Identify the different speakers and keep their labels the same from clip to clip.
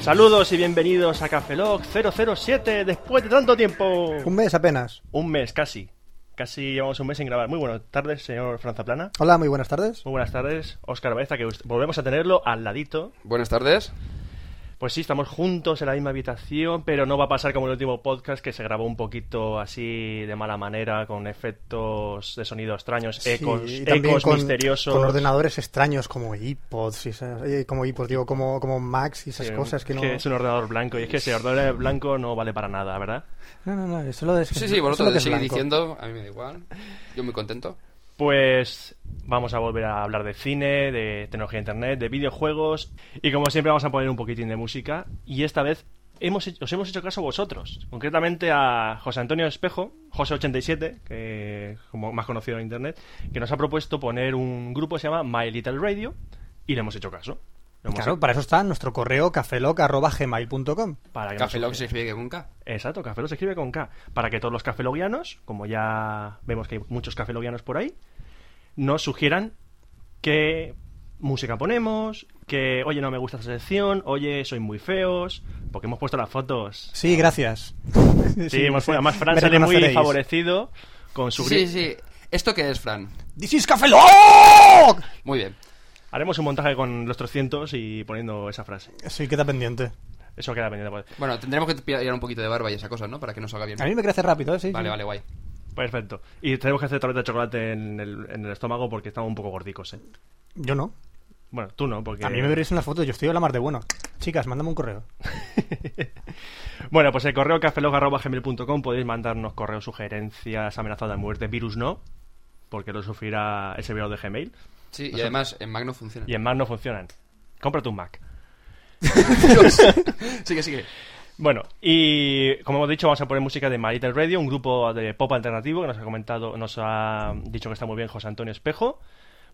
Speaker 1: Saludos y bienvenidos a Cafelog 007 después de tanto tiempo.
Speaker 2: Un mes apenas.
Speaker 1: Un mes casi. Casi llevamos un mes sin grabar. Muy buenas tardes, señor Franzaplana.
Speaker 2: Hola, muy buenas tardes.
Speaker 1: Muy buenas tardes, Óscar Baeza, que us- volvemos a tenerlo al ladito.
Speaker 3: Buenas tardes.
Speaker 1: Pues sí, estamos juntos en la misma habitación, pero no va a pasar como el último podcast que se grabó un poquito así de mala manera, con efectos de sonido extraños,
Speaker 2: Sí,
Speaker 1: ecos,
Speaker 2: y también
Speaker 1: ecos
Speaker 2: con,
Speaker 1: misteriosos.
Speaker 2: Con ordenadores extraños como iPods, y esas- eh, como iPods, digo, como, como Macs y esas
Speaker 1: Sí,
Speaker 2: cosas que no...
Speaker 1: es un ordenador blanco y es que ese ordenador blanco no vale para nada, ¿verdad?
Speaker 2: No, no, no, eso lo es...
Speaker 3: Sí,
Speaker 2: eso
Speaker 3: sí,
Speaker 2: es
Speaker 3: vosotros
Speaker 2: lo que es
Speaker 3: seguís
Speaker 2: blanco.
Speaker 3: diciendo, a mí me da igual. Yo muy contento.
Speaker 1: Pues vamos a volver a hablar de cine, de tecnología de internet, de videojuegos y como siempre vamos a poner un poquitín de música y esta vez hemos hecho- os hemos hecho caso a vosotros, concretamente a José Antonio Espejo, José87, que como más conocido en internet, que nos ha propuesto poner un grupo que se llama My Little Radio y le hemos hecho caso. Lo hemos
Speaker 2: Claro,
Speaker 1: hecho-
Speaker 2: para eso está nuestro correo cafeloc.gmail.com
Speaker 1: para que nos-
Speaker 3: Café Lock se escribe con K.
Speaker 1: Exacto, Café Lock se escribe con K. Para que todos los cafeloguianos, como ya vemos que hay muchos cafeloguianos por ahí, nos sugieran qué música ponemos, que, oye, no me gusta esta sección, oye, soy muy feos, porque hemos puesto las fotos.
Speaker 2: Sí, gracias.
Speaker 1: Sí, hemos puesto, además Fran
Speaker 2: me
Speaker 1: sale muy
Speaker 2: reconoceréis.
Speaker 1: favorecido con su
Speaker 3: Sí,
Speaker 1: gri-
Speaker 3: sí. ¿Esto qué es, Fran?
Speaker 2: ¡This is Cafeloc!
Speaker 3: Muy bien.
Speaker 1: Haremos un montaje con los 300 y poniendo esa frase.
Speaker 2: Sí, queda pendiente.
Speaker 1: Eso queda pendiente. pues.
Speaker 3: Bueno, tendremos que pillar un poquito de barba y esa cosa, ¿no? Para que nos salga bien.
Speaker 2: A mí me crece rápido, ¿eh? Sí,
Speaker 3: Vale,
Speaker 2: sí.
Speaker 3: vale, guay.
Speaker 1: Perfecto. Y tenemos que hacer tableta de chocolate en el, en el estómago porque estamos un poco gordicos, ¿eh?
Speaker 2: Yo no.
Speaker 1: Bueno, tú no, porque...
Speaker 2: A mí me veréis en la foto, yo estoy a la mar de bueno. Chicas, mándame un correo.
Speaker 1: Bueno, pues el correo cafelog.gmail.com podéis mandarnos correos, sugerencias, amenazadas de muerte, virus no, porque lo sufrirá el servidor de Gmail.
Speaker 3: Sí, y además en Mac no funciona.
Speaker 1: Y en Mac no funcionan. Cómprate un Mac.
Speaker 3: Dios. sigue, sigue.
Speaker 1: Bueno, y como hemos dicho, vamos a poner música de My Little Radio, un grupo de pop alternativo que nos ha comentado, nos ha dicho que está muy bien José Antonio Espejo.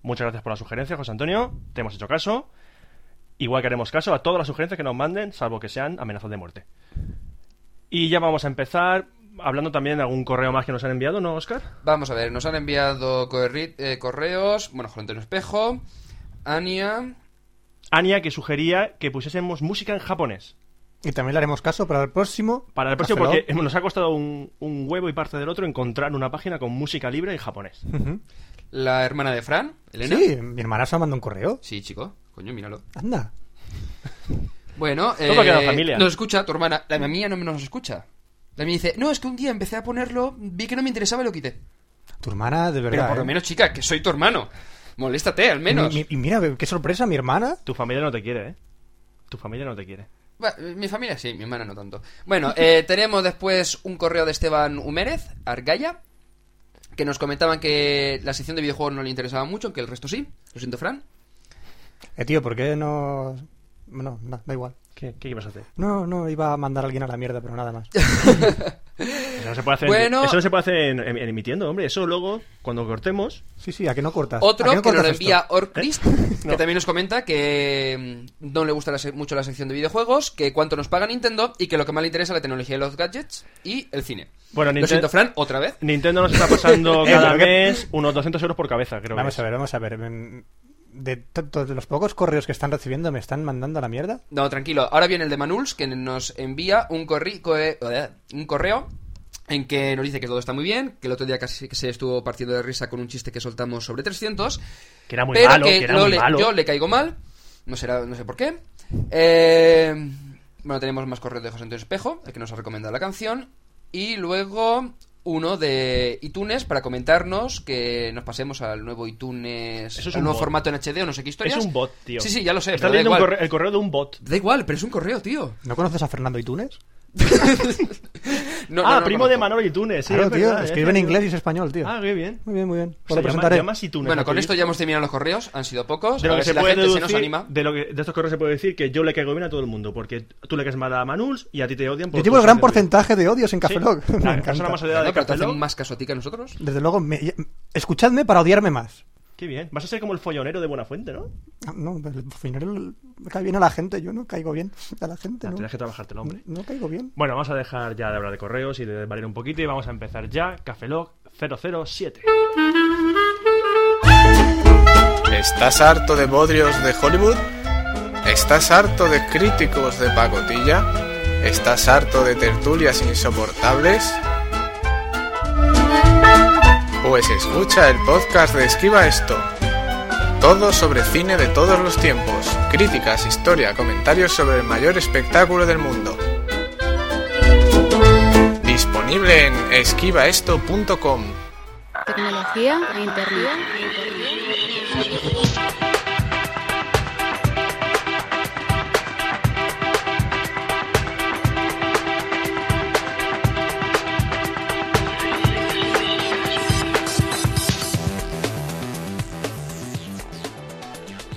Speaker 1: Muchas gracias por la sugerencia, José Antonio. Te hemos hecho caso. Igual que haremos caso a todas las sugerencias que nos manden, salvo que sean amenazas de muerte. Y ya vamos a empezar hablando también de algún correo más que nos han enviado, ¿no, Oscar?
Speaker 3: Vamos a ver, nos han enviado corri- eh, correos. Bueno, Juan Antonio Espejo, Ania.
Speaker 1: Ania que sugería que pusiésemos música en japonés.
Speaker 2: Y también le haremos caso para el próximo.
Speaker 1: Para el próximo,
Speaker 2: Cafeloc.
Speaker 1: porque nos ha costado un, un huevo y parte del otro encontrar una página con música libre en japonés.
Speaker 2: Ujú.
Speaker 3: La hermana de Fran, Elena.
Speaker 2: Sí, mi hermana se me mandado un correo.
Speaker 3: Sí, chico. Coño, míralo.
Speaker 2: Anda.
Speaker 3: Bueno,
Speaker 1: Todo
Speaker 3: eh,
Speaker 1: queda en familia.
Speaker 3: nos escucha tu hermana. La mía no nos escucha. La mía dice, no, es que un día empecé a ponerlo, vi que no me interesaba y lo quité.
Speaker 2: Tu hermana, de verdad.
Speaker 3: Pero por lo
Speaker 2: ¿eh?
Speaker 3: menos, chica, que soy tu hermano. Moléstate, al menos.
Speaker 2: Mi- mi- y mira, qué sorpresa, mi hermana.
Speaker 1: Tu familia no te quiere, ¿eh? Tu familia no te quiere.
Speaker 3: Va, eh, mi familia sí, mi hermana no tanto. Bueno, eh, tenemos después un correo de Esteban Humérez, Argaya, que nos comentaban que la sección de videojuegos no le interesaba mucho, aunque el resto sí. Lo siento, Fran.
Speaker 2: Eh, tío, ¿por qué no.? Bueno, na- da igual.
Speaker 1: ¿Qué, qué ibas a hacer?
Speaker 2: No, no, iba a mandar a alguien a la mierda, pero nada más.
Speaker 1: Eso no se puede hacer,
Speaker 3: Bueno.
Speaker 1: eso no se puede hacer en, en- en emitiendo, hombre. Eso luego, cuando cortemos,
Speaker 2: Sí, sí, ¿a qué no cortas? ¿A
Speaker 3: Otro
Speaker 2: qué no ¿Eh?
Speaker 3: que nos
Speaker 2: cortas
Speaker 3: lo
Speaker 2: esto?
Speaker 3: envía Orcrist,
Speaker 1: No.
Speaker 3: que también nos comenta que mm, no le gusta la se- mucho la sección de videojuegos, que cuánto nos paga Nintendo y que lo que más le interesa es la tecnología de los gadgets y el cine.
Speaker 1: Bueno,
Speaker 3: Lo
Speaker 1: Ninten-
Speaker 3: siento, Fran, otra vez.
Speaker 1: Nintendo nos está pasando
Speaker 2: Eh,
Speaker 1: cada
Speaker 2: pero que-
Speaker 1: mes unos 200 euros por cabeza, creo que
Speaker 2: Vamos
Speaker 1: es.
Speaker 2: a ver, vamos a ver. mm, De, tanto- de los pocos correos que están recibiendo, ¿me están mandando a la mierda?
Speaker 3: No, tranquilo. Ahora viene el de Manuls, que nos envía un, corri- coe- eh, un correo en que nos dice que todo está muy bien, que el otro día casi que se estuvo partiendo de risa con un chiste que soltamos sobre 300,
Speaker 1: Que era muy
Speaker 3: pero
Speaker 1: malo, que,
Speaker 3: que,
Speaker 1: era
Speaker 3: lo
Speaker 1: muy
Speaker 3: le-
Speaker 1: malo.
Speaker 3: yo le caigo mal, no, será, no sé por qué. Eh, bueno, tenemos más correos de José Antonio Espejo, el que nos ha recomendado la canción, y luego uno de iTunes para comentarnos que nos pasemos al nuevo iTunes,
Speaker 1: Eso es
Speaker 3: al
Speaker 1: un
Speaker 3: nuevo
Speaker 1: bot.
Speaker 3: formato en HD o no sé qué historias.
Speaker 1: Es un bot, tío.
Speaker 3: Sí, sí, ya lo sé,
Speaker 1: Está
Speaker 3: pero da
Speaker 1: leyendo un
Speaker 3: igual.
Speaker 1: correo- el correo de un bot.
Speaker 3: Da igual, pero es un correo, tío.
Speaker 2: ¿No conoces a Fernando Itunes?
Speaker 3: No,
Speaker 1: ah,
Speaker 3: no, no
Speaker 1: primo de
Speaker 3: conozco.
Speaker 1: Manolo Itunes, sí.
Speaker 2: claro,
Speaker 1: es
Speaker 2: tío,
Speaker 1: verdad,
Speaker 2: escribe en
Speaker 1: eh.
Speaker 2: inglés y es español, tío.
Speaker 1: Ah, qué bien.
Speaker 2: Muy bien, muy bien.
Speaker 1: O
Speaker 2: Os
Speaker 1: sea,
Speaker 2: lo
Speaker 1: llama-
Speaker 2: presentaré.
Speaker 1: llamas Itunes,
Speaker 3: Bueno,
Speaker 1: aquí.
Speaker 3: con esto ya hemos terminado los correos, han sido pocos.
Speaker 1: De
Speaker 3: a
Speaker 1: lo que
Speaker 3: ver
Speaker 1: se
Speaker 3: si la
Speaker 1: puede
Speaker 3: gente
Speaker 1: deducir,
Speaker 3: se nos anima.
Speaker 1: De, lo que, de estos correos se puede decir que yo le caigo bien a todo el mundo, porque tú le caes mal a Manuls y a ti te odian. por
Speaker 2: Yo llevo
Speaker 1: tu
Speaker 2: el gran
Speaker 1: ser de-
Speaker 2: porcentaje de odios en Café
Speaker 1: Sí,
Speaker 2: Lock. Me
Speaker 1: La
Speaker 2: encanta.
Speaker 1: persona más odiada
Speaker 3: Claro,
Speaker 1: de
Speaker 3: pero te
Speaker 1: Café Lock.
Speaker 3: hacen más caso a ti que a nosotros.
Speaker 2: Desde luego, me- escuchadme para odiarme más.
Speaker 1: Qué bien. Vas a ser como el follonero de Buenafuente, ¿no?
Speaker 2: No, al final me cae bien a la gente, yo no caigo bien a la gente,
Speaker 1: Ah,
Speaker 2: ¿no?
Speaker 1: Tienes que trabajarte el hombre.
Speaker 2: No caigo bien.
Speaker 1: Bueno, vamos a dejar ya de hablar de correos y de desvariar un poquito y vamos a empezar ya Café Lock 007.
Speaker 4: ¿Estás harto de bodrios de Hollywood? ¿Estás harto de críticos de pacotilla? ¿Estás harto de tertulias insoportables? Pues escucha el podcast de Esquiva Esto. Todo sobre cine de todos los tiempos, críticas, historia, comentarios sobre el mayor espectáculo del mundo. Disponible en esquivaesto.com.
Speaker 5: Tecnología e internet.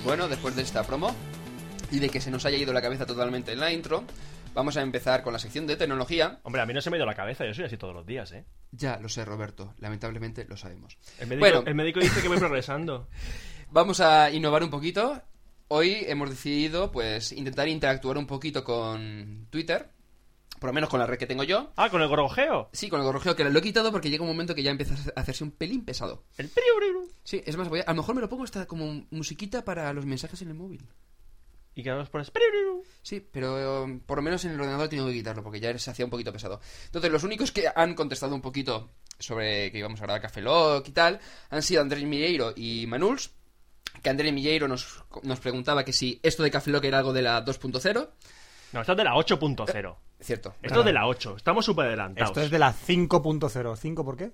Speaker 3: Bueno, después de esta promo y de que se nos haya ido la cabeza totalmente en la intro, vamos a empezar con la sección de tecnología.
Speaker 1: Hombre, a mí no se me ha ido la cabeza, yo soy así todos los días, ¿eh?
Speaker 3: Ya lo sé, Roberto, lamentablemente lo sabemos.
Speaker 1: El médico,
Speaker 3: Bueno.
Speaker 1: el médico dice que voy progresando.
Speaker 3: Vamos a innovar un poquito. Hoy hemos decidido pues intentar interactuar un poquito con Twitter, por lo menos con la red que tengo yo.
Speaker 1: Ah, con el gorgojeo.
Speaker 3: Sí, con el gorjeo que lo he quitado porque llega un momento que ya empieza a hacerse un pelín pesado.
Speaker 1: El priu-riu.
Speaker 3: Sí, es más, voy a, a lo mejor me lo pongo hasta como musiquita para los mensajes en el móvil.
Speaker 1: Y que ahora os pones priu-riu.
Speaker 3: Sí, pero eh, por lo menos en el ordenador he tenido que quitarlo porque ya se hacía un poquito pesado. Entonces, los únicos que han contestado un poquito sobre que íbamos a grabar Café Lock y tal han sido Andrés Milleiro y Manuls. Que Andrés Milleiro nos, nos preguntaba que si esto de Café Lock era algo de la 2.0.
Speaker 1: No, esto es de la 8.0.
Speaker 3: Cierto.
Speaker 1: Esto es de la 8. Estamos súper adelantados.
Speaker 2: Esto es de la 5.0. ¿5 por qué?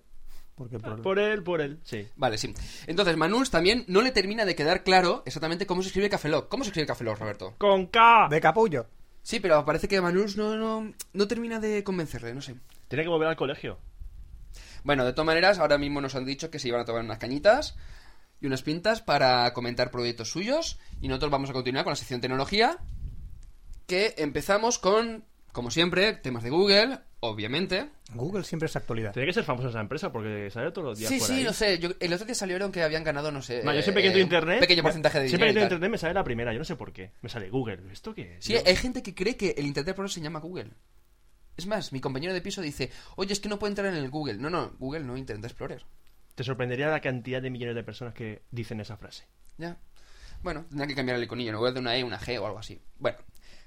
Speaker 2: Porque
Speaker 3: Pues,
Speaker 2: por...
Speaker 1: Por él, por él. Sí.
Speaker 3: Ah, Vale, sí. Entonces, Manuls también no le termina de quedar claro exactamente cómo se escribe Café Lock. ¿Cómo se escribe Café Lock, Roberto?
Speaker 1: Con K.
Speaker 2: De capullo.
Speaker 3: Sí, pero parece que Manuls no, no, no termina de convencerle, no sé.
Speaker 1: Tiene que volver al colegio.
Speaker 3: Bueno, de todas maneras, ahora mismo nos han dicho que se iban a tomar unas cañitas y unas pintas para comentar proyectos suyos. Y nosotros vamos a continuar con la sección tecnología, que empezamos con, como siempre, temas de Google, obviamente.
Speaker 2: Google siempre es actualidad.
Speaker 1: Tiene que ser famoso esa empresa porque sale todos los días
Speaker 3: Sí,
Speaker 1: por
Speaker 3: sí,
Speaker 1: ahí.
Speaker 3: no sé. yo- el otro día salieron que habían ganado, no sé.
Speaker 1: No, yo
Speaker 3: eh,
Speaker 1: siempre que entro en
Speaker 3: un
Speaker 1: internet.
Speaker 3: Pequeño
Speaker 1: me-
Speaker 3: porcentaje de
Speaker 1: Siempre que entro
Speaker 3: dinero. y
Speaker 1: en
Speaker 3: tal.
Speaker 1: internet me sale la primera, yo no sé por qué. Me sale Google. ¿Esto qué es?
Speaker 3: Sí,
Speaker 1: Yo-
Speaker 3: hay gente que cree que el Internet Explorer se llama Google. Es más, mi compañero de piso dice: Oye, es que no puedo entrar en el Google. No, no, Google no, Internet Explorer.
Speaker 1: Te sorprendería la cantidad de millones de personas que dicen esa frase.
Speaker 3: Ya. Bueno, tendrá que cambiar el iconillo en lugar de una E, una G o algo así. Bueno,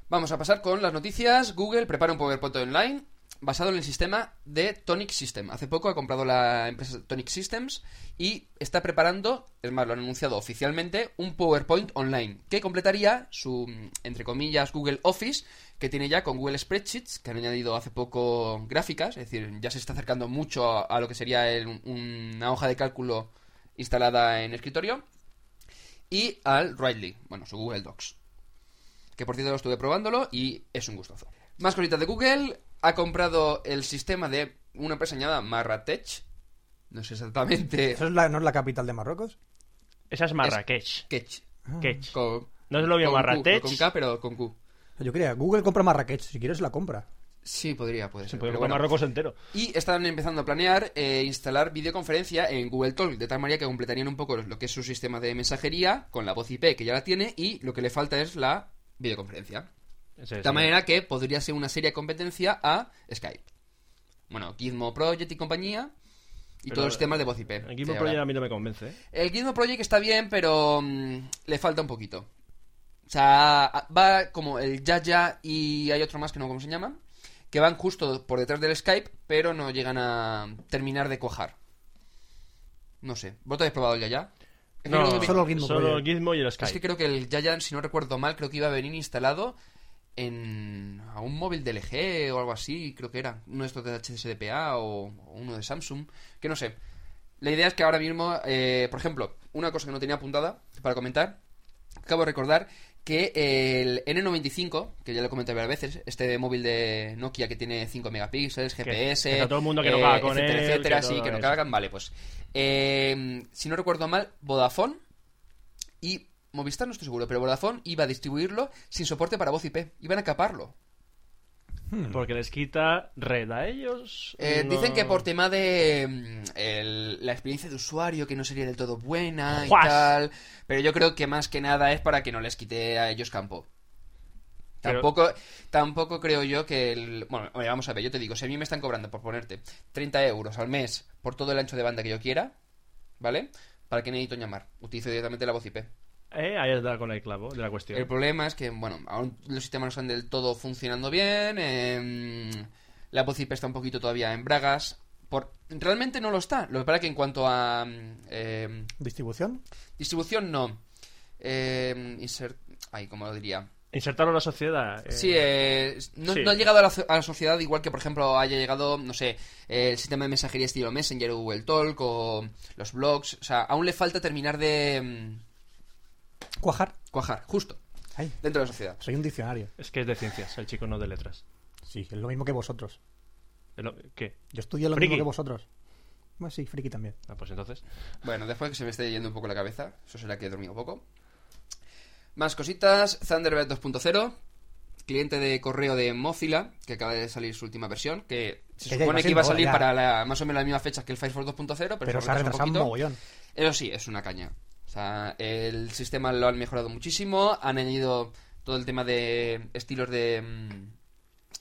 Speaker 3: vamos a pasar con las noticias. Google prepara un PowerPoint online basado en el sistema de Tonic System. Hace poco ha comprado la empresa Tonic Systems y está preparando, es más, lo han anunciado oficialmente, un PowerPoint online que completaría su, mm, entre comillas, Google Office que tiene ya con Google Spreadsheets, que han añadido hace poco gráficas, es decir, ya se está acercando mucho a, a lo que sería el- una hoja de cálculo instalada en escritorio y al Riley, bueno, su Google Docs. Que por cierto lo estuve probándolo y es un gustazo. Más cositas de Google, ha comprado el sistema de una empresa llamada Marratech. No sé exactamente.
Speaker 2: ¿Eso es la- no es la capital de Marruecos?
Speaker 1: Esa es Marrakech.
Speaker 3: Ketch.
Speaker 1: Ketch.
Speaker 3: ah, Con,
Speaker 1: No es lo mismo
Speaker 3: con Q,
Speaker 1: Marrakech.
Speaker 3: no con K, pero con Q.
Speaker 2: Yo quería, Google compra Marrakech, si quieres la compra.
Speaker 3: Sí, podría, puede ser.
Speaker 1: Se puede
Speaker 3: pero
Speaker 1: comprar
Speaker 3: bueno.
Speaker 1: Marruecos entero.
Speaker 3: Y están empezando a planear eh, instalar videoconferencia en Google Talk, de tal manera que completarían un poco lo que es su sistema de mensajería con la voz IP que ya la tiene y lo que le falta es la videoconferencia.
Speaker 1: Ese
Speaker 3: De
Speaker 1: es
Speaker 3: tal
Speaker 1: el-
Speaker 3: manera que podría ser una seria competencia a Skype. Bueno, Gizmo Project y compañía. Y
Speaker 1: Pero,
Speaker 3: todos los temas de voz IP.
Speaker 1: El
Speaker 3: que
Speaker 1: Gizmo
Speaker 3: habrá.
Speaker 1: Project a mí no me convence. ¿eh?
Speaker 3: El Gizmo Project está bien, pero mm, le falta un poquito. O sea, a- va como el Yaya y hay otro más que no sé cómo se llama. Que van justo por detrás del Skype, pero no llegan a terminar de cuajar. No sé. ¿Vos te habéis probado el Yaya? Es que creo que-
Speaker 2: solo el Gizmo
Speaker 1: solo
Speaker 2: Project.
Speaker 1: el Gizmo y el Skype.
Speaker 3: es que creo que el Giant, si no recuerdo mal, creo que iba a venir instalado en a un móvil de LG o algo así, creo que era. Uno de estos de HDPA o, o uno de Samsung, que no sé. La idea es que ahora mismo, eh, por ejemplo, una cosa que no tenía apuntada para comentar, acabo de recordar que el N95, que ya lo he comentado varias veces, este móvil de Nokia que tiene 5 megapíxeles, GPS,
Speaker 1: que a todo el mundo que no caga con
Speaker 3: etcétera,
Speaker 1: él,
Speaker 3: etcétera,
Speaker 1: que
Speaker 3: sí,
Speaker 1: todo
Speaker 3: que no
Speaker 1: eso.
Speaker 3: cagan, vale, pues eh, si no recuerdo mal, Vodafone y Movistar, no estoy seguro, pero Vodafone iba a distribuirlo sin soporte para voz IP, iban a caparlo.
Speaker 1: Porque les quita red a ellos.
Speaker 3: Eh,
Speaker 1: no-
Speaker 3: Dicen que por tema de mm, el- la experiencia de usuario, que no sería del todo buena y
Speaker 1: ¡Juas!
Speaker 3: tal. Pero yo creo que más que nada es para que no les quite a ellos campo.
Speaker 1: Pero-
Speaker 3: Tampoco, tampoco creo yo que el... Bueno, hombre, vamos a ver, yo te digo, si a mí me están cobrando por ponerte 30 euros al mes por todo el ancho de banda que yo quiera, ¿vale? ¿Para qué necesito llamar? Utilizo directamente la voz IP.
Speaker 1: Eh, ahí está con el clavo de la cuestión.
Speaker 3: El problema es que, bueno, aún los sistemas no están del todo funcionando bien. em, la voz IP está un poquito todavía en bragas. Por, realmente no lo está. Lo que pasa es que en cuanto a mm, em,
Speaker 2: ¿Distribución?
Speaker 3: distribución, no. Em, insert, ay, como lo diría.
Speaker 1: Insertarlo en la sociedad. eh,
Speaker 3: Sí, eh, no,
Speaker 1: sí.
Speaker 3: no ha llegado a la, a la sociedad igual que, por ejemplo, haya llegado, no sé, eh, el sistema de mensajería estilo Messenger o Google Talk o los blogs. O sea, aún le falta terminar de em,
Speaker 2: ¿Cuajar?
Speaker 3: cuajar, justo,
Speaker 2: Ay,
Speaker 3: dentro de la sociedad.
Speaker 2: soy un diccionario.
Speaker 1: Es que es de ciencias, el chico no de letras.
Speaker 2: Sí, es lo mismo que vosotros.
Speaker 1: Es lo- ¿Qué?
Speaker 2: Yo estudio lo
Speaker 1: Friki.
Speaker 2: mismo que vosotros. Bueno, sí, friki también.
Speaker 1: Ah, pues entonces.
Speaker 3: Bueno, después que se me esté yendo un poco la cabeza, eso será que he dormido poco. Más cositas, Thunderbird 2.0, cliente de correo de Mozilla, que acaba de salir su última versión, que se
Speaker 2: Que ya
Speaker 3: supone
Speaker 2: iba
Speaker 3: que iba a
Speaker 2: siendo,
Speaker 3: salir
Speaker 2: ya.
Speaker 3: para la- más o menos la misma fecha que el Firefox 2.0,
Speaker 2: Pero
Speaker 3: pero, Pues se
Speaker 2: se ha
Speaker 3: retrasa un
Speaker 2: retrasado un
Speaker 3: poquito.
Speaker 2: mogollón.
Speaker 3: Eso sí, es una caña. O sea, el sistema lo han mejorado muchísimo, han añadido todo el tema de estilos de, mm,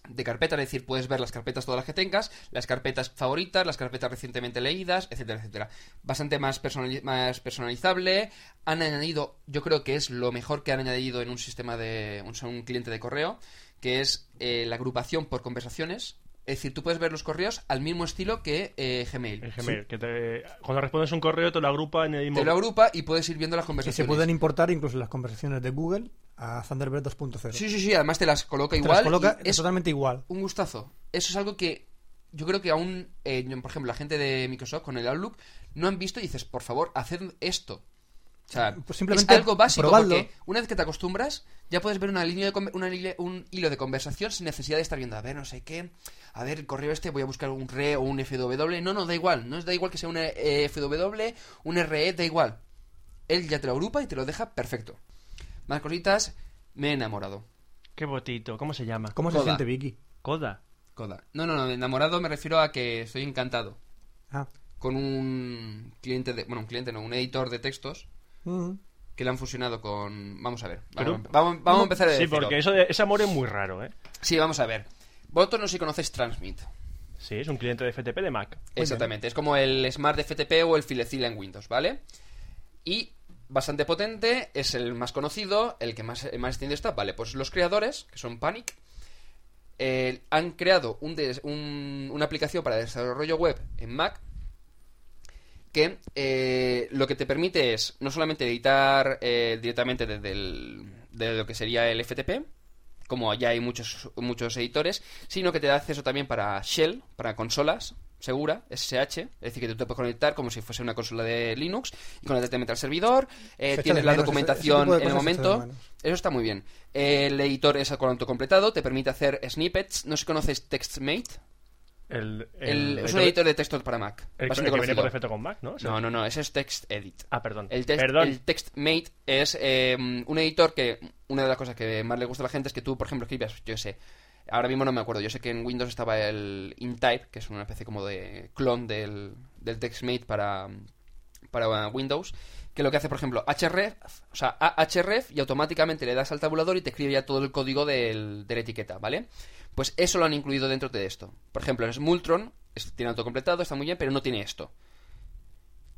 Speaker 3: de carpeta, es decir, puedes ver las carpetas todas las que tengas, las carpetas favoritas, las carpetas recientemente leídas, etcétera, etcétera. Bastante más, personali- más personalizable, han añadido, yo creo que es lo mejor que han añadido en un sistema de un, un cliente de correo, que es eh, la agrupación por conversaciones. Es decir, tú puedes ver los correos al mismo estilo que eh, Gmail.
Speaker 1: El Gmail, que te- cuando respondes un correo te lo agrupa en el mismo.
Speaker 3: Te lo agrupa y puedes ir viendo las
Speaker 2: Que
Speaker 3: conversaciones.
Speaker 2: se pueden importar incluso las conversaciones de Google a Thunderbird 2.0.
Speaker 3: Sí, sí, sí, además te las coloca
Speaker 2: Te las
Speaker 3: igual.
Speaker 2: coloca
Speaker 3: y es
Speaker 2: totalmente igual.
Speaker 3: un gustazo. Eso es algo que yo creo que aún, eh, por ejemplo, la gente de Microsoft con el Outlook no han visto y dices, por favor, haced esto. O sea,
Speaker 2: Pues simplemente
Speaker 3: es algo básico
Speaker 2: probadlo.
Speaker 3: porque una vez que te acostumbras ya puedes ver una línea de conver- una línea- un hilo de conversación sin necesidad de estar viendo a ver no sé qué a ver el correo este voy a buscar un re o un fw no no da igual no es da igual que sea un eh, fw un re da igual él ya te lo agrupa y te lo deja perfecto más cositas me he enamorado
Speaker 1: Qué botito, ¿cómo se llama?
Speaker 2: ¿Cómo
Speaker 3: Coda.
Speaker 2: se siente Vicky?
Speaker 1: Coda.
Speaker 3: Coda. No, no, no, de enamorado me refiero a que estoy encantado
Speaker 2: Ah.
Speaker 3: con un cliente de, bueno, un cliente no, un editor de textos
Speaker 2: Mm.
Speaker 3: que lo han fusionado con, vamos a ver,
Speaker 1: Pero-
Speaker 3: vamos, vamos- vamos a empezar de
Speaker 1: Sí,
Speaker 3: cero.
Speaker 1: porque eso de- ese amor es muy raro, ¿eh?
Speaker 3: Sí, vamos a ver. Vosotros no sé si conocéis Transmit.
Speaker 1: Sí, es un cliente de FTP de Mac.
Speaker 3: Exactamente, es como el Smart FTP o el Filecila en Windows, ¿vale? Y bastante potente, es el más conocido, el que más, el más extendido está. Vale, pues los creadores, que son Panic, eh, han creado un des- un- una aplicación para desarrollo web en Mac que eh, lo que te permite es no solamente editar eh, directamente desde el, de lo que sería el FTP, como ya hay muchos, muchos editores, sino que te da acceso también para Shell, para consolas segura, SSH, es decir, que tú te puedes conectar como si fuese una consola de Linux y conectarte al servidor,
Speaker 2: Se
Speaker 3: eh,
Speaker 2: echa
Speaker 3: tienes
Speaker 2: de menos, ese-
Speaker 3: la
Speaker 2: ese
Speaker 3: documentación
Speaker 2: tipo de
Speaker 3: en el
Speaker 2: cosas se echa de
Speaker 3: momento.
Speaker 2: menos.
Speaker 3: Eso está muy bien. El editor es con autocompletado, te permite hacer snippets. No sé si conoces TextMate.
Speaker 1: El, el,
Speaker 3: El- es un editor de textos para Mac.
Speaker 1: el- el
Speaker 3: bastante
Speaker 1: que viene por
Speaker 3: conocido.
Speaker 1: defecto con Mac, ¿no? Sí.
Speaker 3: No, no, no, ese es TextEdit.
Speaker 1: Ah, perdón.
Speaker 3: El, text,
Speaker 1: perdón.
Speaker 3: el TextMate es eh, un editor que una de las cosas que más le gusta a la gente es que tú, por ejemplo, escribas, yo sé, ahora mismo no me acuerdo, yo sé que en Windows estaba el InType, que es una especie como de clon del, del TextMate para, para Windows, que lo que hace, por ejemplo, href, o sea, a- href y automáticamente le das al tabulador y te escribe ya todo el código del- de la etiqueta, ¿vale? Pues eso lo han incluido dentro de esto. Por ejemplo, el Smultron es- tiene autocompletado, está muy bien, pero no tiene esto.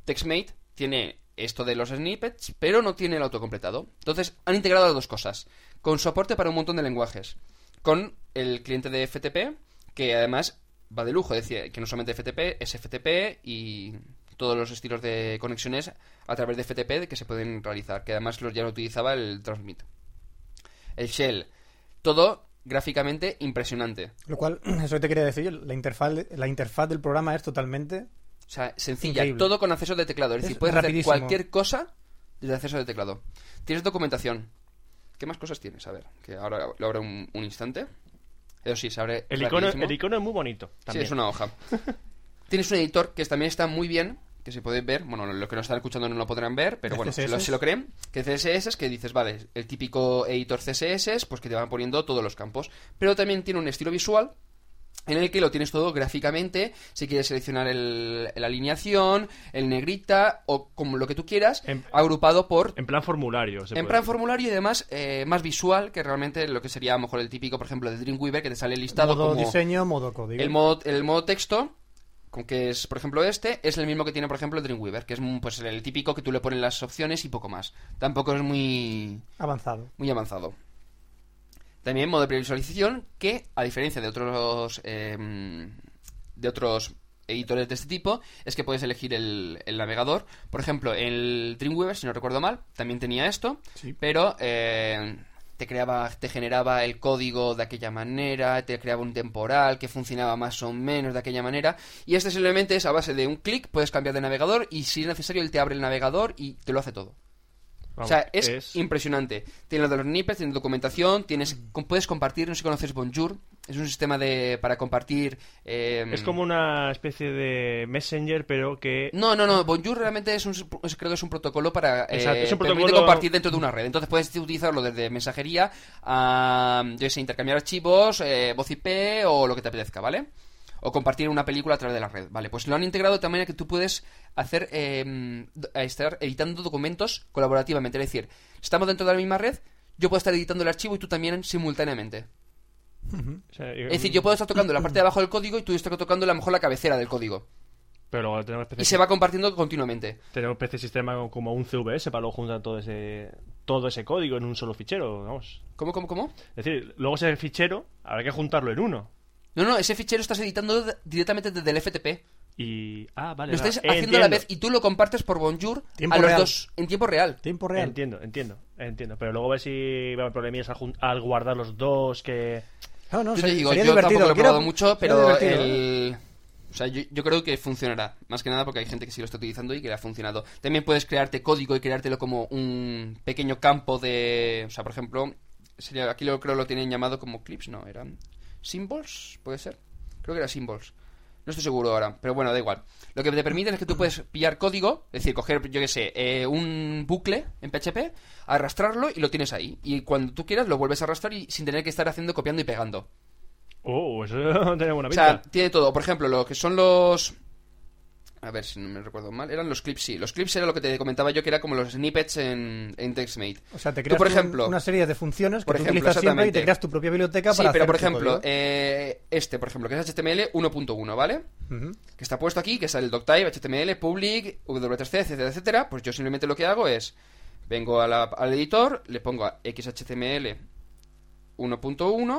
Speaker 3: TextMate tiene esto de los snippets, pero no tiene el autocompletado. Entonces, han integrado las dos cosas. Con soporte para un montón de lenguajes. Con el cliente de FTP, que además va de lujo. Es decir, que no solamente FTP, es FTP y todos los estilos de conexiones a través de FTP de que se pueden realizar. Que además los ya lo utilizaba el Transmit. El Shell. Todo gráficamente impresionante.
Speaker 2: Lo cual, eso te quería decir, yo, la interfaz, la interfaz del programa es totalmente...
Speaker 3: O sea, sencilla,
Speaker 2: Increíble.
Speaker 3: todo con acceso de teclado. Es,
Speaker 2: Es
Speaker 3: decir, puedes hacer
Speaker 2: rapidísimo.
Speaker 3: cualquier cosa desde acceso de teclado. Tienes documentación. ¿Qué más cosas tienes? A ver, que ahora lo habrá un, un instante. Eso sí, se abre.
Speaker 1: El icono,
Speaker 3: rapidísimo.
Speaker 1: el icono es muy bonito.
Speaker 3: Sí,
Speaker 1: También.
Speaker 3: es una hoja. Tienes un editor que también está muy bien, que se puede ver. Bueno, los que no están escuchando no lo podrán ver, pero bueno, si lo,
Speaker 2: CSS.
Speaker 3: si lo creen. Que CSS es que dices, vale, el típico editor CSS, pues que te van poniendo todos los campos. Pero también tiene un estilo visual en el que lo tienes todo gráficamente, si quieres seleccionar el- la alineación, el negrita o como lo que tú quieras,
Speaker 1: En-
Speaker 3: agrupado por
Speaker 1: En plan formulario. Em- se
Speaker 3: en
Speaker 1: puede
Speaker 3: plan
Speaker 1: decir.
Speaker 3: formulario y además eh, más visual que realmente lo que sería a lo mejor el típico, por ejemplo, de Dreamweaver que te sale listado
Speaker 2: modo
Speaker 3: como
Speaker 2: diseño, modo código.
Speaker 3: el modo, el modo texto, con que es, por ejemplo, este, es el mismo que tiene, por ejemplo, Dreamweaver, que es mm, pues, el típico que tú le pones las opciones y poco más. Tampoco es muy,
Speaker 2: avanzado.
Speaker 3: muy avanzado. También modo de previsualización, que a diferencia de otros eh, de otros editores de este tipo, es que puedes elegir el, el navegador. Por ejemplo, el Dreamweaver, si no recuerdo mal, también tenía esto,
Speaker 2: Sí.
Speaker 3: pero eh, te creaba, te generaba el código de aquella manera, te creaba un temporal que funcionaba más o menos de aquella manera. Y este simplemente es a base de un clic, puedes cambiar de navegador y si es necesario, él te abre el navegador y te lo hace todo.
Speaker 1: Vamos,
Speaker 3: O sea, es, impresionante. Tiene lo de los nippets, tiene documentación, tienes,
Speaker 1: Mm.
Speaker 3: com- puedes compartir, no sé si conoces Bonjour. Es un sistema de para compartir... eh,
Speaker 1: es como una especie de Messenger, pero que.
Speaker 3: No, no, no. Bonjour realmente es un, es- creo que es un protocolo para... eh,
Speaker 1: Exacto, es un
Speaker 3: permite
Speaker 1: protocolo-
Speaker 3: compartir dentro de una red. Entonces puedes utilizarlo desde mensajería a, yo qué sé, intercambiar archivos, eh, voz IP o lo que te apetezca, ¿vale? O compartir una película a través de la red, ¿vale? Pues lo han integrado también a que tú puedes hacer... eh, do- estar editando documentos colaborativamente. Es decir, estamos dentro de la misma red, yo puedo estar editando el archivo y tú también simultáneamente.
Speaker 1: o sea,
Speaker 3: Es decir, yo puedo estar tocando la parte de abajo del código y tú estás tocando a lo mejor la cabecera del código.
Speaker 1: Pero tenemos especie,
Speaker 3: Y se va compartiendo continuamente.
Speaker 1: tenemos especie de sistema como un CVS para luego juntar todo ese, todo ese código en un solo fichero. Vamos.
Speaker 3: ¿Cómo, cómo, cómo?
Speaker 1: Es decir, luego ese fichero habrá que juntarlo en uno.
Speaker 3: No, no, ese fichero estás editando de- directamente desde el FTP.
Speaker 1: Y. Ah, vale.
Speaker 3: Lo estáis
Speaker 1: vale. Eh,
Speaker 3: haciendo a la
Speaker 1: entiendo.
Speaker 3: vez y tú lo compartes por Bonjour
Speaker 2: Tiempo
Speaker 3: a los
Speaker 2: real.
Speaker 3: dos en tiempo real.
Speaker 2: Tiempo real.
Speaker 1: Entiendo, entiendo, entiendo. Pero luego a ver si va a haber problemillas al, jun- al guardar los dos que...
Speaker 2: No, no,
Speaker 3: yo te
Speaker 2: sería-
Speaker 3: digo,
Speaker 2: sería
Speaker 3: yo
Speaker 2: divertido.
Speaker 3: tampoco lo he
Speaker 2: Quiero-
Speaker 3: probado mucho,
Speaker 2: sería
Speaker 3: pero
Speaker 2: divertido.
Speaker 3: el... O sea, yo, yo creo que funcionará. Más que nada porque hay gente que sí lo está utilizando y que le ha funcionado. También puedes crearte código y creártelo como un pequeño campo de... O sea, por ejemplo, sería, aquí lo creo lo tienen llamado como clips, ¿no? Eran symbols, puede ser. Creo que era symbols. No estoy seguro ahora, pero bueno, da igual. Lo que te permiten es que tú puedes pillar código, es decir, coger, yo qué sé, eh, un bucle en PHP, arrastrarlo y lo tienes ahí. Y cuando tú quieras lo vuelves a arrastrar y sin tener que estar haciendo copiando y pegando.
Speaker 1: Oh, eso tiene buena
Speaker 3: O
Speaker 1: pinta.
Speaker 3: sea, tiene todo. Por ejemplo, lo que son los. A ver si no me recuerdo mal. Eran los clips, sí. Los clips era lo que te comentaba yo, que era como los snippets en, en TextMate.
Speaker 2: O sea, te
Speaker 3: Tú,
Speaker 2: creas
Speaker 3: por
Speaker 2: un-
Speaker 3: ejemplo-
Speaker 2: una serie de funciones que
Speaker 3: por
Speaker 2: tú
Speaker 3: ejemplo,
Speaker 2: utilizas siempre y
Speaker 3: exactamente.
Speaker 2: te creas tu propia biblioteca
Speaker 3: sí,
Speaker 2: para
Speaker 3: pero
Speaker 2: hacer
Speaker 3: por
Speaker 2: tu
Speaker 3: ejemplo,
Speaker 2: código.
Speaker 3: eh, este, por ejemplo, que es HTML 1.1, ¿vale?
Speaker 2: Ujú.
Speaker 3: que está puesto aquí, que es el doctype, HTML, public, W3C, etcétera, etcétera, pues yo simplemente lo que hago es, vengo a la- al editor, le pongo a XHTML 1.1,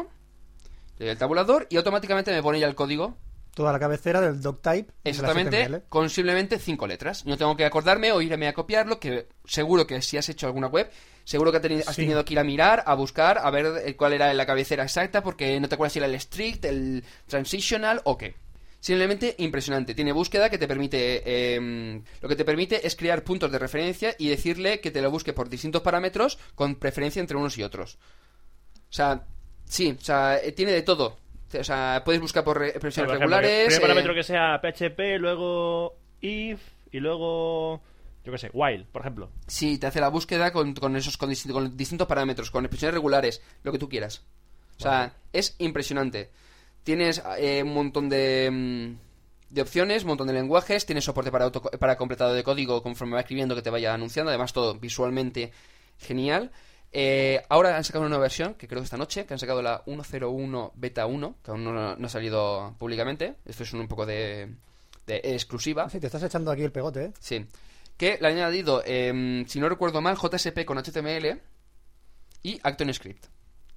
Speaker 3: le doy el tabulador y automáticamente me pone ya el código,
Speaker 2: Toda la cabecera del doctype. de la
Speaker 3: exactamente,
Speaker 2: HTML.
Speaker 3: con simplemente cinco letras. No tengo que acordarme o irme a copiarlo, que seguro que si has hecho alguna web, seguro que has teni- has
Speaker 2: Sí.
Speaker 3: tenido que ir a mirar, a buscar, a ver eh, cuál era la cabecera exacta, porque no te acuerdas si era el strict, el transitional o qué. Simplemente impresionante. Tiene búsqueda que te permite. eh, lo que te permite es crear puntos de referencia y decirle que te lo busque por distintos parámetros con preferencia entre unos y otros. O sea, sí, o sea, eh, tiene de todo. O sea, puedes buscar por re-
Speaker 1: Sí,
Speaker 3: presiones
Speaker 1: por ejemplo, que
Speaker 3: regulares.
Speaker 1: primer parámetro
Speaker 3: eh,
Speaker 1: que sea PHP, luego if y luego... Yo qué sé, while, por ejemplo.
Speaker 3: Sí, te hace la búsqueda con, con esos con, disti- con distintos parámetros, con expresiones regulares, lo que tú quieras. O sea, es impresionante. Tienes eh, un montón de, mm, de opciones, un montón de lenguajes, tienes soporte para, auto- para completado de código conforme va escribiendo que te vaya anunciando, además todo visualmente genial. Eh, ahora han sacado una nueva versión, que creo que esta noche, que han sacado la 1.01 Beta 1, que aún no, no ha salido públicamente. Esto es un, un poco de, de exclusiva.
Speaker 2: Ah, Sí, te estás echando aquí el pegote, ¿eh?
Speaker 3: Sí. Que le han añadido, em, si no recuerdo mal, JSP con HTML y ActionScript.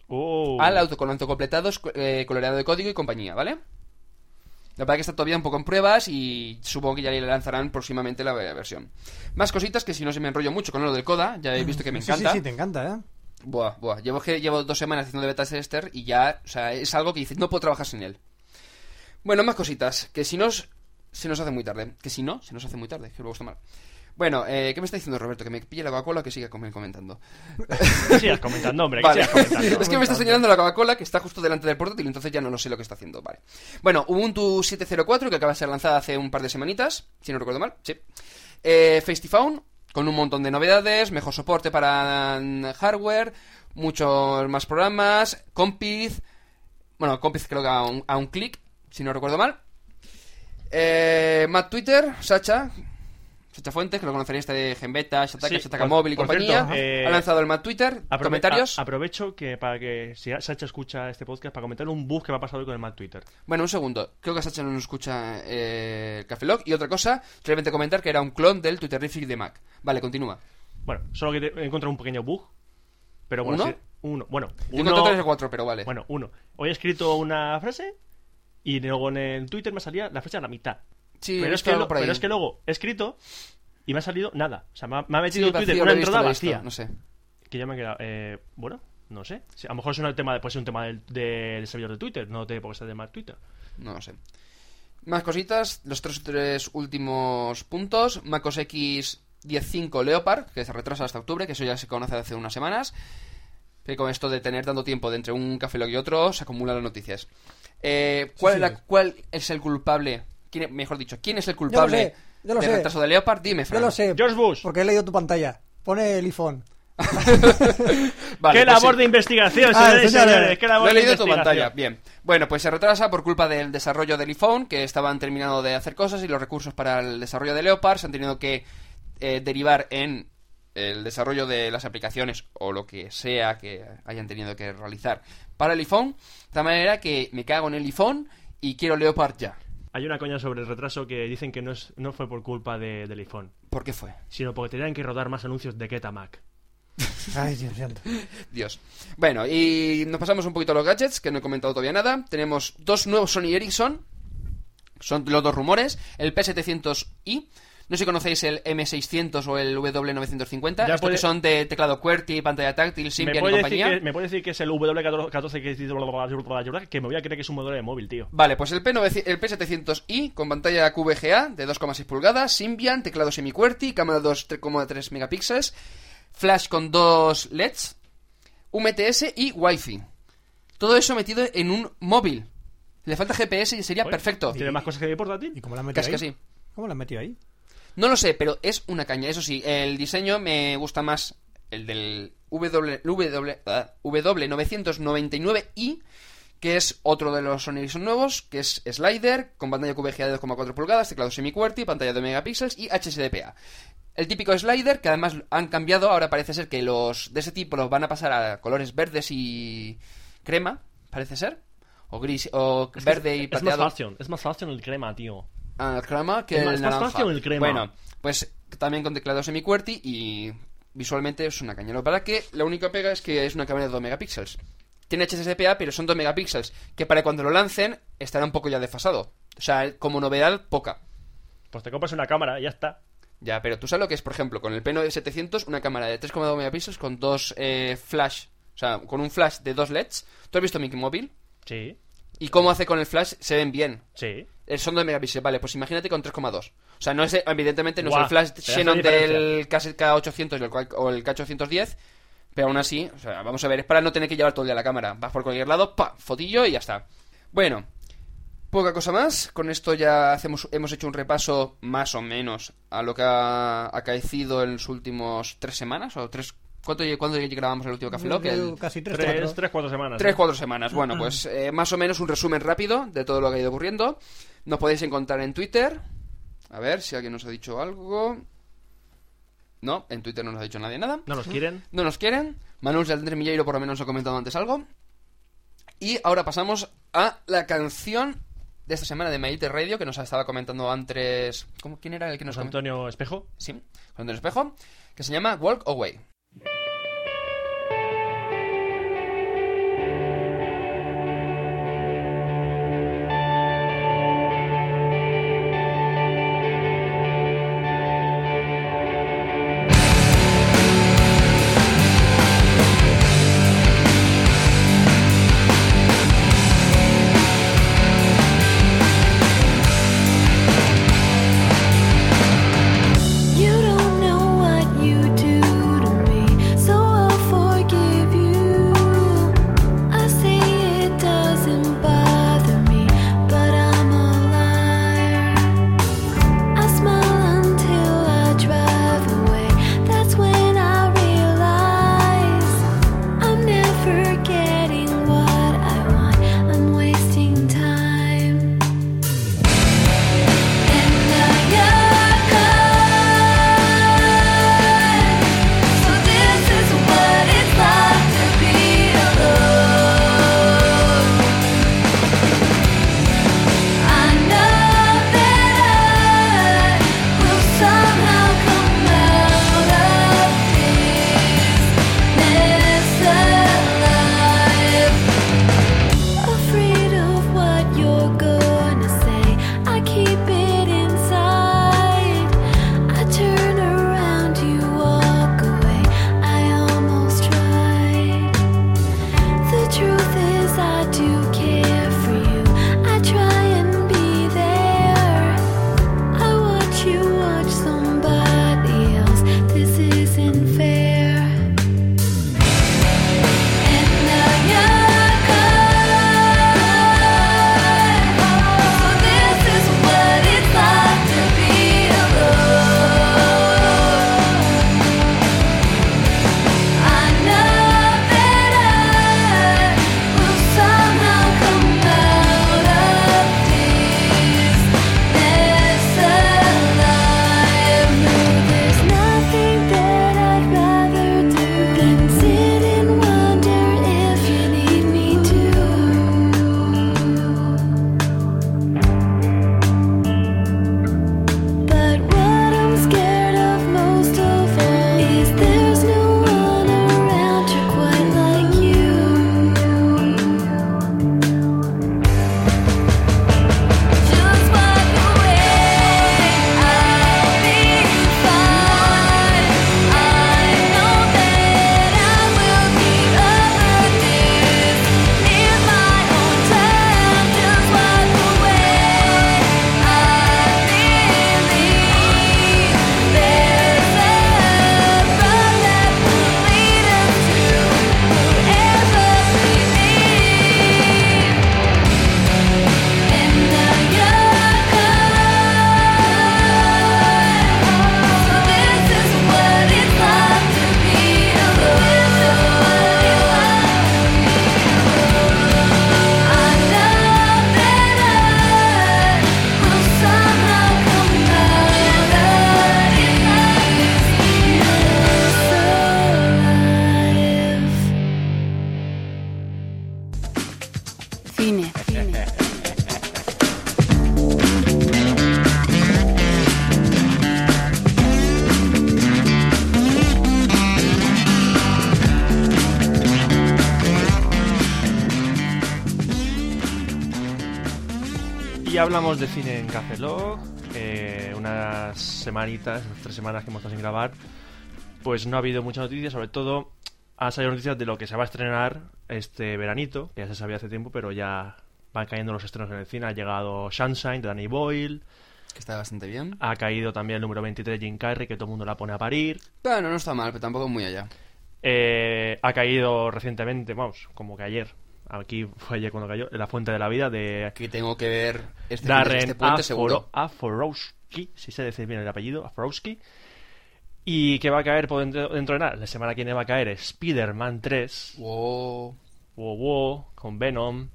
Speaker 1: Oh.
Speaker 3: Al auto con autocompletados, eh, coloreado de código y compañía, ¿vale? La verdad que está todavía un poco en pruebas y supongo que ya le lanzarán próximamente la ve- versión. Más cositas que si no se me enrollo mucho con lo del CODA, ya he visto que me
Speaker 2: Mm, Sí,
Speaker 3: encanta.
Speaker 2: Sí, sí, te encanta, ¿eh?
Speaker 3: Buah, buah. Llevo, que, llevo dos semanas haciendo de beta tester y ya, o sea, es algo que dices, no puedo trabajar sin él. Bueno, más cositas, que si nos... Se nos hace muy tarde. Que si no, se nos hace muy tarde, que luego está mal. Bueno, eh, ¿qué me está diciendo Roberto? Que me pille la Coca-Cola o que siga com- comentando.
Speaker 1: Que sigas comentando, hombre, que
Speaker 3: Vale.
Speaker 1: sigas comentando.
Speaker 3: es que me está señalando la Coca-Cola que está justo delante del portátil, entonces ya no lo sé lo que está haciendo. Vale. Bueno, Ubuntu 7.04 que acaba de ser lanzada hace un par de semanitas, si no recuerdo mal. Sí. Eh, Fastifound, con un montón de novedades, mejor soporte para mm, hardware, muchos más programas, Compiz. Bueno, Compiz creo que a un, a un clic, si no recuerdo mal. Eh, Matt Twitter, Sacha. Sacha Fuentes, que lo conoceréis este de Genbeta, Shataka,
Speaker 1: Sí,
Speaker 3: Shataka
Speaker 1: por-
Speaker 3: Móvil y
Speaker 1: por
Speaker 3: compañía.
Speaker 1: cierto, eh,
Speaker 3: ha lanzado el Matt Twitter.
Speaker 1: Aprove-
Speaker 3: ¿Comentarios?
Speaker 1: a- aprovecho que para que si Sacha escucha este podcast para comentar un bug que me ha pasado hoy con el Mac Twitter.
Speaker 3: Bueno, un segundo. Creo que Sacha no nos escucha eh, Café Lock. Y otra cosa, simplemente comentar que era un clon del Twitterific de Mac. Vale, continúa.
Speaker 1: Bueno, solo que te- he encontrado un pequeño bug. Pero bueno,
Speaker 3: ¿Uno?
Speaker 1: sí- uno. Bueno,
Speaker 3: Yo
Speaker 1: uno-
Speaker 3: encontré tres o cuatro, pero vale.
Speaker 1: Bueno, uno. Hoy he escrito una frase y luego en el Twitter me salía la frase a la mitad.
Speaker 3: sí, he
Speaker 1: pero, es
Speaker 3: visto
Speaker 1: que
Speaker 3: algo
Speaker 1: lo-
Speaker 3: por ahí.
Speaker 1: pero es que luego he escrito y me ha salido nada. O sea, me ha, me ha
Speaker 3: Sí,
Speaker 1: metido en
Speaker 3: vacío,
Speaker 1: Twitter
Speaker 3: lo
Speaker 1: una
Speaker 3: he visto,
Speaker 1: entrada
Speaker 3: lo he visto,
Speaker 1: vacía.
Speaker 3: No sé.
Speaker 1: Que ya me he quedado. eh, bueno, no sé. Si- A lo mejor es un tema, puede ser un tema del, del servidor de Twitter. No te porque ser de Mac Twitter.
Speaker 3: No lo sé. Más cositas, los tres, tres últimos puntos. MacOS X 10.5 Leopard, que se retrasa hasta octubre, que eso ya se conoce hace unas semanas. Que con esto de tener tanto tiempo de entre un café Lock y otro, se acumulan las noticias. Eh, ¿cuál,
Speaker 2: sí.
Speaker 3: la- ¿Cuál es el culpable? ¿Quién, mejor dicho, ¿quién es el culpable
Speaker 2: yo lo
Speaker 3: del
Speaker 2: sé.
Speaker 3: retraso de Leopard? Dime,
Speaker 2: Yo
Speaker 3: Fran.
Speaker 2: lo sé.
Speaker 1: George Bush.
Speaker 2: Porque he leído tu pantalla. Pone el iPhone.
Speaker 3: Vale,
Speaker 1: ¡Qué
Speaker 3: pues
Speaker 1: labor
Speaker 3: sí.
Speaker 1: de investigación,
Speaker 2: Ah,
Speaker 1: señores! y
Speaker 2: señores.
Speaker 1: señores! ¡Qué labor
Speaker 3: Lo he
Speaker 1: de
Speaker 3: leído en tu
Speaker 1: investigación!
Speaker 3: pantalla. Bien. Bueno, pues se retrasa por culpa del desarrollo del iPhone, que estaban terminando de hacer cosas y los recursos para el desarrollo de Leopard se han tenido que eh, derivar en el desarrollo de las aplicaciones o lo que sea que hayan tenido que realizar para el iPhone. De tal manera que me cago en el iPhone y quiero Leopard ya.
Speaker 1: Hay una coña sobre el retraso que dicen que no, es, no fue por culpa de- del iPhone,
Speaker 3: ¿Por qué fue?
Speaker 1: sino porque tenían que rodar más anuncios de Keta Mac.
Speaker 2: Ay, Dios santo.
Speaker 3: Dios. Bueno, y nos pasamos un poquito a los gadgets, que no he comentado todavía nada. Tenemos dos nuevos Sony Ericsson. Son los dos rumores. El P700i. No sé si conocéis el M600 o el W950.
Speaker 1: Ya
Speaker 3: Estos
Speaker 1: puede-
Speaker 3: que son de teclado QWERTY, pantalla táctil,
Speaker 1: ¿Me
Speaker 3: Symbian y
Speaker 1: puede, decir
Speaker 3: compañía.
Speaker 1: que, ¿Me puede decir que es el W14 que dice que me voy a creer que es un modelo de móvil, tío?
Speaker 3: Vale, pues el, P900 el P700i con pantalla QVGA de 2,6 pulgadas, Symbian, teclado semi-QWERTY, cámara 2,3 megapíxeles, flash con dos E LEDs, UMTS y Wi-Fi. Todo eso metido en un móvil. Le falta GPS y sería
Speaker 1: Oye,
Speaker 3: perfecto.
Speaker 1: ¿Tiene más cosas que de
Speaker 2: ¿Y
Speaker 1: portátil?
Speaker 2: cómo la han metido
Speaker 3: Casi
Speaker 2: ahí?
Speaker 3: que sí.
Speaker 2: ¿Cómo la han metido ahí?
Speaker 3: No lo sé, pero es una caña. Eso sí, el diseño me gusta más el del W, W, ah, W999i, que es otro de los Sony Ericsson nuevos, que es slider, con pantalla QVGA de 2,4 pulgadas, teclado semi-QWERTY, pantalla de megapíxeles y HSDPA. El típico slider, que además han cambiado, ahora parece ser que los de ese tipo los van a pasar a colores verdes y crema, parece ser. O gris, o verde y
Speaker 1: Es más
Speaker 3: plateado.
Speaker 1: fashion, es más fashion el crema, tío.
Speaker 3: Ah, el crema que
Speaker 1: Es
Speaker 3: el
Speaker 1: más- es más
Speaker 3: naranja.
Speaker 1: fácil el crema.
Speaker 3: Bueno, pues también con teclado semi-QWERTY y visualmente es una caña. Lo para que la única pega es que es una cámara de 2 megapíxeles. Tiene HSDPA, pero son 2 megapíxeles, que para cuando lo lancen estará un poco ya desfasado. O sea, como novedad, poca.
Speaker 1: Pues te compras una cámara y ya está.
Speaker 3: Ya, pero tú sabes lo que es, por ejemplo, con el P900, una cámara de 3,2 megapíxeles con dos eh, flash, o sea, con un flash de dos LEDs. ¿Tú has visto Mickey Móvil?
Speaker 1: Sí,
Speaker 3: ¿Y cómo hace con el flash? Se ven bien.
Speaker 1: sí.
Speaker 3: Eh, Son 2 megapíxeles, vale, pues imagínate con 3,2. O sea, no es, evidentemente no
Speaker 1: Guau,
Speaker 3: es el flash
Speaker 1: pedazo de
Speaker 3: Xenon del
Speaker 1: diferencia.
Speaker 3: K800 y el cual- o el K810, pero aún así, o sea, vamos a ver, es para no tener que llevar todo el día la cámara. Vas por cualquier lado, pa, fotillo y ya está. Bueno, poca cosa más. Con esto ya hacemos, hemos hecho un repaso más o menos a lo que ha acaecido en las últimas tres semanas o tres... ¿Cuánto, ¿Cuándo grabamos el último Café Lock? El-
Speaker 2: Casi tres,
Speaker 1: Tres,
Speaker 2: cuatro.
Speaker 1: tres, cuatro semanas.
Speaker 3: Tres,
Speaker 1: ¿eh?
Speaker 3: cuatro semanas. Bueno, pues eh, más o menos un resumen rápido de todo lo que ha ido ocurriendo. Nos podéis encontrar en Twitter. A ver si alguien nos ha dicho algo. No, en Twitter no nos ha dicho nadie nada.
Speaker 1: No nos quieren.
Speaker 3: No nos quieren. Manuel del Andrés Milleiro por lo menos ha comentado antes algo. Y ahora pasamos a la canción de esta semana de Maite Radio que nos estaba comentando antes... ¿Cómo? ¿Quién era el que nos
Speaker 1: José
Speaker 3: comentó?
Speaker 1: Antonio Espejo.
Speaker 3: Sí, con Antonio Espejo. Que se llama Walk Away.
Speaker 5: You don't
Speaker 1: ya hablamos de cine en Café Lock, eh, unas semanitas, tres semanas que hemos estado sin grabar, pues no ha habido mucha noticia, sobre todo han salido noticias de lo que se va a estrenar este veranito, que ya se sabía hace tiempo, pero ya van cayendo los estrenos en el cine. Ha llegado Sunshine de Danny Boyle,
Speaker 3: Que está bastante bien.
Speaker 1: ha caído también el número 23 Jim Carrey, que todo el mundo la pone a parir.
Speaker 3: Bueno, no está mal, pero tampoco muy allá.
Speaker 1: Eh, ha caído recientemente, vamos, como que ayer. Aquí fue ayer cuando cayó, La Fuente de la Vida de
Speaker 3: Que tengo que ver este,
Speaker 1: Darren
Speaker 3: este puente
Speaker 1: Aforo-
Speaker 3: seguro.
Speaker 1: Aforowski, si se dice bien el apellido, Aforowski. Y que va a caer por dentro, dentro de nada. La semana que viene va a caer Spider-Man 3,
Speaker 3: Wow.
Speaker 1: Wo Wo, con Venom.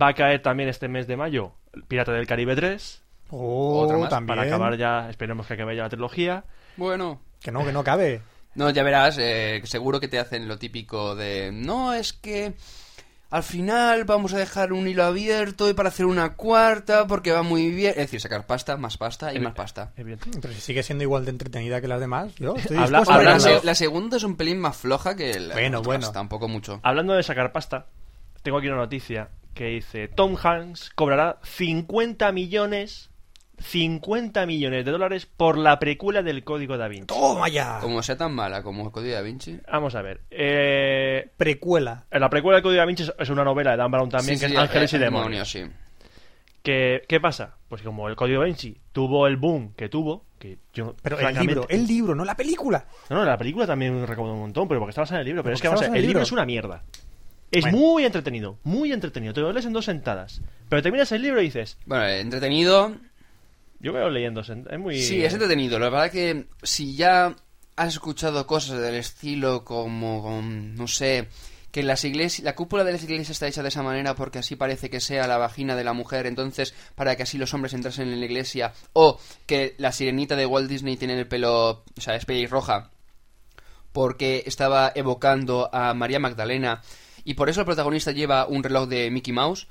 Speaker 1: Va a caer también este mes de mayo Pirata del Caribe 3,
Speaker 2: Oh,
Speaker 3: Otra más
Speaker 2: también.
Speaker 1: para acabar ya, esperemos que acabe ya la trilogía.
Speaker 3: Bueno.
Speaker 2: Que no, que no cabe.
Speaker 3: No, ya verás, eh, seguro que te hacen lo típico de... No, es que al final vamos a dejar un hilo abierto y para hacer una cuarta porque va muy bien. Es decir, sacar pasta, más pasta y más pasta.
Speaker 1: Evidente.
Speaker 2: Pero si sigue siendo igual de entretenida que las demás, yo estoy
Speaker 1: Habla-
Speaker 2: dispuesto a
Speaker 3: Ahora, la,
Speaker 2: verlo.
Speaker 1: hablando-
Speaker 3: se- la segunda es un pelín más floja que la
Speaker 2: Bueno,
Speaker 3: otras,
Speaker 2: bueno.
Speaker 3: Tampoco mucho.
Speaker 1: Hablando de sacar pasta, tengo aquí una noticia que dice Tom Hanks cobrará 50 millones 50 millones de dólares por la precuela del Código Da Vinci.
Speaker 2: ¡Toma ya!
Speaker 3: Como sea tan mala como el Código de Da Vinci.
Speaker 1: Vamos a ver. Eh,
Speaker 2: Precuela.
Speaker 1: la precuela del Código Da Vinci es- es una novela de Dan Brown también,
Speaker 3: Sí,
Speaker 1: que
Speaker 3: sí,
Speaker 1: es Ángeles
Speaker 3: eh,
Speaker 1: y Demonios.
Speaker 3: sí.
Speaker 1: ¿Qué, qué pasa? Pues como el Código Da Vinci tuvo el boom que tuvo, que yo.
Speaker 2: Pero el
Speaker 1: francamente-
Speaker 2: libro, el libro, no la película.
Speaker 1: No, no, la película también recomiendo un montón, pero porque está basada en el libro. Pero
Speaker 2: Porque
Speaker 1: es que,
Speaker 2: está
Speaker 1: vamos a ver,
Speaker 2: basada
Speaker 1: el
Speaker 2: en el
Speaker 1: libro
Speaker 2: libro.
Speaker 1: es una mierda. Es
Speaker 2: Bueno.
Speaker 1: muy entretenido, muy entretenido. Te lo lees en dos sentadas. Pero terminas el libro y dices,
Speaker 3: Bueno, eh, entretenido.
Speaker 1: yo me lo leí en dos sentadas. Es muy.
Speaker 3: Sí, es entretenido. La verdad que si ya has escuchado cosas del estilo como, com- no sé, que las iglesias, la cúpula de las iglesias está hecha de esa manera porque así parece que sea la vagina de la mujer, entonces para que así los hombres entrasen en la iglesia, o que la sirenita de Walt Disney tiene el pelo, o sea, es pelirroja, porque estaba evocando a María Magdalena y por eso el protagonista lleva un reloj de Mickey Mouse.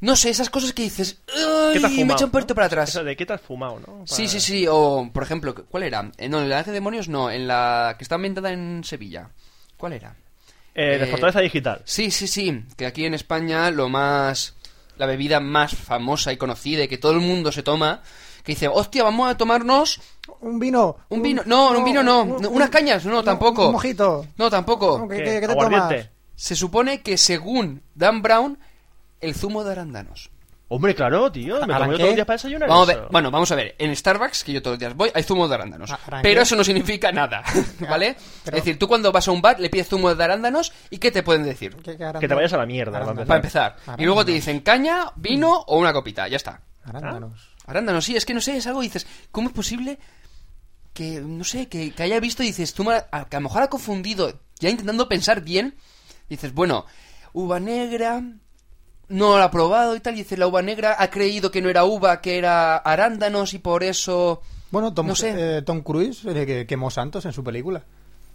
Speaker 3: No sé, esas cosas que dices,
Speaker 1: ¿Qué
Speaker 3: ¡ay!
Speaker 1: te has
Speaker 3: me
Speaker 1: fumado,
Speaker 3: echa un
Speaker 1: no?
Speaker 3: puerto para atrás.
Speaker 1: Eso de qué te has fumado, ¿no?
Speaker 3: Sí,
Speaker 1: Para-
Speaker 3: sí, sí, o por ejemplo, ¿cuál era? Eh, no, en la de demonios no, en la que está ambientada en Sevilla. ¿Cuál era?
Speaker 1: Eh, de
Speaker 3: Eh,
Speaker 1: Fortaleza Digital.
Speaker 3: Sí, sí, sí, que aquí en España lo más... la bebida más famosa y conocida y que todo el mundo se toma, que dice, hostia, vamos a tomarnos
Speaker 2: Un vino.
Speaker 3: un vino... No, un vino no, no, unas cañas, no, tampoco.
Speaker 2: Un mojito.
Speaker 3: No, tampoco.
Speaker 2: No, ¿Qué,
Speaker 1: ¿Qué?
Speaker 2: qué- qué te
Speaker 1: Aguardiente.
Speaker 2: tomas?
Speaker 3: Se supone que según Dan Brown, el zumo de arándanos.
Speaker 1: Hombre, claro, tío. Me tomo yo
Speaker 2: ¿Arranqué?
Speaker 1: todos los días para desayunar.
Speaker 3: Vamos a
Speaker 1: eso.
Speaker 3: ver, bueno, vamos a ver. En Starbucks, que yo todos los días voy, hay zumo de arándanos.
Speaker 2: Ah, arranque.
Speaker 3: Pero eso no significa nada, ¿vale?
Speaker 2: pero-
Speaker 3: Es decir, tú cuando vas a un bar le pides zumo de arándanos y ¿qué te pueden decir?
Speaker 2: ¿Qué- qué arándano?
Speaker 1: Que te vayas a la mierda,
Speaker 2: Arándano.
Speaker 1: para
Speaker 3: Para empezar. Y luego te
Speaker 2: Arándanos.
Speaker 3: dicen caña, vino o una copita, ya está.
Speaker 2: Arándanos.
Speaker 3: Arándanos, sí, es que no sé, es algo, dices, ¿cómo es posible que, no sé, que, que haya visto y dices, tú ma- a- que a lo mejor ha confundido, ya intentando pensar bien, dices, bueno, uva negra, no la ha probado y tal, y dices, la uva negra ha creído que no era uva, que era arándanos y por eso...
Speaker 2: Bueno, Tom,
Speaker 3: No sé.
Speaker 2: eh, Tom Cruise eh, que- quemó Santos en su película.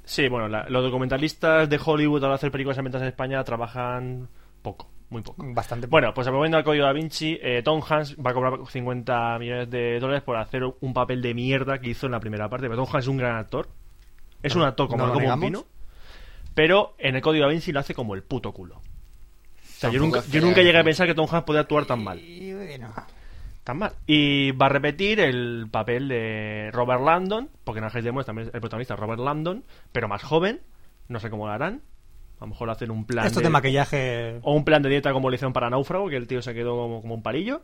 Speaker 1: Sí, bueno, la- los documentalistas de Hollywood al hacer películas ambientadas en España trabajan poco, muy poco.
Speaker 2: Bastante.
Speaker 1: Bueno, pues volviendo al código da Vinci, eh, Tom Hanks va a cobrar 50 millones de dólares por hacer un papel de mierda que hizo en la primera parte. Pero Tom Hanks es un gran actor. Es
Speaker 2: No,
Speaker 1: un actor como,
Speaker 2: no lo
Speaker 1: como un
Speaker 2: negamos.
Speaker 1: pino. Pero en el código da Vinci lo hace como el puto culo. O sea, yo
Speaker 3: Tampoco
Speaker 1: nunca,
Speaker 3: es que-
Speaker 1: yo nunca llegué a pensar que Tom Hanks podía actuar tan mal.
Speaker 2: Y bueno.
Speaker 1: Tan mal. Y va a repetir el papel de Robert Landon, porque en Ángeles de Demonios también es el protagonista es Robert Landon, pero más joven. No sé cómo lo harán. A lo mejor hacen un plan.
Speaker 2: Esto
Speaker 1: de- Oh.
Speaker 2: de maquillaje.
Speaker 1: o un plan de dieta como le hicieron para Náufrago, que el tío se quedó como, como un palillo.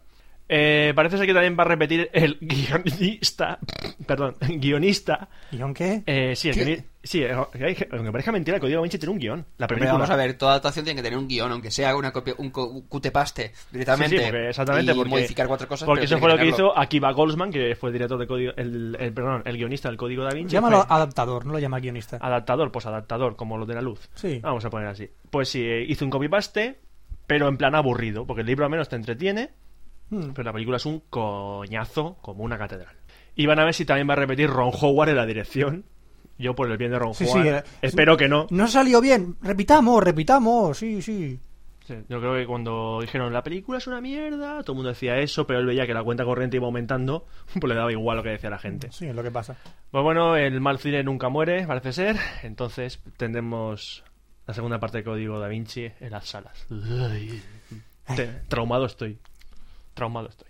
Speaker 1: Eh, parece ser que también va a repetir el guionista. Perdón, guionista.
Speaker 2: ¿Guión qué?
Speaker 1: Eh, sí, el
Speaker 3: ¿Qué?
Speaker 1: guioni- sí, eh, eh, aunque parezca mentira, el código Da Vinci tiene un guión. La
Speaker 3: Hombre,
Speaker 1: película.
Speaker 3: vamos a ver, toda adaptación tiene que tener un guión, aunque sea una copia, un, co- un cutepaste
Speaker 1: Sí, sí,
Speaker 3: directamente.
Speaker 1: porque- exactamente,
Speaker 3: y
Speaker 1: porque,
Speaker 3: modificar cuatro cosas.
Speaker 1: Porque
Speaker 3: pero
Speaker 1: eso
Speaker 3: tiene
Speaker 1: fue lo que
Speaker 3: tenerlo.
Speaker 1: hizo Akiva Goldsman, que fue el director de código, el, el- perdón, el guionista del código Da Vinci.
Speaker 2: Llámalo
Speaker 1: Fue-
Speaker 2: adaptador, no lo llama guionista.
Speaker 1: Adaptador, pues adaptador, como los de la luz.
Speaker 2: Sí.
Speaker 1: Vamos a poner así. Pues sí, eh, hizo un copy-paste, pero en plan aburrido, porque el libro al menos te entretiene,
Speaker 2: Mm.
Speaker 1: pero la película es un coñazo como una catedral. Y van a ver si también va a repetir Ron Howard en la dirección. Yo, por el bien de Ron
Speaker 2: Sí,
Speaker 1: Howard,
Speaker 2: sí, era-
Speaker 1: espero que no.
Speaker 2: No salió bien. Repitamos, repitamos. Sí, sí.
Speaker 1: Sí, Yo creo que cuando dijeron la película es una mierda, todo el mundo decía eso, pero él veía que la cuenta corriente iba aumentando, pues le daba igual lo que decía la gente.
Speaker 2: Sí, es lo que pasa.
Speaker 1: Pues bueno, el mal cine nunca muere, parece ser. Entonces tendremos la segunda parte de Código Da Vinci en las salas. Ay, te- traumado estoy. Traumado estoy.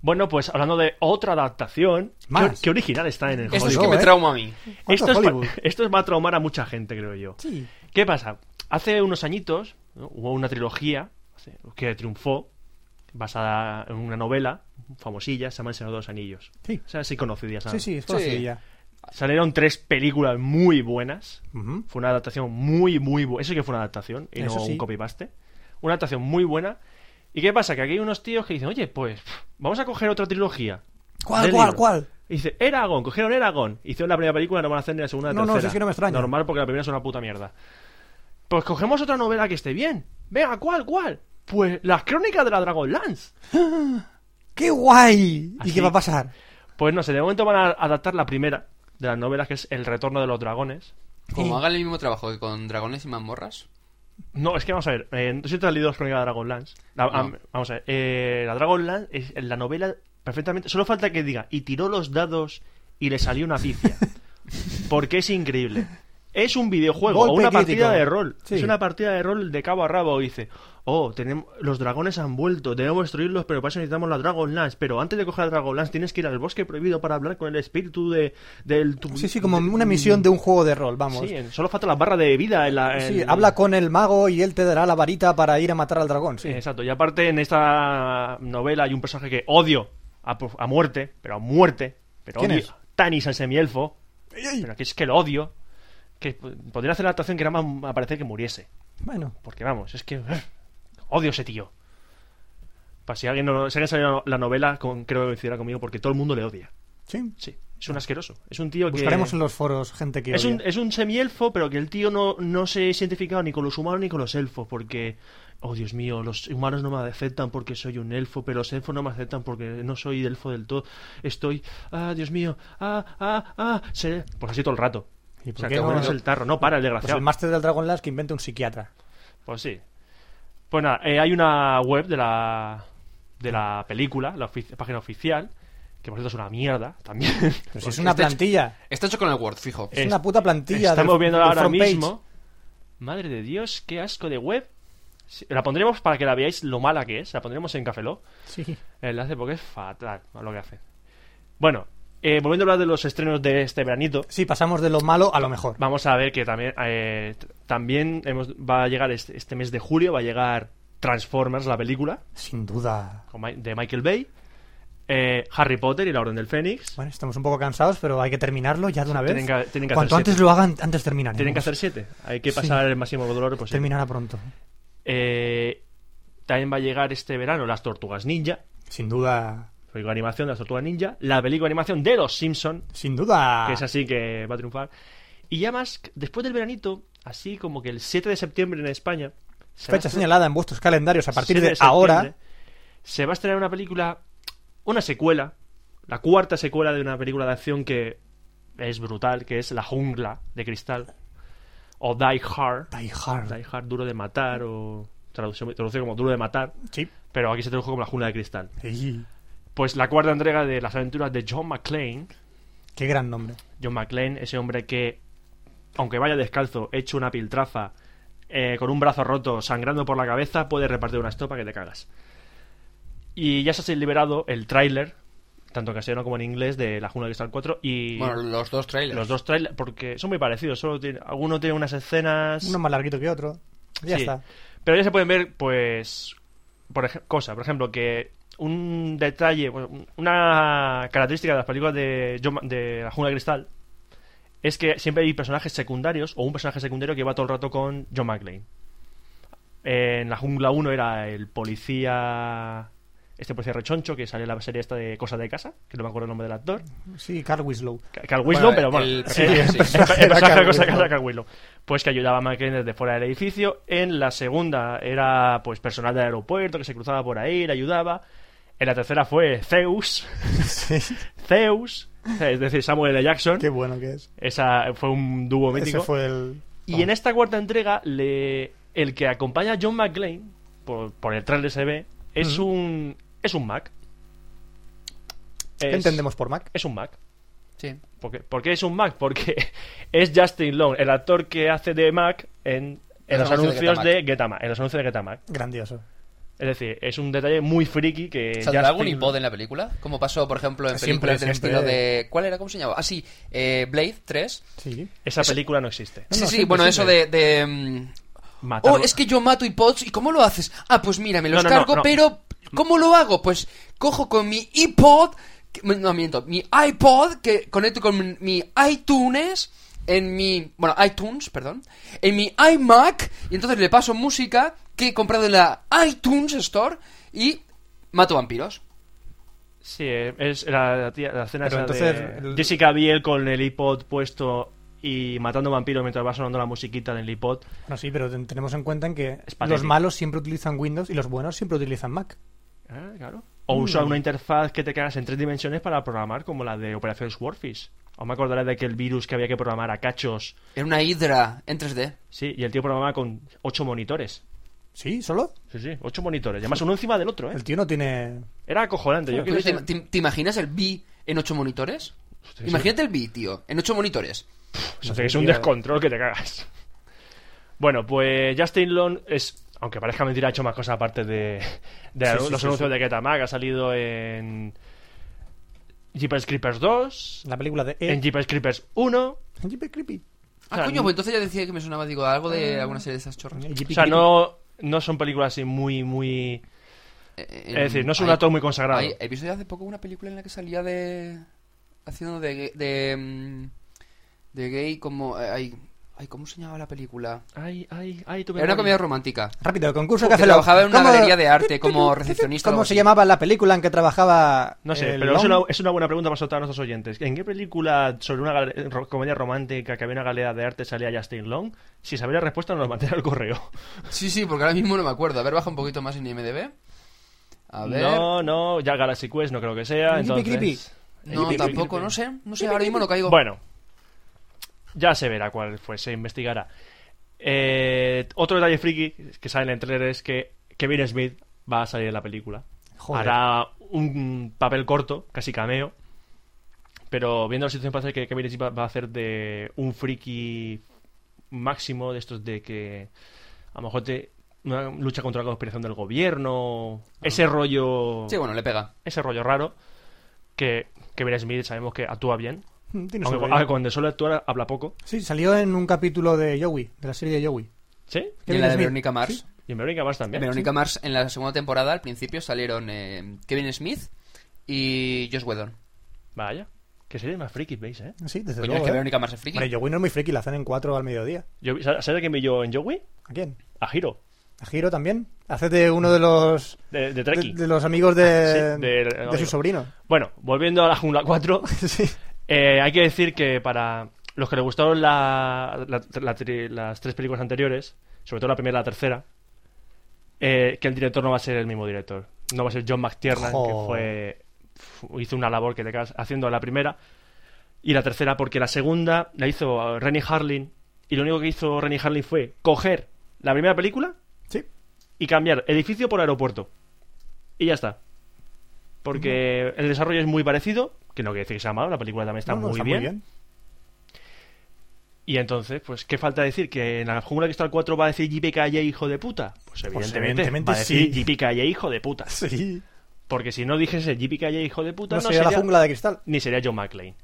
Speaker 1: Bueno, pues hablando de otra adaptación, ¿qué,
Speaker 2: Más.
Speaker 1: qué original está en el
Speaker 3: Esto es
Speaker 1: Hollywood?
Speaker 3: que me
Speaker 2: ¿eh?
Speaker 3: trauma a mí.
Speaker 2: ¿Cuánto
Speaker 1: Esto, es
Speaker 2: Hollywood?
Speaker 1: va, esto va a traumar a mucha gente, creo yo.
Speaker 2: Sí.
Speaker 1: ¿Qué pasa? Hace unos añitos ¿no? hubo una trilogía hace- que triunfó, basada en una novela famosilla, se llama El Señor de los Anillos.
Speaker 2: Sí.
Speaker 1: O sea, sí conocida,
Speaker 2: Sí,
Speaker 1: ¿sabes?
Speaker 2: sí, es conocido
Speaker 3: Sí.
Speaker 2: ya.
Speaker 1: Salieron tres películas muy buenas.
Speaker 2: Ujú.
Speaker 1: Fue una adaptación muy, muy buena. Eso sí que fue una adaptación y
Speaker 2: Eso
Speaker 1: no
Speaker 2: sí.
Speaker 1: un copy-paste. Una adaptación muy buena. ¿Y qué pasa? Que aquí hay unos tíos que dicen, oye, pues pf, vamos a coger otra trilogía.
Speaker 2: ¿Cuál,
Speaker 1: del
Speaker 2: cuál,
Speaker 1: libro".
Speaker 2: cuál?
Speaker 1: Y dice, Eragon, cogieron Eragon. Hicieron la primera película, no van a hacer ni la segunda ni la
Speaker 2: No, no,
Speaker 1: tercera.
Speaker 2: si es que no me extraña.
Speaker 1: Normal, porque la primera es una puta mierda. Pues cogemos otra novela que esté bien. Venga, ¿cuál, cuál? Pues las crónicas de la Dragonlance.
Speaker 2: ¡Qué guay!
Speaker 1: Así.
Speaker 2: ¿Y qué va a pasar?
Speaker 1: Pues no sé, de momento van a adaptar la primera de las novelas, que es El Retorno de los Dragones.
Speaker 3: Como
Speaker 2: Sí.
Speaker 3: hagan el mismo trabajo que con dragones y mazmorras.
Speaker 1: No, es que vamos a ver, eh, no sé si te has leído las crónicas de Dragonlance. La- a-
Speaker 3: No.
Speaker 1: vamos a ver, eh, la Dragonlance es la novela perfectamente. Solo falta que diga, y tiró los dados y le salió una picia. Porque es increíble. Es un videojuego, o
Speaker 2: Golpe
Speaker 1: una
Speaker 2: crítico.
Speaker 1: partida de rol.
Speaker 2: Sí.
Speaker 1: Es una partida de rol de cabo a rabo. Dice, oh, tenemos, los dragones han vuelto, tenemos que destruirlos, pero para eso necesitamos la Dragonlance. Pero antes de coger la Dragonlance tienes que ir al bosque prohibido para hablar con el espíritu de, del... tu- Mm.
Speaker 2: Sí, sí, como una misión de un juego de rol, vamos.
Speaker 1: Sí, en- solo falta la barra de vida. En la,
Speaker 2: Sí,
Speaker 1: en-
Speaker 2: habla con el mago y él te dará la varita para ir a matar al dragón. Sí.
Speaker 1: Exacto, y aparte en esta novela hay un personaje que odio a, pu- a muerte, pero a muerte, pero
Speaker 2: ¿Quién
Speaker 1: odio.
Speaker 2: es?
Speaker 1: Tanis el semielfo,
Speaker 2: Ey, ey.
Speaker 1: pero que es que lo odio, que p- podría hacer la actuación que nada más aparecer que muriese,
Speaker 2: Bueno,
Speaker 1: porque vamos, es que odio a ese tío. Para si alguien no lo- si alguien salió la novela, con- creo que coincidirá conmigo, porque todo el mundo le odia.
Speaker 2: sí.
Speaker 1: Sí, es un asqueroso, es un tío que
Speaker 2: Buscaremos en los foros gente que Pues
Speaker 1: es un,
Speaker 2: odia.
Speaker 1: es un semielfo, pero que el tío no, no se ha identificado ni con los humanos ni con los elfos, porque, oh Dios mío, los humanos no me aceptan porque soy un elfo, pero los elfos no me aceptan porque no soy elfo del todo. Estoy, ah, Dios mío, ah, ah, ah, se... Pues así todo el rato.
Speaker 2: ¿Y
Speaker 1: O
Speaker 2: por
Speaker 1: sea,
Speaker 2: qué
Speaker 1: que
Speaker 2: no?
Speaker 1: bueno es el tarro, no para el
Speaker 2: Pues
Speaker 1: desgraciado.
Speaker 2: el máster del Dragonlance que invente un psiquiatra.
Speaker 1: Pues sí. Pues nada, eh, hay una web de la, de la película, la ofici- página oficial, que por cierto es una mierda también.
Speaker 2: Pero si es una
Speaker 3: este es-
Speaker 2: plantilla.
Speaker 3: Está hecho con el Word, fijo.
Speaker 2: Es
Speaker 1: Es-
Speaker 2: una puta plantilla.
Speaker 1: Estamos
Speaker 2: del-
Speaker 1: viendo
Speaker 2: del
Speaker 1: ahora
Speaker 2: front page.
Speaker 1: mismo. Madre de Dios, qué asco de web. Sí, La pondremos para que la veáis lo mala que es. La pondremos en Cafeló.
Speaker 2: Sí.
Speaker 1: El enlace porque es fatal lo que hace. Bueno, eh, volviendo a hablar de los estrenos de este veranito.
Speaker 2: Sí, pasamos de lo malo a lo mejor.
Speaker 1: Vamos a ver que también, eh, t- también hemos- va a llegar este, este mes de julio, va a llegar Transformers, la película
Speaker 2: Sin duda.
Speaker 1: con Mi- de Michael Bay, eh, Harry Potter y la Orden del Fénix.
Speaker 2: Bueno, estamos un poco cansados, pero hay que terminarlo ya de una vez.
Speaker 1: Tienen que- tienen que
Speaker 2: Cuanto
Speaker 1: hacer
Speaker 2: antes
Speaker 1: siete.
Speaker 2: lo hagan, antes terminaremos.
Speaker 1: Tienen que hacer siete. Hay que
Speaker 2: Sí.
Speaker 1: pasar el máximo dolor posible.
Speaker 2: Terminará pronto.
Speaker 1: Eh, también va a llegar este verano las Tortugas Ninja,
Speaker 2: Sin duda.
Speaker 1: la película de animación de las Tortugas Ninja, la película de animación de los Simpson,
Speaker 2: Sin duda.
Speaker 1: que es así que va a triunfar. Y ya más, después del veranito, así como que el 7 de septiembre en España, se va a
Speaker 2: Fecha
Speaker 1: estren-
Speaker 2: señalada en vuestros calendarios a partir
Speaker 1: 7
Speaker 2: de,
Speaker 1: septiembre,
Speaker 2: ahora.
Speaker 1: se va a estrenar una película, una secuela, la cuarta secuela de una película de acción que es brutal, que es La Jungla de Cristal o Die Hard,
Speaker 2: Die Hard.
Speaker 1: Die Hard duro de matar o traducción traducido como duro de matar.
Speaker 2: Sí.
Speaker 1: pero aquí se tradujo como la jungla de cristal.
Speaker 2: Ey,
Speaker 1: Pues la cuarta entrega de las aventuras de John McClane.
Speaker 2: Qué gran nombre.
Speaker 1: John McClane, ese hombre que, aunque vaya descalzo, hecho una piltrafa, eh, con un brazo roto, sangrando por la cabeza, puede repartir una estopa que te cagas. Y ya se ha liberado el tráiler, tanto en castellano como en inglés, de la jungla de cristal 4 y...
Speaker 3: Bueno, los dos trailers.
Speaker 1: los dos trailers, porque son muy parecidos, solo tiene, alguno tiene unas escenas...
Speaker 2: Uno más larguito que otro. Ya
Speaker 1: Sí.
Speaker 2: está.
Speaker 1: Pero ya se pueden ver, pues, por ej- cosas. Por ejemplo, que un detalle, bueno, un- una característica de las películas de, John Ma- de La Jungla de Cristal es que siempre hay personajes secundarios o un personaje secundario que va todo el rato con John McClane. En La Jungla 1 era el policía. Este policía rechoncho que sale en la serie esta de Cosas de Casa, que no me acuerdo el nombre del actor.
Speaker 2: Sí, Carl Winslow.
Speaker 1: Ca- Carl Winslow,
Speaker 3: Bueno,
Speaker 1: pero bueno.
Speaker 3: el
Speaker 1: eh,
Speaker 3: personaje,
Speaker 1: el
Speaker 3: sí.
Speaker 1: personaje
Speaker 2: Era Carl
Speaker 1: de cosa que
Speaker 2: Winslow.
Speaker 1: era Carl Winslow. Pues que ayudaba a McClane desde fuera del edificio. En la segunda era pues personal del aeropuerto que se cruzaba por ahí, le ayudaba. En la tercera fue Zeus.
Speaker 2: Sí.
Speaker 1: Zeus, es decir, Samuel L. Jackson.
Speaker 2: Qué bueno que es.
Speaker 1: Esa fue un dúo
Speaker 2: Ese
Speaker 1: mítico.
Speaker 2: fue el.
Speaker 3: Ah.
Speaker 2: Oh.
Speaker 1: Y en este esta cuarta entrega, le- el que acompaña a John McClane, por, por el trailer se ve, es un. es un Mac.
Speaker 2: ¿Qué
Speaker 1: Es-
Speaker 2: entendemos por Mac?
Speaker 1: Es un Mac.
Speaker 3: Sí.
Speaker 1: ¿Por qué, por qué es un Mac? Porque es Justin Long, el actor que hace de Mac en, en
Speaker 3: Los
Speaker 1: los
Speaker 3: anuncios de
Speaker 1: anuncios
Speaker 3: Getamac.
Speaker 1: de Getamac. En los anuncios de Getamac.
Speaker 2: Grandioso.
Speaker 1: Es decir, es un detalle muy friki que.
Speaker 3: ¿Saldrá algún
Speaker 1: Justin-
Speaker 3: iPod en la película? Como pasó, por ejemplo, en
Speaker 2: eh, Siempre,
Speaker 3: películas del
Speaker 2: siempre.
Speaker 3: estilo de... ¿Cuál era? ¿Cómo se llamaba? Ah, sí, eh, Blade 3.
Speaker 2: Sí.
Speaker 1: Esa película no existe.
Speaker 3: Sí,
Speaker 2: no,
Speaker 3: sí,
Speaker 2: siempre,
Speaker 3: bueno, eso de...
Speaker 2: siempre.
Speaker 3: de, mm,
Speaker 1: Matar-
Speaker 3: Oh, es que yo mato iPods. ¿Y cómo lo haces? Ah, pues mira, me los
Speaker 1: No, no, no,
Speaker 3: cargo,
Speaker 1: no.
Speaker 3: pero ¿cómo lo hago? Pues cojo con mi iPod. que- No, miento. Mi iPod que conecto con mi iTunes. En mi. Bueno, iTunes, perdón. En mi iMac. Y entonces le paso música que he comprado en la iTunes Store. Y mato vampiros.
Speaker 1: Sí, eh, es la, la tía- la escena
Speaker 2: Pero
Speaker 1: esa
Speaker 2: entonces,
Speaker 1: de
Speaker 2: el-
Speaker 1: Jessica Biel con el iPod puesto y matando vampiros mientras va sonando la musiquita del iPod.
Speaker 2: No, sí, pero ten- tenemos en cuenta en que
Speaker 1: Es patético.
Speaker 2: los malos siempre utilizan Windows y los buenos siempre utilizan Mac.
Speaker 1: Ah, claro. O
Speaker 3: Mm.
Speaker 1: usa una interfaz que te cagas en tres dimensiones para programar, como la de Operación Swordfish. O me acordaré de aquel virus que había que programar a cachos.
Speaker 3: Era una hidra en 3D.
Speaker 1: Sí, y el tío programaba con ocho monitores.
Speaker 2: ¿Sí? ¿Solo?
Speaker 1: Sí, sí, ocho monitores. Y Además, uno encima del otro, ¿eh?
Speaker 2: El tío no tiene...
Speaker 1: Era acojonante. Yo
Speaker 3: ¿Tú
Speaker 1: quiero
Speaker 3: ¿Te,
Speaker 1: ser-
Speaker 3: te- te imaginas el B en 8 monitores?
Speaker 1: Hostia,
Speaker 3: Imagínate el B, tío. En 8 monitores.
Speaker 1: O sea, es un descontrol que te cagas. Bueno, pues Justin Long es, aunque parezca mentira, ha hecho más cosas aparte de, de
Speaker 2: Sí,
Speaker 1: los
Speaker 2: sí, sí,
Speaker 1: anuncios
Speaker 2: sí.
Speaker 1: de Ketamac. Ha salido en Jeepers Creepers 2,
Speaker 2: La película de... E.
Speaker 1: en Jeepers Creepers 1.
Speaker 2: Jeepers Creepy.
Speaker 1: O
Speaker 3: Ah,
Speaker 1: sea, Eh.
Speaker 3: coño, pues entonces ya decía que me sonaba, digo, algo de alguna serie de esas chorras.
Speaker 1: O sea, no, no son películas así muy, muy...
Speaker 3: Es
Speaker 1: Es decir, no es un actor muy consagrado.
Speaker 3: He visto ya hace poco una película en la que salía de. haciendo de. de, mm, de gay como. eh, Ay, ay, ¿cómo se llamaba la película?
Speaker 1: Ay, ay, ay, tu
Speaker 3: Era una comedia romántica.
Speaker 2: Rápido, concurso
Speaker 3: Que
Speaker 2: que hace Lau.
Speaker 3: trabajaba en una
Speaker 2: ¿Cómo-
Speaker 3: galería de arte como recepcionista o algo
Speaker 2: ¿Cómo se
Speaker 3: así?
Speaker 2: llamaba la película en que trabajaba?
Speaker 1: No sé,
Speaker 2: el
Speaker 1: pero es una,
Speaker 2: Long?
Speaker 1: es una buena pregunta para soltar a nuestros oyentes. ¿En qué película sobre una gal- ro- comedia romántica que había una galera de arte salía Justin Long? Si sabéis la respuesta, nos lo mandéis al correo.
Speaker 3: Sí, sí, porque ahora mismo no me acuerdo. A ver, baja un poquito más en IMDb. A ver.
Speaker 1: No, no, ya Galaxy Quest no creo que sea.
Speaker 2: Yipi,
Speaker 1: Entonces...
Speaker 2: creepy.
Speaker 3: No,
Speaker 1: Yipi, creepy.
Speaker 3: tampoco, no sé. No sé, ahora mismo no caigo.
Speaker 1: Bueno, ya se verá cuál fue, se investigará. Eh, otro detalle friki que sale en el trailer es que Kevin Smith va a salir en la película.
Speaker 2: Joder.
Speaker 1: Hará un papel corto, casi cameo. Pero viendo la situación parece que Kevin Smith va- va a hacer de un friki máximo de estos de que a lo mejor te una lucha contra la conspiración del gobierno, ese rollo
Speaker 3: Ah. Sí, bueno, le pega.
Speaker 1: ese rollo raro que Kevin Smith sabemos que actúa bien.
Speaker 2: Mm, tiene su
Speaker 1: Aunque,
Speaker 2: rollo.
Speaker 1: aunque cuando suele actuar habla poco.
Speaker 2: Sí, salió en un capítulo de Joey, de la serie de Joey.
Speaker 1: ¿Sí?
Speaker 3: Y en
Speaker 2: Kevin
Speaker 3: la de
Speaker 2: Smith.
Speaker 3: Verónica Mars.
Speaker 2: Sí.
Speaker 1: Y en Verónica Mars también.
Speaker 3: En Verónica Mars, en la segunda temporada, al principio salieron eh, Kevin Smith y Josh Whedon.
Speaker 1: Vaya. Que serie más friki, veis, ¿eh?
Speaker 2: Sí, desde
Speaker 3: Coño, es
Speaker 2: luego.
Speaker 3: que
Speaker 2: ¿eh?
Speaker 3: Verónica Mars es friki.
Speaker 2: Hombre, Joey no es muy friki, la hacen en 4 al mediodía.
Speaker 1: Yo, vi- ¿Sabes a quién vi yo en Joey?
Speaker 2: ¿A quién?
Speaker 1: A Hiro,
Speaker 2: ¿A Hiro también? Hacete uno de los...
Speaker 1: de, de
Speaker 2: De,
Speaker 1: Trekkie.
Speaker 2: de los amigos de,
Speaker 1: Ah, Sí, de-
Speaker 2: de
Speaker 1: amigo.
Speaker 2: su sobrino.
Speaker 1: Bueno, volviendo a la Jungla 4,
Speaker 2: sí.
Speaker 1: eh, hay que decir que para los que les gustaron la- la- la tri- las tres películas anteriores, sobre todo la primera y la tercera, eh, que el director no va a ser el mismo director. No va a ser John McTiernan, que
Speaker 2: Joder.
Speaker 1: fue fu- hizo una labor que te cagas haciendo la primera y la tercera porque la segunda la hizo eh, Rennie Harlin y lo único que hizo Rennie Harlin fue coger la primera película
Speaker 2: Sí.
Speaker 1: y cambiar edificio por aeropuerto y ya está porque el desarrollo es muy parecido que no quiere decir que sea malo la película también está,
Speaker 2: No, no,
Speaker 1: muy, bien. y entonces pues qué falta decir que en la jungla cristal 4 va a decir JPKY hijo de puta pues evidentemente,
Speaker 2: evidentemente
Speaker 1: va a decir
Speaker 2: sí.
Speaker 1: JPKY hijo de puta
Speaker 2: Sí.
Speaker 1: porque si no dijese JPKY hijo de puta
Speaker 2: No,
Speaker 1: no,
Speaker 2: sería la jungla de cristal.
Speaker 1: ni sería John McClane.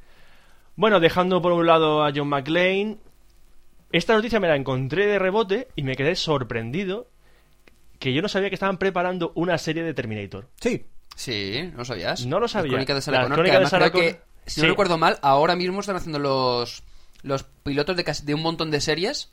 Speaker 1: Bueno, dejando por un lado a John McClane, esta noticia me la encontré de rebote y me quedé sorprendido que yo no sabía que estaban preparando una serie de Terminator.
Speaker 2: Sí.
Speaker 3: Sí, ¿no lo sabías?
Speaker 1: No lo sabía.
Speaker 3: Las crónicas de Sarah
Speaker 1: Las
Speaker 3: Connor,
Speaker 1: crónicas
Speaker 3: que
Speaker 1: de
Speaker 3: además
Speaker 1: Sarah
Speaker 3: creo
Speaker 1: Connor.
Speaker 3: que, si no
Speaker 1: Sí.
Speaker 3: recuerdo mal, ahora mismo están haciendo los, los pilotos de, casi- de un montón de series.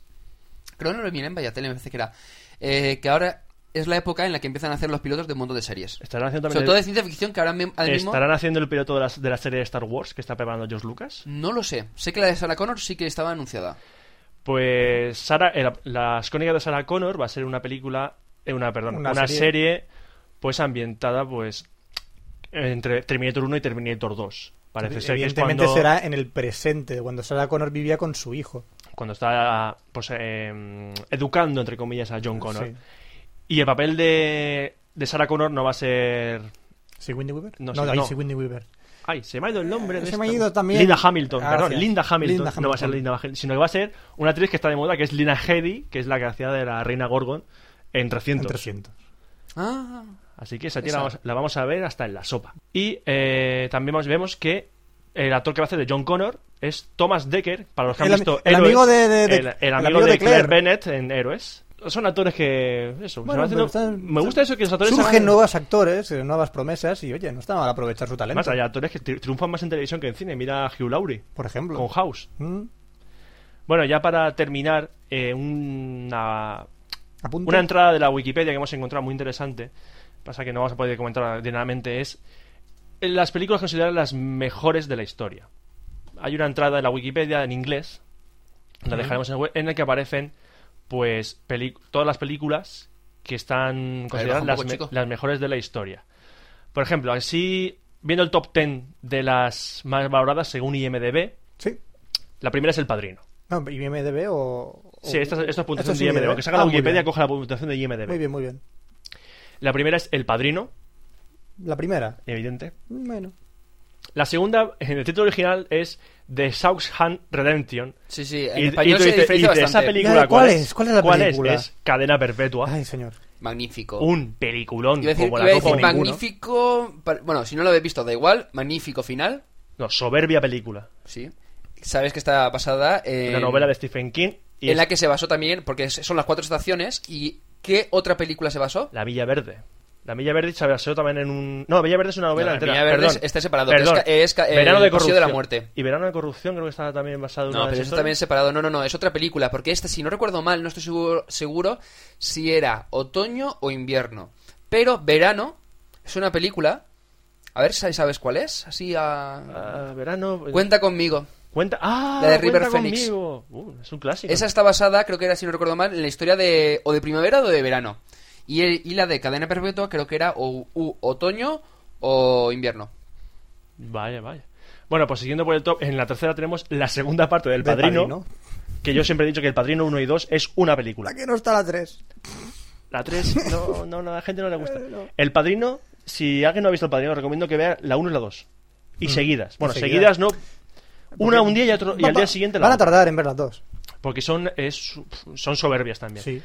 Speaker 3: Creo que no lo vienen en Vallatele, me parece que era. Eh, que ahora es la época en la que empiezan a hacer los pilotos de un montón de series.
Speaker 1: Estarán haciendo
Speaker 3: Sobre
Speaker 1: también
Speaker 3: todo de
Speaker 1: el-
Speaker 3: ciencia ficción, que ahora mi- ahora mismo...
Speaker 1: estarán haciendo el piloto de la, de la serie de Star Wars que está preparando George Lucas.
Speaker 3: No lo sé. Sé que la de Sarah Connor sí que estaba anunciada.
Speaker 1: Pues Sarah, eh, la- las crónicas de Sarah Connor va a ser una película, eh, una perdón, una,
Speaker 2: Una
Speaker 1: serie.
Speaker 2: serie.
Speaker 1: pues ambientada pues entre Terminator 1 y Terminator 2. Parece ser que es
Speaker 2: Evidentemente
Speaker 1: cuando-
Speaker 2: será en el presente, cuando Sarah Connor vivía con su hijo.
Speaker 1: cuando está pues, eh, educando, entre comillas, a John Connor.
Speaker 2: Sí.
Speaker 1: Y el papel de, de Sarah Connor no va a ser...
Speaker 2: ¿Sí, Windy Weaver?
Speaker 1: No,
Speaker 2: No,
Speaker 1: sí,
Speaker 2: ahí
Speaker 1: no.
Speaker 2: sí, Windy Weaver.
Speaker 1: Ay, se me ha ido el nombre.
Speaker 2: Eh,
Speaker 1: de
Speaker 2: se me
Speaker 1: esta.
Speaker 2: ha ido también. Ah,
Speaker 1: Linda Hamilton,
Speaker 2: Gracias.
Speaker 1: perdón. Linda Hamilton.
Speaker 2: Linda
Speaker 1: No va a ser
Speaker 2: Hamilton.
Speaker 1: Linda Hamilton, sino que va a ser una actriz que está de moda, que es Lina Headey, que es la que hacía de la reina Gorgon en 300.
Speaker 2: En 300.
Speaker 3: Ah,
Speaker 1: Así que esa tía la
Speaker 3: Esa.
Speaker 1: vamos, la vamos a ver hasta en la sopa. Y eh, también vamos- vemos que el actor que va a hacer de John Connor es Thomas Decker, para los que
Speaker 2: El
Speaker 1: han
Speaker 2: ami-
Speaker 1: visto
Speaker 2: el
Speaker 1: Héroes.
Speaker 2: amigo de- de- de-
Speaker 1: el, el
Speaker 2: el
Speaker 1: amigo
Speaker 2: amigo
Speaker 1: de,
Speaker 2: de
Speaker 1: Claire
Speaker 2: Claire.
Speaker 1: Bennett en Héroes. Son actores que... Eso, se
Speaker 2: Bueno,
Speaker 1: van haciendo-
Speaker 2: pero están-
Speaker 1: me gusta eso que los actores...
Speaker 2: Surgen
Speaker 1: hagan-
Speaker 2: nuevos actores, eh, nuevas promesas y oye, no está mal aprovechar su
Speaker 1: Además,
Speaker 2: talento.
Speaker 1: hay actores que tri- triunfan más en televisión que en cine. Mira a Hugh Laurie
Speaker 2: Por ejemplo.
Speaker 1: con House.
Speaker 2: Mm,
Speaker 1: Bueno, ya para terminar, eh, una,
Speaker 2: apunte.
Speaker 1: una entrada de la Wikipedia que hemos encontrado muy interesante, pasa que no vamos a poder comentar dinámicamente, es eh, las películas consideradas las mejores de la historia. Hay una entrada de la Wikipedia en inglés, la dejaremos en la web, en la que aparecen pues peli- todas las películas que están
Speaker 3: baja
Speaker 1: consideradas
Speaker 3: un
Speaker 1: las,
Speaker 3: poco,
Speaker 1: me-
Speaker 3: chico.
Speaker 1: las mejores de la historia. Por ejemplo, así viendo el top 10 de las más valoradas según IMDb,
Speaker 2: Sí.
Speaker 1: la primera es El Padrino.
Speaker 2: No, IMDB o...
Speaker 1: Sí,
Speaker 2: o-
Speaker 1: esta, esta es puntuación
Speaker 2: es
Speaker 1: de IMDb. Que saca
Speaker 2: Ah,
Speaker 1: la
Speaker 2: muy
Speaker 1: Wikipedia,
Speaker 2: bien.
Speaker 1: coge la puntuación de IMDb.
Speaker 2: Muy bien, muy bien.
Speaker 1: La primera es El Padrino,
Speaker 2: La primera.
Speaker 1: evidente.
Speaker 2: Bueno.
Speaker 1: La segunda, en el título original, es The Shawshank Redemption.
Speaker 3: sí, sí. En
Speaker 1: Y- y
Speaker 3: español
Speaker 1: tú
Speaker 3: se
Speaker 1: dices,
Speaker 3: diferencia
Speaker 1: ¿y de esa
Speaker 3: bastante.
Speaker 1: película
Speaker 2: Ya,
Speaker 1: cuál
Speaker 2: ¿cuál
Speaker 1: es?
Speaker 2: es? ¿Cuál es la película?
Speaker 1: Es Cadena Perpetua.
Speaker 2: Ay, señor.
Speaker 3: Magnífico.
Speaker 1: Un peliculón
Speaker 3: Iba a decir,
Speaker 1: como
Speaker 3: iba a
Speaker 1: la copa
Speaker 3: decir
Speaker 1: ninguna.
Speaker 3: magnífico. pa- Bueno, si no lo habéis visto, da igual. Magnífico final.
Speaker 1: No, soberbia película.
Speaker 3: Sí. Sabes que está basada en.
Speaker 1: Una novela de Stephen King y
Speaker 3: Eh, en
Speaker 1: es
Speaker 3: la que se basó también, porque es- son las cuatro estaciones. ¿Y qué otra película se basó?
Speaker 1: La Villa Verde. La Villa Verde se basó también en un... No, Villa Verde es una novela
Speaker 3: No, La
Speaker 1: entera.
Speaker 3: Villa Verde
Speaker 1: perdón.
Speaker 3: es- está separado, que
Speaker 1: Perdón.
Speaker 3: es ca- es ca- eh,
Speaker 1: Verano de
Speaker 3: El Paseo
Speaker 1: corrupción.
Speaker 3: de la Muerte.
Speaker 1: Y Verano de corrupción creo que está también basado en
Speaker 3: No,
Speaker 1: una de
Speaker 3: pero
Speaker 1: esas
Speaker 3: eso también
Speaker 1: historias.
Speaker 3: separado. No, no, no, es otra película. Porque esta, si no recuerdo mal, no estoy seguro, seguro si era otoño o invierno. Pero verano es una película. A ver si sabes cuál es. Así a.
Speaker 1: Ah, verano...
Speaker 3: Cuenta conmigo.
Speaker 1: Cuenta... ¡Ah!
Speaker 3: La de
Speaker 1: Cuenta
Speaker 3: River Phoenix.
Speaker 1: conmigo. Uh, es un clásico.
Speaker 3: Esa está basada, creo que era, si no recuerdo mal, en la historia de. o de primavera o de verano. Y, el- y la de cadena perpetua creo que era o, u- otoño o invierno.
Speaker 1: Vaya, vaya. Bueno, pues siguiendo por el top, en la tercera tenemos la segunda parte del
Speaker 2: De
Speaker 1: Padrino,
Speaker 2: Padrino.
Speaker 1: que yo siempre he dicho que el Padrino 1 y 2 es una película.
Speaker 2: La que no está la 3.
Speaker 1: La 3, no, no, no, a la gente no le
Speaker 2: Eh,
Speaker 1: gusta. El Padrino, si alguien no ha visto el Padrino, recomiendo que vea la 1 y la 2.
Speaker 3: Mm.
Speaker 1: Y seguidas. Bueno, seguidas,
Speaker 2: seguidas.
Speaker 1: no. Una un día y, otro, y al día siguiente la
Speaker 2: Van a
Speaker 1: otra.
Speaker 2: tardar en ver las dos.
Speaker 1: Porque son, es, son soberbias también.
Speaker 2: Sí.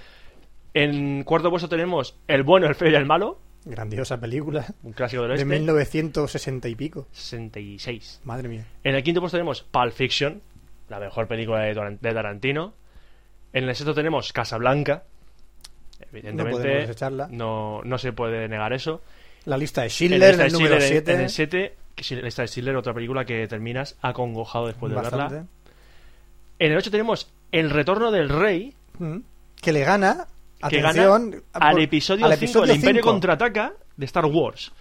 Speaker 1: En cuarto puesto tenemos El bueno, el feo y el malo,
Speaker 2: Grandiosa película.
Speaker 1: un clásico del
Speaker 2: De
Speaker 1: oeste.
Speaker 2: 1960 y pico.
Speaker 1: 66.
Speaker 2: Madre mía.
Speaker 1: En el quinto puesto tenemos Pulp Fiction, la mejor película de Tor- de Tarantino. En el sexto tenemos Casablanca. Evidentemente,
Speaker 2: podemos desecharla.
Speaker 1: no- no se puede negar eso.
Speaker 2: La lista de
Speaker 1: En
Speaker 2: Schindler,
Speaker 1: esta
Speaker 2: el
Speaker 1: de
Speaker 2: número
Speaker 1: Schindler, en-
Speaker 2: 7.
Speaker 1: En el 7, que si- esta de Schindler, otra película que terminas acongojado después de verla.
Speaker 2: Bastante.
Speaker 1: En el 8 tenemos El Retorno del Rey,
Speaker 2: Mm. Que le gana.
Speaker 1: que
Speaker 2: atención,
Speaker 1: gana
Speaker 2: a-
Speaker 1: al
Speaker 2: por-
Speaker 1: episodio
Speaker 2: al
Speaker 1: 5 del Imperio
Speaker 2: 5.
Speaker 1: Contraataca de Star Wars.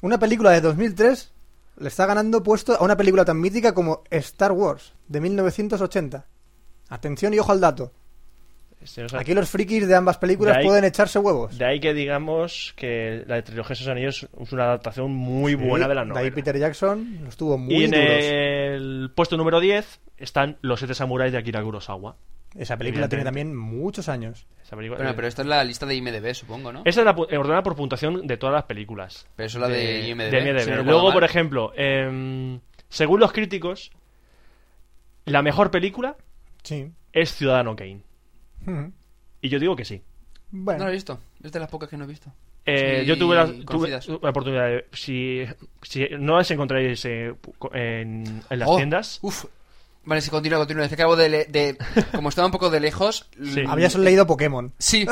Speaker 2: Una película de 2003 le está ganando puesto a una película tan mítica como Star Wars de 1980. Atención y ojo al dato.
Speaker 1: Este, o sea,
Speaker 2: Aquí los frikis de ambas películas
Speaker 1: De ahí-
Speaker 2: pueden echarse huevos.
Speaker 1: De ahí que digamos que la trilogía de esos anillos es una adaptación muy buena de la novela.
Speaker 2: ahí Peter Jackson los tuvo muy
Speaker 1: y en
Speaker 2: duros.
Speaker 1: el puesto número 10 están Los Siete Samuráis de Akira Kurosawa.
Speaker 2: Esa película tiene
Speaker 1: evidentemente.
Speaker 2: también muchos años.
Speaker 1: Esa película- eh,
Speaker 3: Bueno, pero esta es la lista de IMDB, supongo, ¿no?
Speaker 1: Esa es la pu- eh, ordenada por puntuación de todas las películas.
Speaker 3: Pero eso es la de IMDb, si no recuerdo
Speaker 1: Luego,
Speaker 3: mal.
Speaker 1: por ejemplo, em, según los críticos, la mejor película
Speaker 2: Sí.
Speaker 1: es Ciudadano Kane.
Speaker 2: Mm.
Speaker 1: Y yo digo que sí.
Speaker 3: No
Speaker 2: Bueno,
Speaker 3: la he visto. Es de las pocas que no he visto.
Speaker 1: Eh,
Speaker 3: Sí,
Speaker 1: yo tuve la, tuve
Speaker 3: conocidas.
Speaker 1: la oportunidad de... Si, si no las encontráis eh, pu- en, en las
Speaker 3: Oh,
Speaker 1: tiendas...
Speaker 3: Uf. Vale, sí, continúa, continúa. Es que acabo de. le- de- como estaba un poco de lejos.
Speaker 1: Sí.
Speaker 3: l- ah,
Speaker 2: habías leído Pokémon.
Speaker 3: Sí.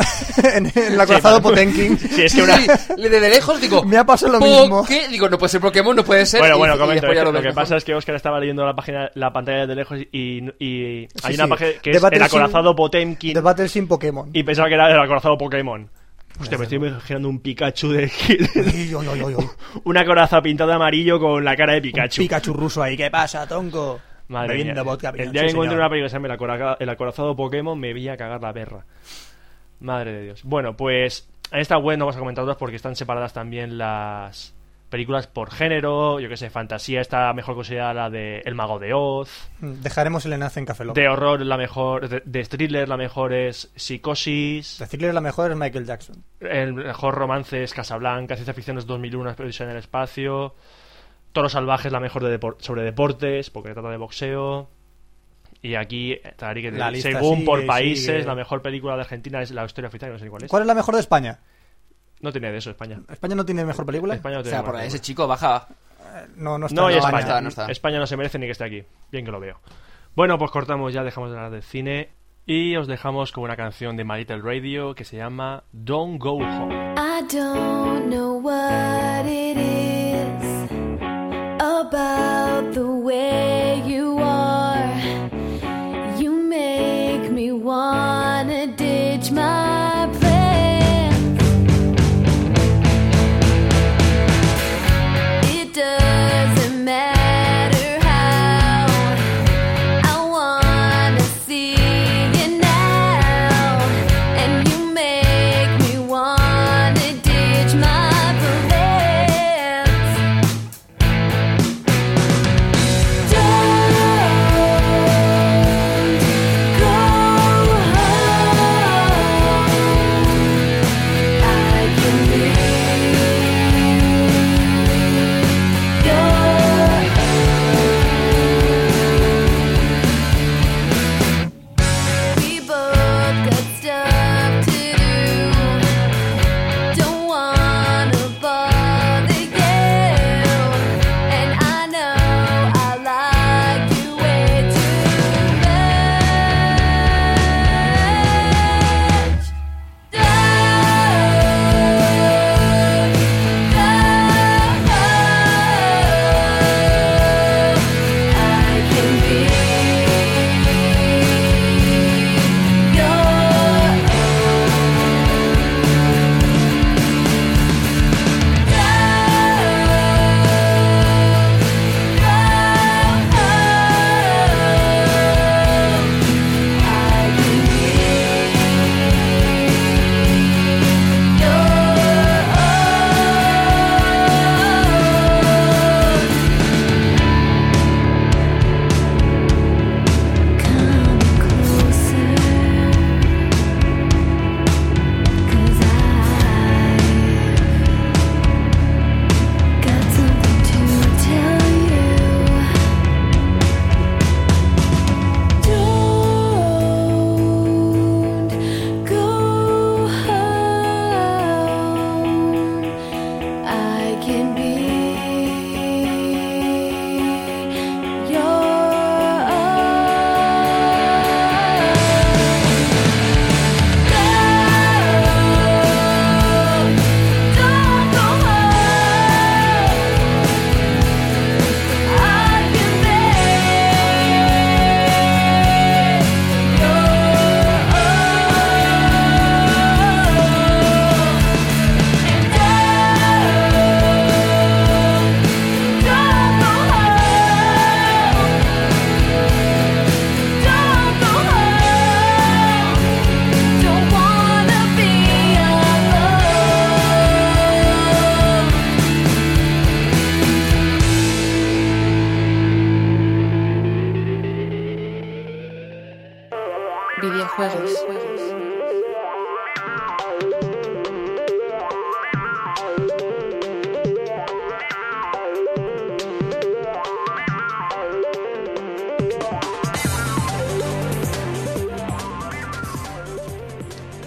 Speaker 2: en el acorazado
Speaker 1: bueno.
Speaker 2: Potemkin.
Speaker 1: Sí, es
Speaker 3: Sí,
Speaker 1: que una-
Speaker 3: sí, le- de, de lejos digo.
Speaker 2: Me ha pasado lo
Speaker 3: ¿po
Speaker 2: mismo.
Speaker 3: qué? Digo, no puede ser Pokémon, no puede ser.
Speaker 1: Bueno,
Speaker 3: y-
Speaker 1: bueno,
Speaker 3: y
Speaker 1: comento.
Speaker 3: después
Speaker 1: es
Speaker 3: ya
Speaker 1: que
Speaker 3: lo
Speaker 1: lo
Speaker 3: ves
Speaker 1: que
Speaker 3: mejor.
Speaker 1: pantalla es que Oscar estaba leyendo la página, la pantalla de lejos y, y hay
Speaker 2: Sí,
Speaker 1: una
Speaker 2: sí.
Speaker 1: página que
Speaker 2: The
Speaker 1: es el
Speaker 2: Battle
Speaker 1: acorazado
Speaker 2: Sim-
Speaker 1: Potemkin
Speaker 2: The Battle sin Pokémon.
Speaker 1: y pensaba que era el acorazado Pokémon. Hostia, me estoy imaginando un Pikachu de...
Speaker 2: Uy, uy, uy, uy, uy.
Speaker 1: una coraza pintada de amarillo con la cara de Pikachu.
Speaker 2: Pikachu ruso ahí. ¿Qué pasa, tonco?
Speaker 1: Madre mía.
Speaker 2: Bebiendo vodka.
Speaker 1: el
Speaker 2: Pikachu,
Speaker 1: día que encuentre
Speaker 2: señor.
Speaker 1: una película que se llame el, acora- el acorazado Pokémon me voy a cagar la perra. Madre de Dios. Bueno, pues en esta web no vamos a comentar todas porque están separadas también las películas por género, yo que sé, fantasía está mejor considerada la de El Mago de Oz,
Speaker 2: Mm, Dejaremos el enlace en Café Lock.
Speaker 1: de horror la mejor, de, de thriller la mejor es Psicosis,
Speaker 2: Decirle la mejor es Michael Jackson.
Speaker 1: el mejor romance es Casablanca, ciencia ficción es 2001, expedición en el espacio, Toros salvajes la mejor de depor- sobre deportes porque trata de boxeo. Y aquí, eh, Tari, que
Speaker 2: La
Speaker 1: te-
Speaker 2: lista
Speaker 1: según por
Speaker 2: sigue,
Speaker 1: países,
Speaker 2: sigue.
Speaker 1: la mejor película de Argentina es La historia oficial, que no sé cuál es.
Speaker 2: ¿Cuál es la mejor de España?
Speaker 1: No tiene de eso España.
Speaker 2: España no tiene mejor película.
Speaker 1: España no
Speaker 3: O
Speaker 1: tiene
Speaker 3: sea,
Speaker 1: más
Speaker 3: por ahí
Speaker 1: películas.
Speaker 3: ese chico baja.
Speaker 2: No, no está.
Speaker 1: No, y
Speaker 3: no
Speaker 1: España.
Speaker 3: está, no está.
Speaker 1: España no se merece ni que esté aquí. Bien que lo veo. Bueno, pues cortamos ya, dejamos de hablar de cine. Y os dejamos con una canción de My Little Radio que se llama Don't Go Home.
Speaker 6: I don't know what it is about the way you are. You make me wanna ditch my plans. It doesn't matter how. I wanna see you now, and you make me wanna ditch my plans. Don't go home. I can be your We both got stuff to do. Don't wanna bother you, and I know I like you way too much. I can be. Come closer, 'cause I got something to tell you. Don't go home. I can be your own. Don't wanna be alone.
Speaker 5: Videojuegos.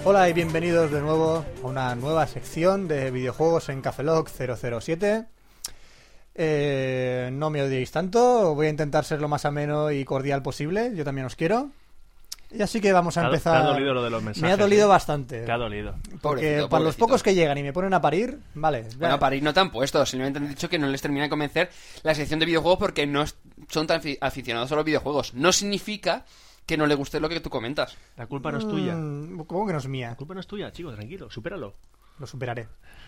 Speaker 2: Hola y bienvenidos de nuevo a una nueva sección de videojuegos en Cafeloc 007. Eh, no me odiéis tanto, voy a intentar ser lo más ameno y cordial posible. Yo también os quiero. Y así que vamos a
Speaker 1: Te ha-
Speaker 2: empezar.
Speaker 1: te ha dolido lo de los mensajes,
Speaker 2: Me ha dolido
Speaker 1: ¿eh?
Speaker 2: bastante.
Speaker 1: Te ha dolido.
Speaker 2: Porque
Speaker 3: Pobrecito,
Speaker 2: para los
Speaker 3: pobrecito.
Speaker 2: pocos que llegan y me ponen a parir, vale. ya-
Speaker 3: Bueno, París no te han puesto, simplemente han dicho que no les termina de convencer la sección de videojuegos porque no es- son tan afi- aficionados a los videojuegos. No significa que no le guste lo que tú comentas.
Speaker 1: La culpa no es tuya.
Speaker 2: Mm, ¿Cómo que no es mía?
Speaker 1: La culpa no es tuya, chicos, tranquilo, supéralo.
Speaker 2: Lo superaré.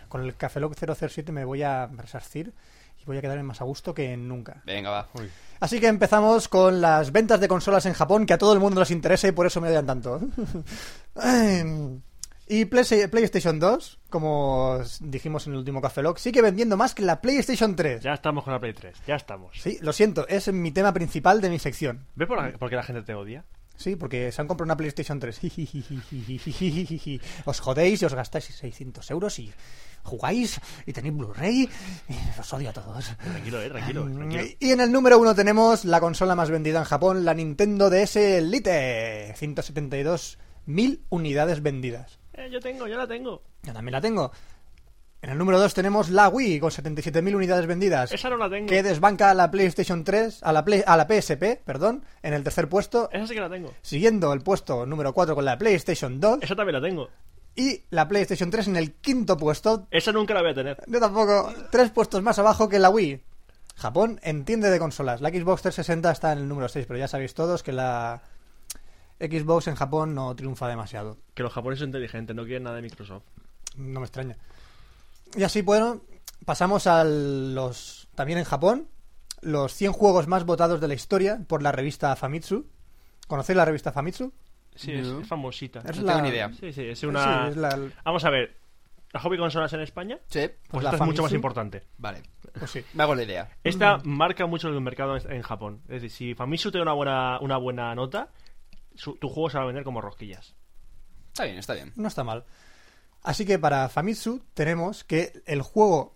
Speaker 2: Con el Cafeloc 007 me voy a resarcir y voy a quedarme más a gusto que nunca.
Speaker 3: Venga, va.
Speaker 2: Así que empezamos con las ventas de consolas en Japón, que a todo el mundo les interesa y por eso me odian tanto. Em, y Play- PlayStation 2, como os dijimos en el último Café Lock, sigue vendiendo más que la PlayStation 3.
Speaker 1: Ya estamos con la Play 3, ya estamos.
Speaker 2: Sí, lo siento, es mi tema principal de mi sección.
Speaker 1: ¿Ves por, la- por qué la gente te odia?
Speaker 2: Sí, porque se han comprado una PlayStation 3. os jodéis y os gastáis 600 euros y jugáis y tenéis Blu-ray. y Os odio a todos.
Speaker 1: Tranquilo, eh, tranquilo, tranquilo.
Speaker 2: Y en el número uno tenemos la consola más vendida en Japón, la Nintendo DS Lite. 172.000 unidades vendidas.
Speaker 1: Eh, yo tengo, yo la tengo.
Speaker 2: Yo también la tengo. En el número 2 tenemos la Wii con 77.000 unidades vendidas.
Speaker 1: Esa no la tengo.
Speaker 2: Que desbanca a la PlayStation 3, a la, Play- a la PSP, perdón, en el tercer puesto.
Speaker 1: Esa sí que la tengo.
Speaker 2: Siguiendo el puesto número 4 con la PlayStation 2
Speaker 1: Esa también la tengo.
Speaker 2: y la PlayStation 3 en el quinto puesto.
Speaker 1: Esa nunca la voy a tener.
Speaker 2: Yo tampoco, tres puestos más abajo que la Wii. Japón entiende de consolas. La Xbox 360 está en el número 6, pero ya sabéis todos que la Xbox en Japón no triunfa demasiado.
Speaker 1: Que los japoneses son inteligentes, no quieren nada de Microsoft.
Speaker 2: No me extraña. Y así, bueno, pasamos a los. También en Japón, los 100 juegos más votados de la historia por la revista Famitsu. ¿Conocéis la revista Famitsu?
Speaker 1: Sí, es,
Speaker 3: No.
Speaker 1: es famosita.
Speaker 2: Es
Speaker 3: No
Speaker 2: la-
Speaker 3: tengo ni idea.
Speaker 1: Sí, sí, es una...
Speaker 2: Sí, es la-
Speaker 1: Vamos a ver. ¿La hobby consolas en España?
Speaker 3: Sí,
Speaker 1: Pues,
Speaker 2: la
Speaker 1: esta es mucho
Speaker 2: Famitsu. Mm.
Speaker 1: más importante.
Speaker 3: vale.
Speaker 2: Pues sí.
Speaker 3: Me hago la idea.
Speaker 1: Esta marca mucho el mercado en, en Japón. Es decir, si Famitsu te da una buena, una buena nota, su- tu juego se va a vender como rosquillas.
Speaker 3: Está bien, está bien.
Speaker 2: No está mal. Así que para Famitsu tenemos que el juego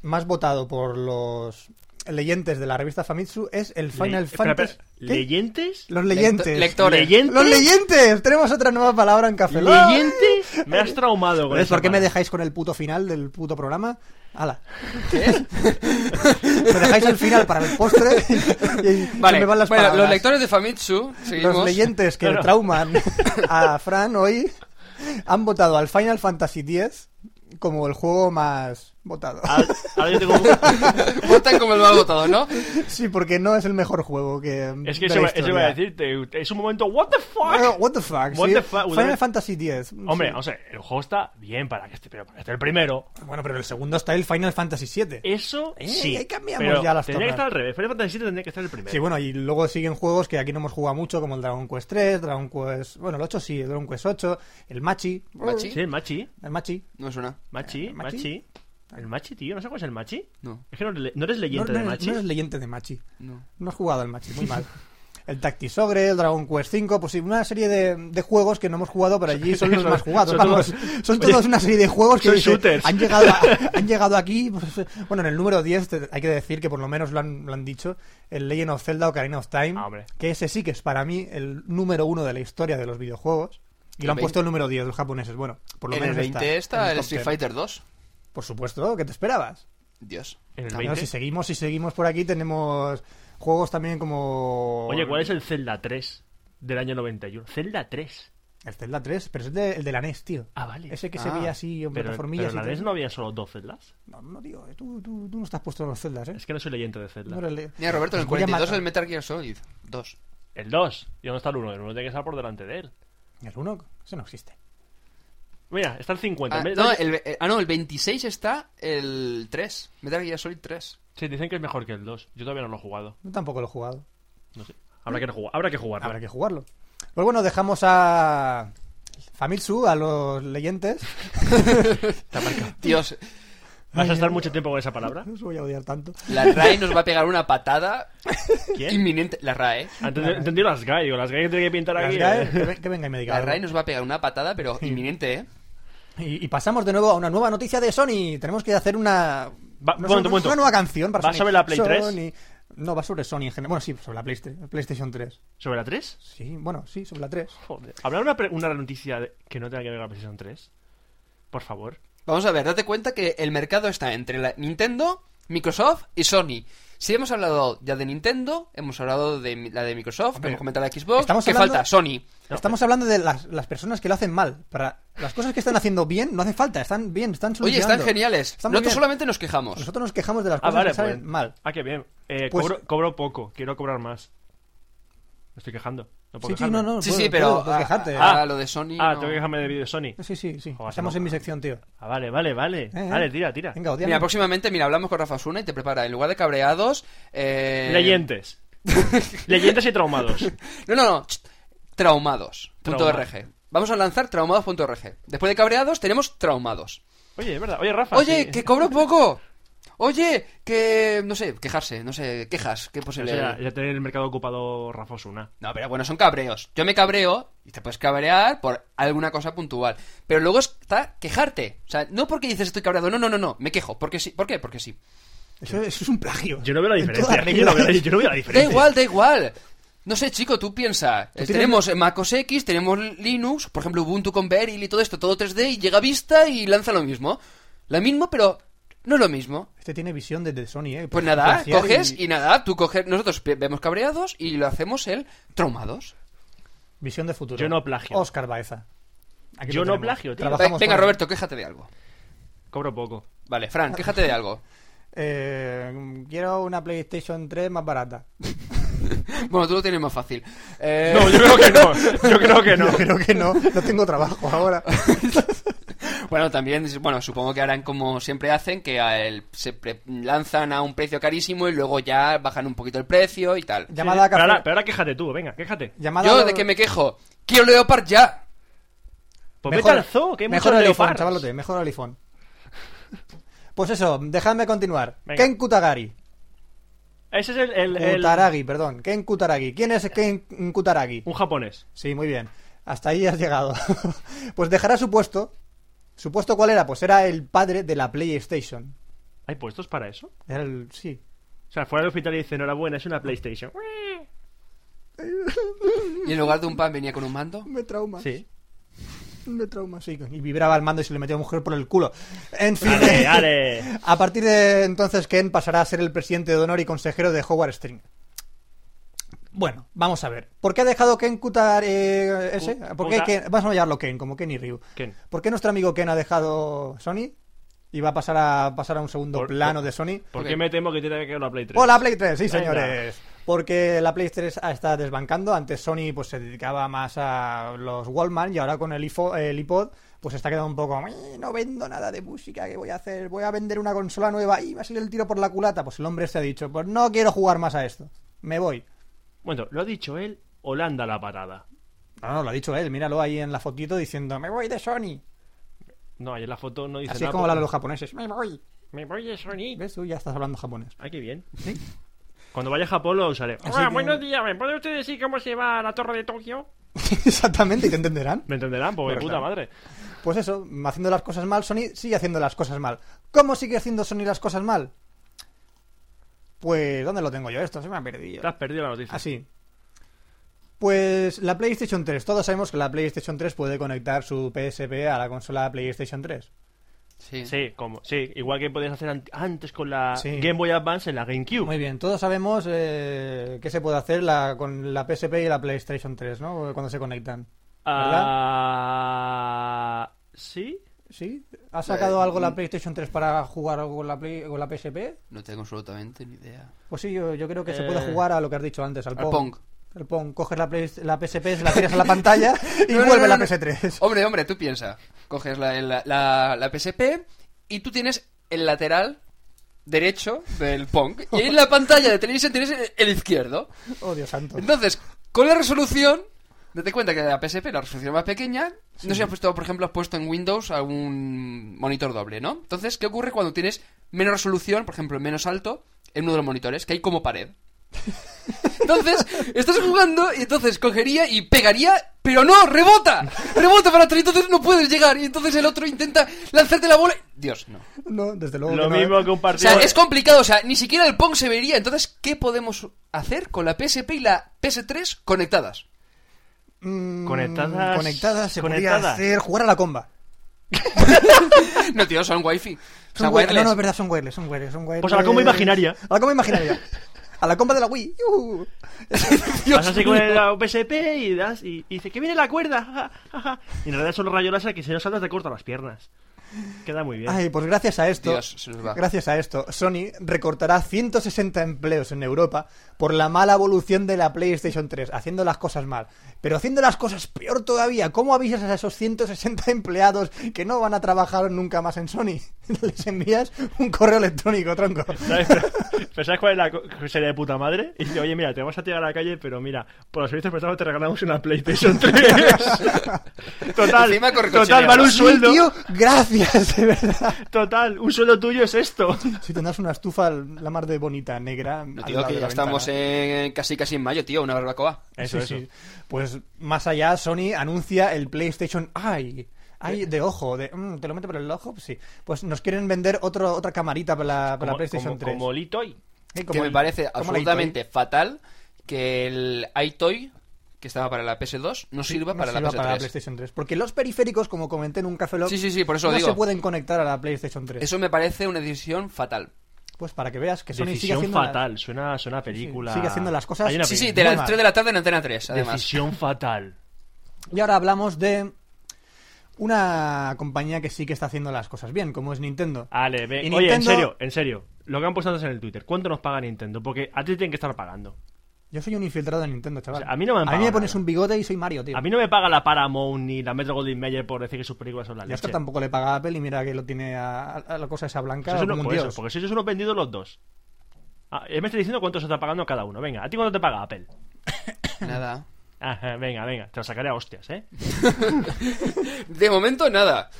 Speaker 2: más votado por los leyentes de la revista Famitsu es el Final
Speaker 1: Le- espera, espera,
Speaker 2: Fantasy. ¿Qué?
Speaker 1: ¿Leyentes?
Speaker 2: Los leyentes.
Speaker 3: Lecto- lectores.
Speaker 1: ¿Leyentes?
Speaker 2: Los leyentes. Tenemos otra nueva palabra en Café. Lock.
Speaker 1: ¿Leyentes? Me has traumado con
Speaker 2: ¿Ves
Speaker 1: esa
Speaker 2: por qué me
Speaker 1: palabra.
Speaker 2: dejáis con el puto final del puto programa? ¡Hala! me dejáis el final para el postre y, y se
Speaker 3: Vale,
Speaker 2: me van las
Speaker 3: bueno,
Speaker 2: palabras.
Speaker 3: los lectores de Famitsu, seguimos.
Speaker 2: Los leyentes que
Speaker 1: Claro.
Speaker 2: trauman a Fran hoy han votado al Final Fantasy X como el juego más votado.
Speaker 1: Ahora- ahora yo tengo un-
Speaker 3: Votan como el más votado, ¿no?
Speaker 2: Sí, porque no es el mejor juego que.
Speaker 1: Es que
Speaker 2: de
Speaker 1: eso,
Speaker 2: la
Speaker 1: iba- eso iba a
Speaker 2: historia.
Speaker 1: decirte. Es un momento, ¿What the
Speaker 2: Bueno,
Speaker 1: fuck?
Speaker 2: what the fuck.
Speaker 1: What
Speaker 2: sí.
Speaker 1: the fuck,
Speaker 2: Final
Speaker 1: Udemy.
Speaker 2: Fantasy X.
Speaker 1: Hombre,
Speaker 2: sí.
Speaker 1: vamos a ver, el juego está bien para que esté, pero para que esté el primero.
Speaker 2: Bueno, pero el segundo está el Final Fantasy VII.
Speaker 1: Eso
Speaker 2: Eh,
Speaker 1: sí.
Speaker 2: ahí cambiamos
Speaker 1: pero
Speaker 2: ya las
Speaker 1: Tendría que estar
Speaker 2: tornas.
Speaker 1: al revés. Final Fantasy VII tendría que estar el primero.
Speaker 2: Sí, bueno, y luego siguen juegos que aquí no hemos jugado mucho, como el Dragon Quest 3, Dragon Quest. Bueno, el 8 sí, el Dragon Quest 8, el Machi.
Speaker 3: Machi.
Speaker 1: Sí, el Machi.
Speaker 2: El Machi.
Speaker 3: No suena.
Speaker 1: Machi,
Speaker 2: Eh, ¿Machi?
Speaker 1: Machi. El Machi, tío. No sé cuál es el Machi.
Speaker 3: No,
Speaker 1: Es que no, eres le- no eres
Speaker 2: No,
Speaker 1: leyenda
Speaker 2: no
Speaker 1: de
Speaker 2: eres-
Speaker 1: Machi.
Speaker 2: no eres leyente de Machi.
Speaker 3: no.
Speaker 2: No has jugado al Machi, muy mal. El Tactisogre, el Dragon Quest 5, pues sí, una serie de, de juegos que no hemos jugado, pero allí son los
Speaker 1: Son-
Speaker 2: más jugados.
Speaker 1: son
Speaker 2: vamos.
Speaker 1: todos-
Speaker 2: son
Speaker 1: Oye,
Speaker 2: todos una serie de juegos que
Speaker 1: son
Speaker 2: dice,
Speaker 1: shooters.
Speaker 2: han llegado a- han llegado aquí. pues, bueno, en el número 10 te- hay que decir que por lo menos lo han, lo han dicho, el Legend of Zelda Ocarina of Time,
Speaker 1: Ah, hombre.
Speaker 2: que ese sí que es para mí el número uno de la historia de los videojuegos. Y
Speaker 3: El
Speaker 2: lo han puesto
Speaker 3: 20.
Speaker 2: el número 10 los japoneses. Bueno, por lo
Speaker 3: en el
Speaker 2: menos
Speaker 3: 20
Speaker 2: en
Speaker 3: está el
Speaker 2: top
Speaker 3: Street
Speaker 2: 10.
Speaker 3: Fighter 2.
Speaker 2: Por supuesto, ¿qué te esperabas?
Speaker 3: Dios.
Speaker 1: En el
Speaker 3: También.
Speaker 2: Bueno,
Speaker 1: 20.
Speaker 2: si seguimos, si seguimos por aquí tenemos juegos también como...
Speaker 1: Oye, ¿cuál es el Zelda 3 del año 91? Zelda 3.
Speaker 2: El Zelda 3, pero es el de, el de la NES, tío.
Speaker 1: Ah, vale.
Speaker 2: Ese que se
Speaker 3: Ah,
Speaker 2: veía así en
Speaker 1: pero, pero
Speaker 2: plataformillas.
Speaker 1: en la
Speaker 2: y tal.
Speaker 1: NES no había solo dos Zeldas.
Speaker 2: no, no, tío, eh, tú, tú, tú no estás puesto en los Zeldas, ¿eh?
Speaker 1: Es que no soy leyente de Zelda.
Speaker 2: No eres le-
Speaker 3: Mira, Roberto, en el
Speaker 2: Os voy a
Speaker 3: 42
Speaker 2: matar.
Speaker 3: el Metal Gear Solid 2.
Speaker 1: El 2. ¿Y dónde está el 1? El 1 tiene que estar por delante de él.
Speaker 2: ¿El 1? Ese no existe.
Speaker 1: Mira, está el 50.
Speaker 3: Ah
Speaker 1: En vez-
Speaker 3: no, el, eh, ah, no, el 26 está el 3. Metal Gear Solid 3.
Speaker 1: Sí, dicen que es mejor que el 2. Yo todavía no lo he jugado.
Speaker 2: Yo tampoco lo he jugado.
Speaker 1: No sé. Habrá que, jugar, habrá que jugarlo.
Speaker 2: Habrá que jugarlo. Pues bueno, dejamos a... Famitsu, a los leyentes.
Speaker 3: Dios,
Speaker 1: ¿Vas a estar mucho tiempo con esa palabra?
Speaker 2: Os voy a odiar tanto.
Speaker 3: la RAE nos va a pegar una patada
Speaker 1: ¿Quién?
Speaker 3: inminente. La RAE.
Speaker 1: Antes de- Entendí las GAE. Digo, las GAE que tiene que pintar
Speaker 2: Las
Speaker 1: aquí.
Speaker 2: GAE,
Speaker 1: eh.
Speaker 2: que, ven- que venga y me diga.
Speaker 3: La
Speaker 2: algo.
Speaker 3: RAE nos va a pegar una patada, pero inminente, ¿eh?
Speaker 2: Y, y pasamos de nuevo a una nueva noticia de Sony. Tenemos que hacer una...
Speaker 1: Va-
Speaker 2: no,
Speaker 1: momento,
Speaker 2: una,
Speaker 1: momento.
Speaker 2: una nueva canción para
Speaker 1: ¿Va
Speaker 2: Sony.
Speaker 1: sobre la Play 3?
Speaker 2: Sony- No, va sobre Sony en general. Bueno, sí, sobre la Playste- PlayStation 3.
Speaker 1: ¿Sobre la 3?
Speaker 2: Sí, bueno, sí, sobre la 3.
Speaker 1: Joder. ¿Habrá una, pre- una noticia de- que no tenga que ver con la PlayStation 3? Por favor.
Speaker 3: Vamos a ver, date cuenta que el mercado está entre la Nintendo, Microsoft y Sony. Si hemos hablado ya de Nintendo, hemos hablado de mi- la de Microsoft,
Speaker 2: Hombre,
Speaker 3: hemos comentado la Xbox,
Speaker 2: estamos
Speaker 3: ¿qué
Speaker 2: hablando-
Speaker 3: falta? Sony.
Speaker 1: No, eh.
Speaker 2: Estamos hablando de las, las personas que lo hacen mal. Para las cosas que están haciendo bien no hacen falta, están bien, están
Speaker 3: Oye, están
Speaker 2: solucionando.
Speaker 3: geniales.
Speaker 2: Están muy
Speaker 3: Nosotros
Speaker 2: bien.
Speaker 3: solamente nos quejamos.
Speaker 2: Nosotros nos quejamos de las
Speaker 1: Ah,
Speaker 2: cosas
Speaker 1: vale,
Speaker 2: que salen
Speaker 1: pues.
Speaker 2: mal.
Speaker 1: Ah, qué bien. Eh,
Speaker 2: Pues-
Speaker 1: cobro, cobro poco, quiero cobrar más. Me estoy quejando. No puedo
Speaker 2: Sí, sí,
Speaker 1: quejarme.
Speaker 2: no, no.
Speaker 3: sí,
Speaker 2: puedo-
Speaker 3: sí, pero
Speaker 2: puedo- puedo
Speaker 3: ah,
Speaker 2: quejarte.
Speaker 3: ah, ah, lo de Sony
Speaker 1: Ah,
Speaker 3: no.
Speaker 1: tengo que quejarme de vídeo de Sony.
Speaker 2: Sí, sí, sí.
Speaker 1: Joder,
Speaker 2: Estamos
Speaker 1: no.
Speaker 2: en mi sección, tío.
Speaker 1: Ah, vale, vale, vale.
Speaker 2: Eh,
Speaker 1: vale,
Speaker 2: eh.
Speaker 1: tira, tira.
Speaker 2: Venga, odiame.
Speaker 3: Mira, próximamente, mira, hablamos con Rafa Osuna y te prepara, en lugar de cabreados... Eh...
Speaker 1: Leyentes. Leyentes y traumados.
Speaker 3: No, no, no. Traumados.org.
Speaker 1: Trauma.
Speaker 3: Vamos a lanzar traumados.org. Después de cabreados tenemos traumados.
Speaker 1: Oye, es verdad. Oye, Rafa.
Speaker 3: Oye,
Speaker 1: Ah, sí.
Speaker 3: que cobro poco. Oye, que no sé, quejarse, no sé, quejas, qué
Speaker 1: O
Speaker 3: posible.
Speaker 1: sea, ya tiene el mercado ocupado Rafa Osuna.
Speaker 3: No, pero bueno, son cabreos. Yo me cabreo y te puedes cabrear por alguna cosa puntual, pero luego está quejarte. O sea, no porque dices estoy cabreado, no, no, no, no, me quejo, porque sí, ¿por qué? Porque sí.
Speaker 2: Eso, eso es un plagio.
Speaker 1: Yo no veo la
Speaker 2: En
Speaker 1: diferencia.
Speaker 2: todas
Speaker 1: Yo no veo la,
Speaker 2: reglas.
Speaker 1: yo no veo la
Speaker 3: Da
Speaker 1: diferencia.
Speaker 3: igual, da igual. No sé, chico, tú piensa.
Speaker 2: Tú
Speaker 3: Eh,
Speaker 2: tienes-
Speaker 3: Tenemos eh, MacOS X, tenemos Linux, por ejemplo, Ubuntu con Beryl y todo esto, todo 3D y llega a vista y lanza lo mismo. Lo mismo, pero no es lo mismo.
Speaker 2: Este tiene visión desde Sony, ¿eh?
Speaker 3: Pues nada,
Speaker 2: Glacial
Speaker 3: coges y... nada, tú coges, nosotros pe- vemos cabreados y lo hacemos el traumados.
Speaker 2: Visión de futuro.
Speaker 1: Yo no plagio.
Speaker 2: Oscar Baeza. Aquí
Speaker 1: Yo no
Speaker 2: lo tenemos.
Speaker 1: plagio, tío.
Speaker 3: Ve-
Speaker 2: Trabajamos
Speaker 3: Venga,
Speaker 2: con-
Speaker 3: Roberto, quéjate de algo.
Speaker 1: Cobro poco.
Speaker 3: Vale, Fran, quéjate de algo.
Speaker 2: Eh, quiero una PlayStation 3 más barata.
Speaker 3: Bueno, tú lo tienes más fácil. Eh,
Speaker 1: No, yo creo que no. Yo creo que no.
Speaker 2: Yo creo que no. No tengo trabajo ahora.
Speaker 3: Bueno, también, bueno, supongo que harán como siempre hacen, que a el- se pre- lanzan a un precio carísimo y luego ya bajan un poquito el precio y tal.
Speaker 2: Llamada a
Speaker 1: pero,
Speaker 2: café.
Speaker 1: ahora, pero ahora quéjate tú, venga, quéjate.
Speaker 2: Llamada
Speaker 3: Yo
Speaker 2: a-
Speaker 3: de que me quejo, quiero Leopard ya.
Speaker 1: Pues
Speaker 2: Mejor-
Speaker 1: vete al zoo, que hay
Speaker 2: Mejor
Speaker 1: muchos
Speaker 2: el iPhone,
Speaker 1: leopardos.
Speaker 2: chavalote. Mejor el iPhone. Pues eso, dejadme continuar.
Speaker 1: Venga.
Speaker 2: Ken Kutagari.
Speaker 1: Ese es el... el- el-
Speaker 2: Kutaragi, perdón. Ken Kutaragi. ¿Quién es Ken Kutaragi?
Speaker 1: un japonés.
Speaker 2: Sí, muy bien. Hasta ahí has llegado. pues dejará su puesto. ¿Su puesto cuál era? Pues era el padre de la PlayStation.
Speaker 1: ¿Hay puestos para eso?
Speaker 2: Era el... Sí.
Speaker 1: O sea, fuera del hospital y dice, enhorabuena, es una PlayStation.
Speaker 2: Pues
Speaker 3: Y en lugar de un pan venía con un mando.
Speaker 2: Me trauma.
Speaker 1: Sí.
Speaker 2: Me trauma, sí. Y vibraba el mando y se le metía a mujer por el culo. En fin.
Speaker 1: Ale, ale.
Speaker 2: A partir de entonces, Ken pasará a ser el presidente de honor y consejero de Howard String. Bueno, vamos a ver. ¿Por qué ha dejado Ken Kutar eh, ese?
Speaker 1: Ku-
Speaker 2: ¿Por qué
Speaker 1: Kuta-
Speaker 2: Ken- Vamos a llamarlo Ken, como Ken y Ryu.
Speaker 1: Ken.
Speaker 2: ¿Por qué nuestro amigo Ken ha dejado Sony? Y va a pasar a, pasar a un segundo
Speaker 1: Por-
Speaker 2: plano
Speaker 1: por-
Speaker 2: de Sony.
Speaker 1: ¿Por
Speaker 3: Ok.
Speaker 1: qué me temo que tiene que ver la Play 3?
Speaker 2: Por Oh, la Play 3, sí,
Speaker 1: Venga.
Speaker 2: señores. Porque la Play 3 está desbancando. Antes Sony pues se dedicaba más a los Wallman y ahora con el, ifo- el iPod pues está quedando un poco... "Eh, No vendo nada de música, ¿qué voy a hacer? Voy a vender una consola nueva y va a salir el tiro por la culata. Pues el hombre se ha dicho, pues no quiero jugar más a esto. Me voy.
Speaker 1: Bueno, lo ha dicho él, Holanda la parada.
Speaker 2: No, no, lo ha dicho él. Míralo ahí en la fotito diciendo, me voy de Sony.
Speaker 1: No, ahí en la foto no dice
Speaker 2: Así
Speaker 1: nada.
Speaker 2: es como
Speaker 1: porque-
Speaker 2: hablan los japoneses. Me voy.
Speaker 1: Me voy a Sony.
Speaker 2: ¿Ves? Tú ya estás hablando japonés.
Speaker 1: Ah, qué bien. Cuando vaya a Japón lo usaré.
Speaker 2: Hola, que- buenos
Speaker 1: días, ¿me puede usted decir cómo se va a la torre de Tokio?
Speaker 2: Exactamente, y te entenderán.
Speaker 1: ¿Me entenderán? Pues puta madre.
Speaker 2: Pues eso, haciendo las cosas mal, Sony sigue haciendo las cosas mal. ¿Cómo sigue haciendo Sony las cosas mal? Pues, ¿dónde lo tengo yo esto? Se me ha perdido.
Speaker 1: Te has perdido la noticia.
Speaker 2: Así. Pues la PlayStation 3. Todos sabemos que la PlayStation 3 puede conectar su PSP a la consola PlayStation 3.
Speaker 3: Sí.
Speaker 1: Sí, como, sí, igual que podías hacer an- antes con la
Speaker 2: Sí.
Speaker 1: Game Boy Advance en la GameCube.
Speaker 2: Muy bien, todos sabemos eh, qué se puede hacer la- con la PSP y la PlayStation 3, ¿no? Cuando se conectan. ¿Verdad?
Speaker 1: Ah, ¿Sí?
Speaker 2: ¿Sí? ¿Ha sacado algo la PlayStation 3 para jugar algo con la, Play- con la PSP?
Speaker 3: No tengo absolutamente ni idea.
Speaker 2: Pues sí, yo, yo creo que se
Speaker 1: Eh,
Speaker 2: puede jugar a lo que has dicho antes, al
Speaker 3: al
Speaker 2: Pong.
Speaker 3: Pong.
Speaker 2: Al Pong, coges la, Play- la PSP, se la tiras a la pantalla y
Speaker 3: No, no,
Speaker 2: vuelve
Speaker 3: no,
Speaker 2: la
Speaker 3: no.
Speaker 2: PS3.
Speaker 3: Eh, Hombre, hombre, tú piensas. Coges la, la, la- la PSP y tú tienes el lateral derecho del Pong. Y en la pantalla de televisión tienes el- el izquierdo.
Speaker 2: Oh, Dios santo.
Speaker 3: Entonces, con la resolución, date cuenta que la PSP, la resolución más pequeña, no se ha puesto, por ejemplo, has puesto en Windows a un monitor doble, ¿no? Entonces, ¿qué ocurre cuando tienes menos resolución, por ejemplo, menos alto, en uno de los monitores, que hay como pared? Entonces, estás jugando y entonces cogería y pegaría, pero no, rebota, rebota para atrás, entonces no puedes llegar y entonces el otro intenta lanzarte la bola. Dios, no.
Speaker 2: No, desde luego.
Speaker 1: Lo
Speaker 2: que no,
Speaker 1: mismo
Speaker 2: ¿eh?
Speaker 1: que un
Speaker 3: O
Speaker 1: partido.
Speaker 3: sea, es complicado, o sea, ni siquiera el Pong se vería. Entonces, ¿qué podemos hacer con la PSP y la PS3 conectadas?
Speaker 2: Mm,
Speaker 1: Conectadas-
Speaker 2: Conectadas se podría
Speaker 1: conectadas.
Speaker 2: hacer jugar a la comba.
Speaker 3: No, tío, son wifi. O
Speaker 2: Son wireless.
Speaker 3: sea,
Speaker 2: No,
Speaker 3: wireless.
Speaker 2: no, es verdad, son wireless, son wireless, son wireless.
Speaker 1: Pues a la comba imaginaria.
Speaker 2: A la comba imaginaria. A la comba de la Wii. Uh. Yuhu.
Speaker 1: Vas así con el PSP y das y, y dice que viene la cuerda. ja, ja, ja". Y en realidad son los rayos láser que si no saltas te cortan las piernas. Queda muy bien.
Speaker 2: Ay, pues gracias a esto,
Speaker 3: Dios, se nos va.
Speaker 2: gracias a esto, Sony recortará 160 empleos en Europa por la mala evolución de la PlayStation 3, haciendo las cosas mal. Pero haciendo las cosas peor todavía, ¿cómo avisas a esos 160 empleados que no van a trabajar nunca más en Sony? Les envías un correo electrónico, tronco.
Speaker 1: ¿Sabes? Pero- pero ¿sabes cuál es la co- sería de puta madre? Y dice, oye, mira, te vamos a tirar a la calle, pero mira, por los servicios prestados te regalamos una PlayStation 3. total,
Speaker 3: Encima corre
Speaker 1: total,
Speaker 3: cochera.
Speaker 1: vale un
Speaker 2: Sí,
Speaker 1: sueldo.
Speaker 2: tío, gracias, de verdad.
Speaker 1: Total, un sueldo tuyo es esto.
Speaker 2: Si tendrás una estufa la mar de bonita, negra.
Speaker 1: Ah,
Speaker 3: No,
Speaker 2: al
Speaker 3: tío,
Speaker 2: lado
Speaker 3: que
Speaker 2: de
Speaker 3: ya
Speaker 2: la
Speaker 3: estamos
Speaker 2: ventana.
Speaker 3: en casi casi en mayo, tío, una barbacoa.
Speaker 1: Eso,
Speaker 2: Sí,
Speaker 1: eso.
Speaker 2: sí. Pues más allá, Sony anuncia el PlayStation Ay,
Speaker 1: Eh.
Speaker 2: ay, de ojo, de, mm, ¿te lo meto por el ojo? Sí. Pues nos quieren vender otro, otra camarita para, la- para la
Speaker 1: Como-
Speaker 2: PlayStation
Speaker 1: como,
Speaker 2: 3.
Speaker 1: Como Litoy.
Speaker 2: Sí, como
Speaker 3: Que me
Speaker 2: el-
Speaker 3: parece
Speaker 2: como la
Speaker 3: absolutamente fatal que el iToy, que estaba para la PS2 no
Speaker 2: Sí,
Speaker 3: sirva
Speaker 2: no
Speaker 3: para
Speaker 2: sirva
Speaker 3: la PS3.
Speaker 2: para la PlayStation 3. Porque los periféricos, como comenté en un Café Lock,
Speaker 3: Sí, sí, sí, por eso
Speaker 2: no
Speaker 3: digo.
Speaker 2: se pueden conectar a la PlayStation 3.
Speaker 3: Eso me parece una decisión fatal.
Speaker 2: Pues para que veas que Sony sigue
Speaker 1: Decisión
Speaker 2: haciendo... la-
Speaker 1: fatal, suena, suena a película.
Speaker 2: sigue haciendo las cosas-
Speaker 1: Hay una
Speaker 3: Sí,
Speaker 1: peli-
Speaker 3: sí, de las
Speaker 2: mal.
Speaker 3: 3 de la tarde en Antena 3, además.
Speaker 1: Decisión fatal.
Speaker 2: Y ahora hablamos de una compañía que sí que está haciendo las cosas bien, como es Nintendo.
Speaker 1: Ale, ve- Oye,
Speaker 2: Y
Speaker 1: en
Speaker 2: Nintendo-
Speaker 1: serio, en serio. Lo que han puesto antes en el Twitter. ¿Cuánto nos paga Nintendo? Porque a ti te tienen que estar pagando.
Speaker 2: Yo soy un infiltrado de Nintendo, chaval.
Speaker 1: O sea, a mí no me han
Speaker 2: A mí me
Speaker 1: pagado
Speaker 2: pones
Speaker 1: nada.
Speaker 2: un bigote y soy Mario, tío.
Speaker 1: A mí no me paga la Paramount ni la Metro Goldwyn Mayer por decir que sus películas son la
Speaker 2: Y a
Speaker 1: leche.
Speaker 2: Oscar tampoco le paga a Apple y mira que lo tiene a, a la cosa esa blanca
Speaker 1: Eso es
Speaker 2: como
Speaker 1: uno-
Speaker 2: un
Speaker 1: por eso,
Speaker 2: dios.
Speaker 1: porque si ellos son los vendidos los dos. Ah, él me está diciendo cuánto se está pagando cada uno. Venga, ¿a ti cuánto te paga Apple?
Speaker 3: Nada.
Speaker 1: Ajá, venga, venga, te lo sacaré a hostias, ¿eh?
Speaker 3: De momento, nada.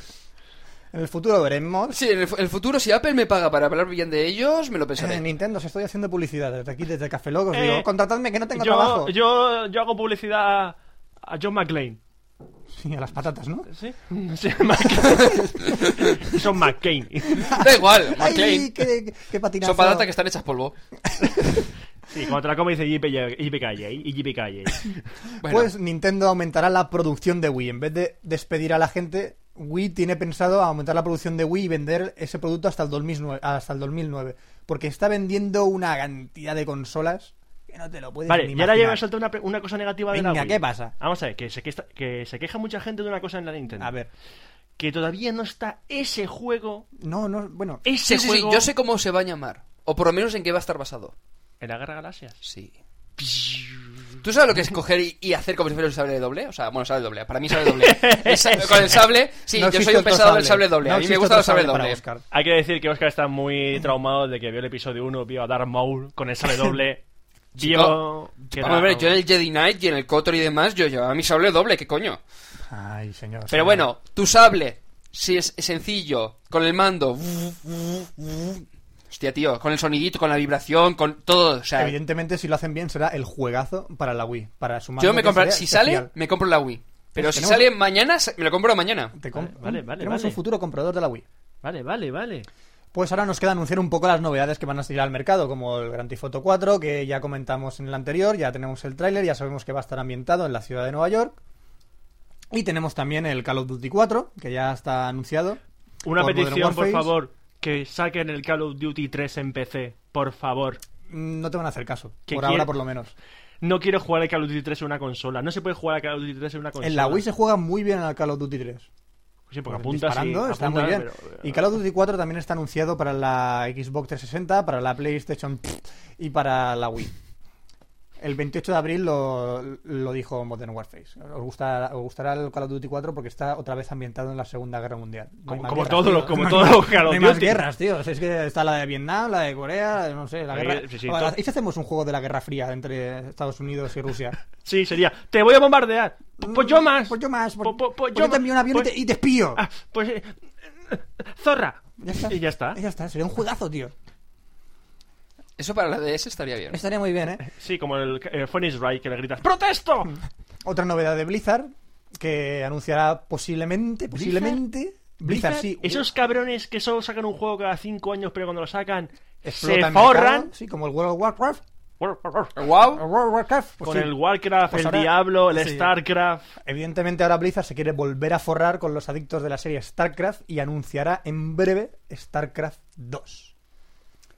Speaker 2: En el futuro veremos.
Speaker 3: Sí, en el, fu- el futuro, si Apple me paga para hablar bien de ellos, me lo
Speaker 2: Eh,
Speaker 3: pensaré.
Speaker 2: Nintendo, os estoy haciendo publicidad desde aquí, desde Café Lock, os
Speaker 1: Eh,
Speaker 2: digo, contratadme que no tengo
Speaker 1: Yo,
Speaker 2: trabajo.
Speaker 1: yo, yo hago publicidad a John McClane.
Speaker 2: Sí, a las patatas, ¿no?
Speaker 1: ¿Sí? Sí, McCain. Son McCain.
Speaker 3: da igual,
Speaker 2: ¡Ay,
Speaker 3: McLean.
Speaker 2: qué, qué patinazo!
Speaker 3: Son patatas que están hechas polvo.
Speaker 1: Sí, cuando te la come dice YPKJ. YPKJ.
Speaker 3: Bueno,
Speaker 2: Pues Nintendo aumentará la producción de Wii. En vez de despedir a la gente, Wii tiene pensado aumentar la producción de Wii y vender ese producto hasta el 2009. Hasta el 2009 porque está vendiendo una cantidad de consolas que no te lo puedes
Speaker 1: Vale,
Speaker 2: ni
Speaker 1: y ahora ya me
Speaker 2: imaginar.
Speaker 1: salta una, pre- una cosa negativa de la
Speaker 2: Venga,
Speaker 1: Wii.
Speaker 2: ¿qué pasa?
Speaker 1: Vamos a ver, que se, que, está- que se queja mucha gente de una cosa en la Nintendo.
Speaker 2: A ver.
Speaker 1: Que todavía no está ese juego.
Speaker 2: No, no, bueno.
Speaker 1: Ese
Speaker 3: sí, sí, sí,
Speaker 1: juego.
Speaker 3: yo sé cómo se va a llamar. O por lo menos en qué va a estar basado.
Speaker 1: En la Guerra de Galaxias.
Speaker 3: Sí. ¿Tú sabes lo que es coger y, y hacer como si fuera un sable de doble? O sea, bueno, sable doble. Para mí sable doble. El sa- con el sable, sí,
Speaker 2: no
Speaker 3: yo
Speaker 2: existe
Speaker 3: soy un
Speaker 2: otro
Speaker 3: pesado del sable doble.
Speaker 2: No
Speaker 3: a mí me
Speaker 2: existe
Speaker 3: gusta
Speaker 2: otro
Speaker 3: el sable
Speaker 2: sable para
Speaker 3: doble.
Speaker 2: Oscar.
Speaker 1: Hay que decir que Oscar está muy traumado de que vio el episodio 1, vio a Darth Maul con el sable doble. vio. que
Speaker 3: Vamos a
Speaker 1: era-
Speaker 3: ver, yo en el Jedi Knight y en el Kotor y demás, yo llevaba mi sable doble, ¿qué coño?
Speaker 2: Ay, señor.
Speaker 3: Pero
Speaker 2: señor.
Speaker 3: bueno, tu sable, si es sencillo, con el mando. Hostia, tío, con el sonidito, con la vibración, con todo. O sea,
Speaker 2: Evidentemente, si lo hacen bien, será el juegazo para la Wii. Para su mando
Speaker 3: yo me
Speaker 2: que
Speaker 3: compraré,
Speaker 2: sería
Speaker 3: si sale,
Speaker 2: especial.
Speaker 3: me compro la Wii. Pero si
Speaker 2: Tenemos-
Speaker 3: sale mañana, se- me lo compro mañana.
Speaker 2: Te com-
Speaker 1: Vale, vale, vale,
Speaker 2: Tenemos
Speaker 1: vale.
Speaker 2: un futuro comprador de la Wii.
Speaker 1: Vale, vale, vale.
Speaker 2: Pues ahora nos queda anunciar un poco las novedades que van a salir al mercado, como el Grand Theft Auto 4, que ya comentamos en el anterior, ya tenemos el tráiler, ya sabemos que va a estar ambientado en la ciudad de Nueva York. Y tenemos también el Call of Duty 4, que ya está anunciado.
Speaker 1: Una
Speaker 2: por Modern
Speaker 1: petición, por
Speaker 2: Warfare.
Speaker 1: favor, que saquen el Call of Duty 3 en PC, por favor.
Speaker 2: Mm, No te van a hacer caso,
Speaker 1: ¿Que
Speaker 2: por
Speaker 1: quiere-
Speaker 2: ahora por lo menos.
Speaker 1: No quiero jugar al Call of Duty 3 en una consola. No se puede jugar al Call of Duty 3 en una consola.
Speaker 2: En la Wii se juega muy bien al Call of Duty 3.
Speaker 1: Sí, porque
Speaker 2: Pues
Speaker 1: apunta, sí,
Speaker 2: disparando, está
Speaker 1: apunta,
Speaker 2: muy bien.
Speaker 1: pero- eh,
Speaker 2: Y Call of Duty 4 también está anunciado para la Xbox 360, para la PlayStation y para la Wii. El 28 de abril lo, lo dijo Modern Warfare. Os, gusta, os gustará el Call of Duty 4 porque está otra vez ambientado en la Segunda Guerra Mundial. No hay
Speaker 1: Como-
Speaker 2: más
Speaker 1: como
Speaker 2: guerras,
Speaker 1: todo lo-
Speaker 2: tío.
Speaker 1: como
Speaker 2: No hay
Speaker 1: todo
Speaker 2: más-
Speaker 1: lo Call of
Speaker 2: No hay más
Speaker 1: Duty.
Speaker 2: guerras, tío. Es que está la de Vietnam, la de Corea, la de- no sé, la
Speaker 1: Sí,
Speaker 2: guerra...
Speaker 1: sí, sí,
Speaker 2: Ahora,
Speaker 1: todo-
Speaker 2: ¿y si hacemos un juego de la Guerra Fría entre Estados Unidos y Rusia?
Speaker 1: Sí, sería, te voy a bombardear. P- Pues yo más.
Speaker 2: Pues yo más. Pues,
Speaker 1: Po- po- pues
Speaker 2: pues
Speaker 1: yo
Speaker 2: yo te envío un avión y
Speaker 1: pues-
Speaker 2: te- y te espío.
Speaker 1: Ah, pues... eh, Zorra.
Speaker 2: Ya está.
Speaker 1: Y ya está.
Speaker 2: Ya está, sería un juegazo, tío.
Speaker 3: Eso para la DS estaría bien.
Speaker 2: Estaría muy bien, ¿eh?
Speaker 1: Sí, como el, el Phone is Right que le gritas ¡Protesto!
Speaker 2: Mm. Otra novedad de Blizzard que anunciará posiblemente, posiblemente. Blizzard, sí.
Speaker 1: Esos cabrones que solo sacan un juego cada 5 años, pero cuando lo sacan,
Speaker 2: explotan
Speaker 1: se
Speaker 2: mercado,
Speaker 1: forran.
Speaker 2: Sí, como el World of Warcraft.
Speaker 3: ¡Wow!
Speaker 2: o World of Warcraft pues
Speaker 1: Con
Speaker 2: sí.
Speaker 1: el Warcraft,
Speaker 2: Pues
Speaker 1: el
Speaker 2: ahora-
Speaker 1: Diablo, el
Speaker 2: sí.
Speaker 1: Starcraft.
Speaker 2: Evidentemente ahora Blizzard se quiere volver a forrar con los adictos de la serie StarCraft y anunciará en breve StarCraft 2.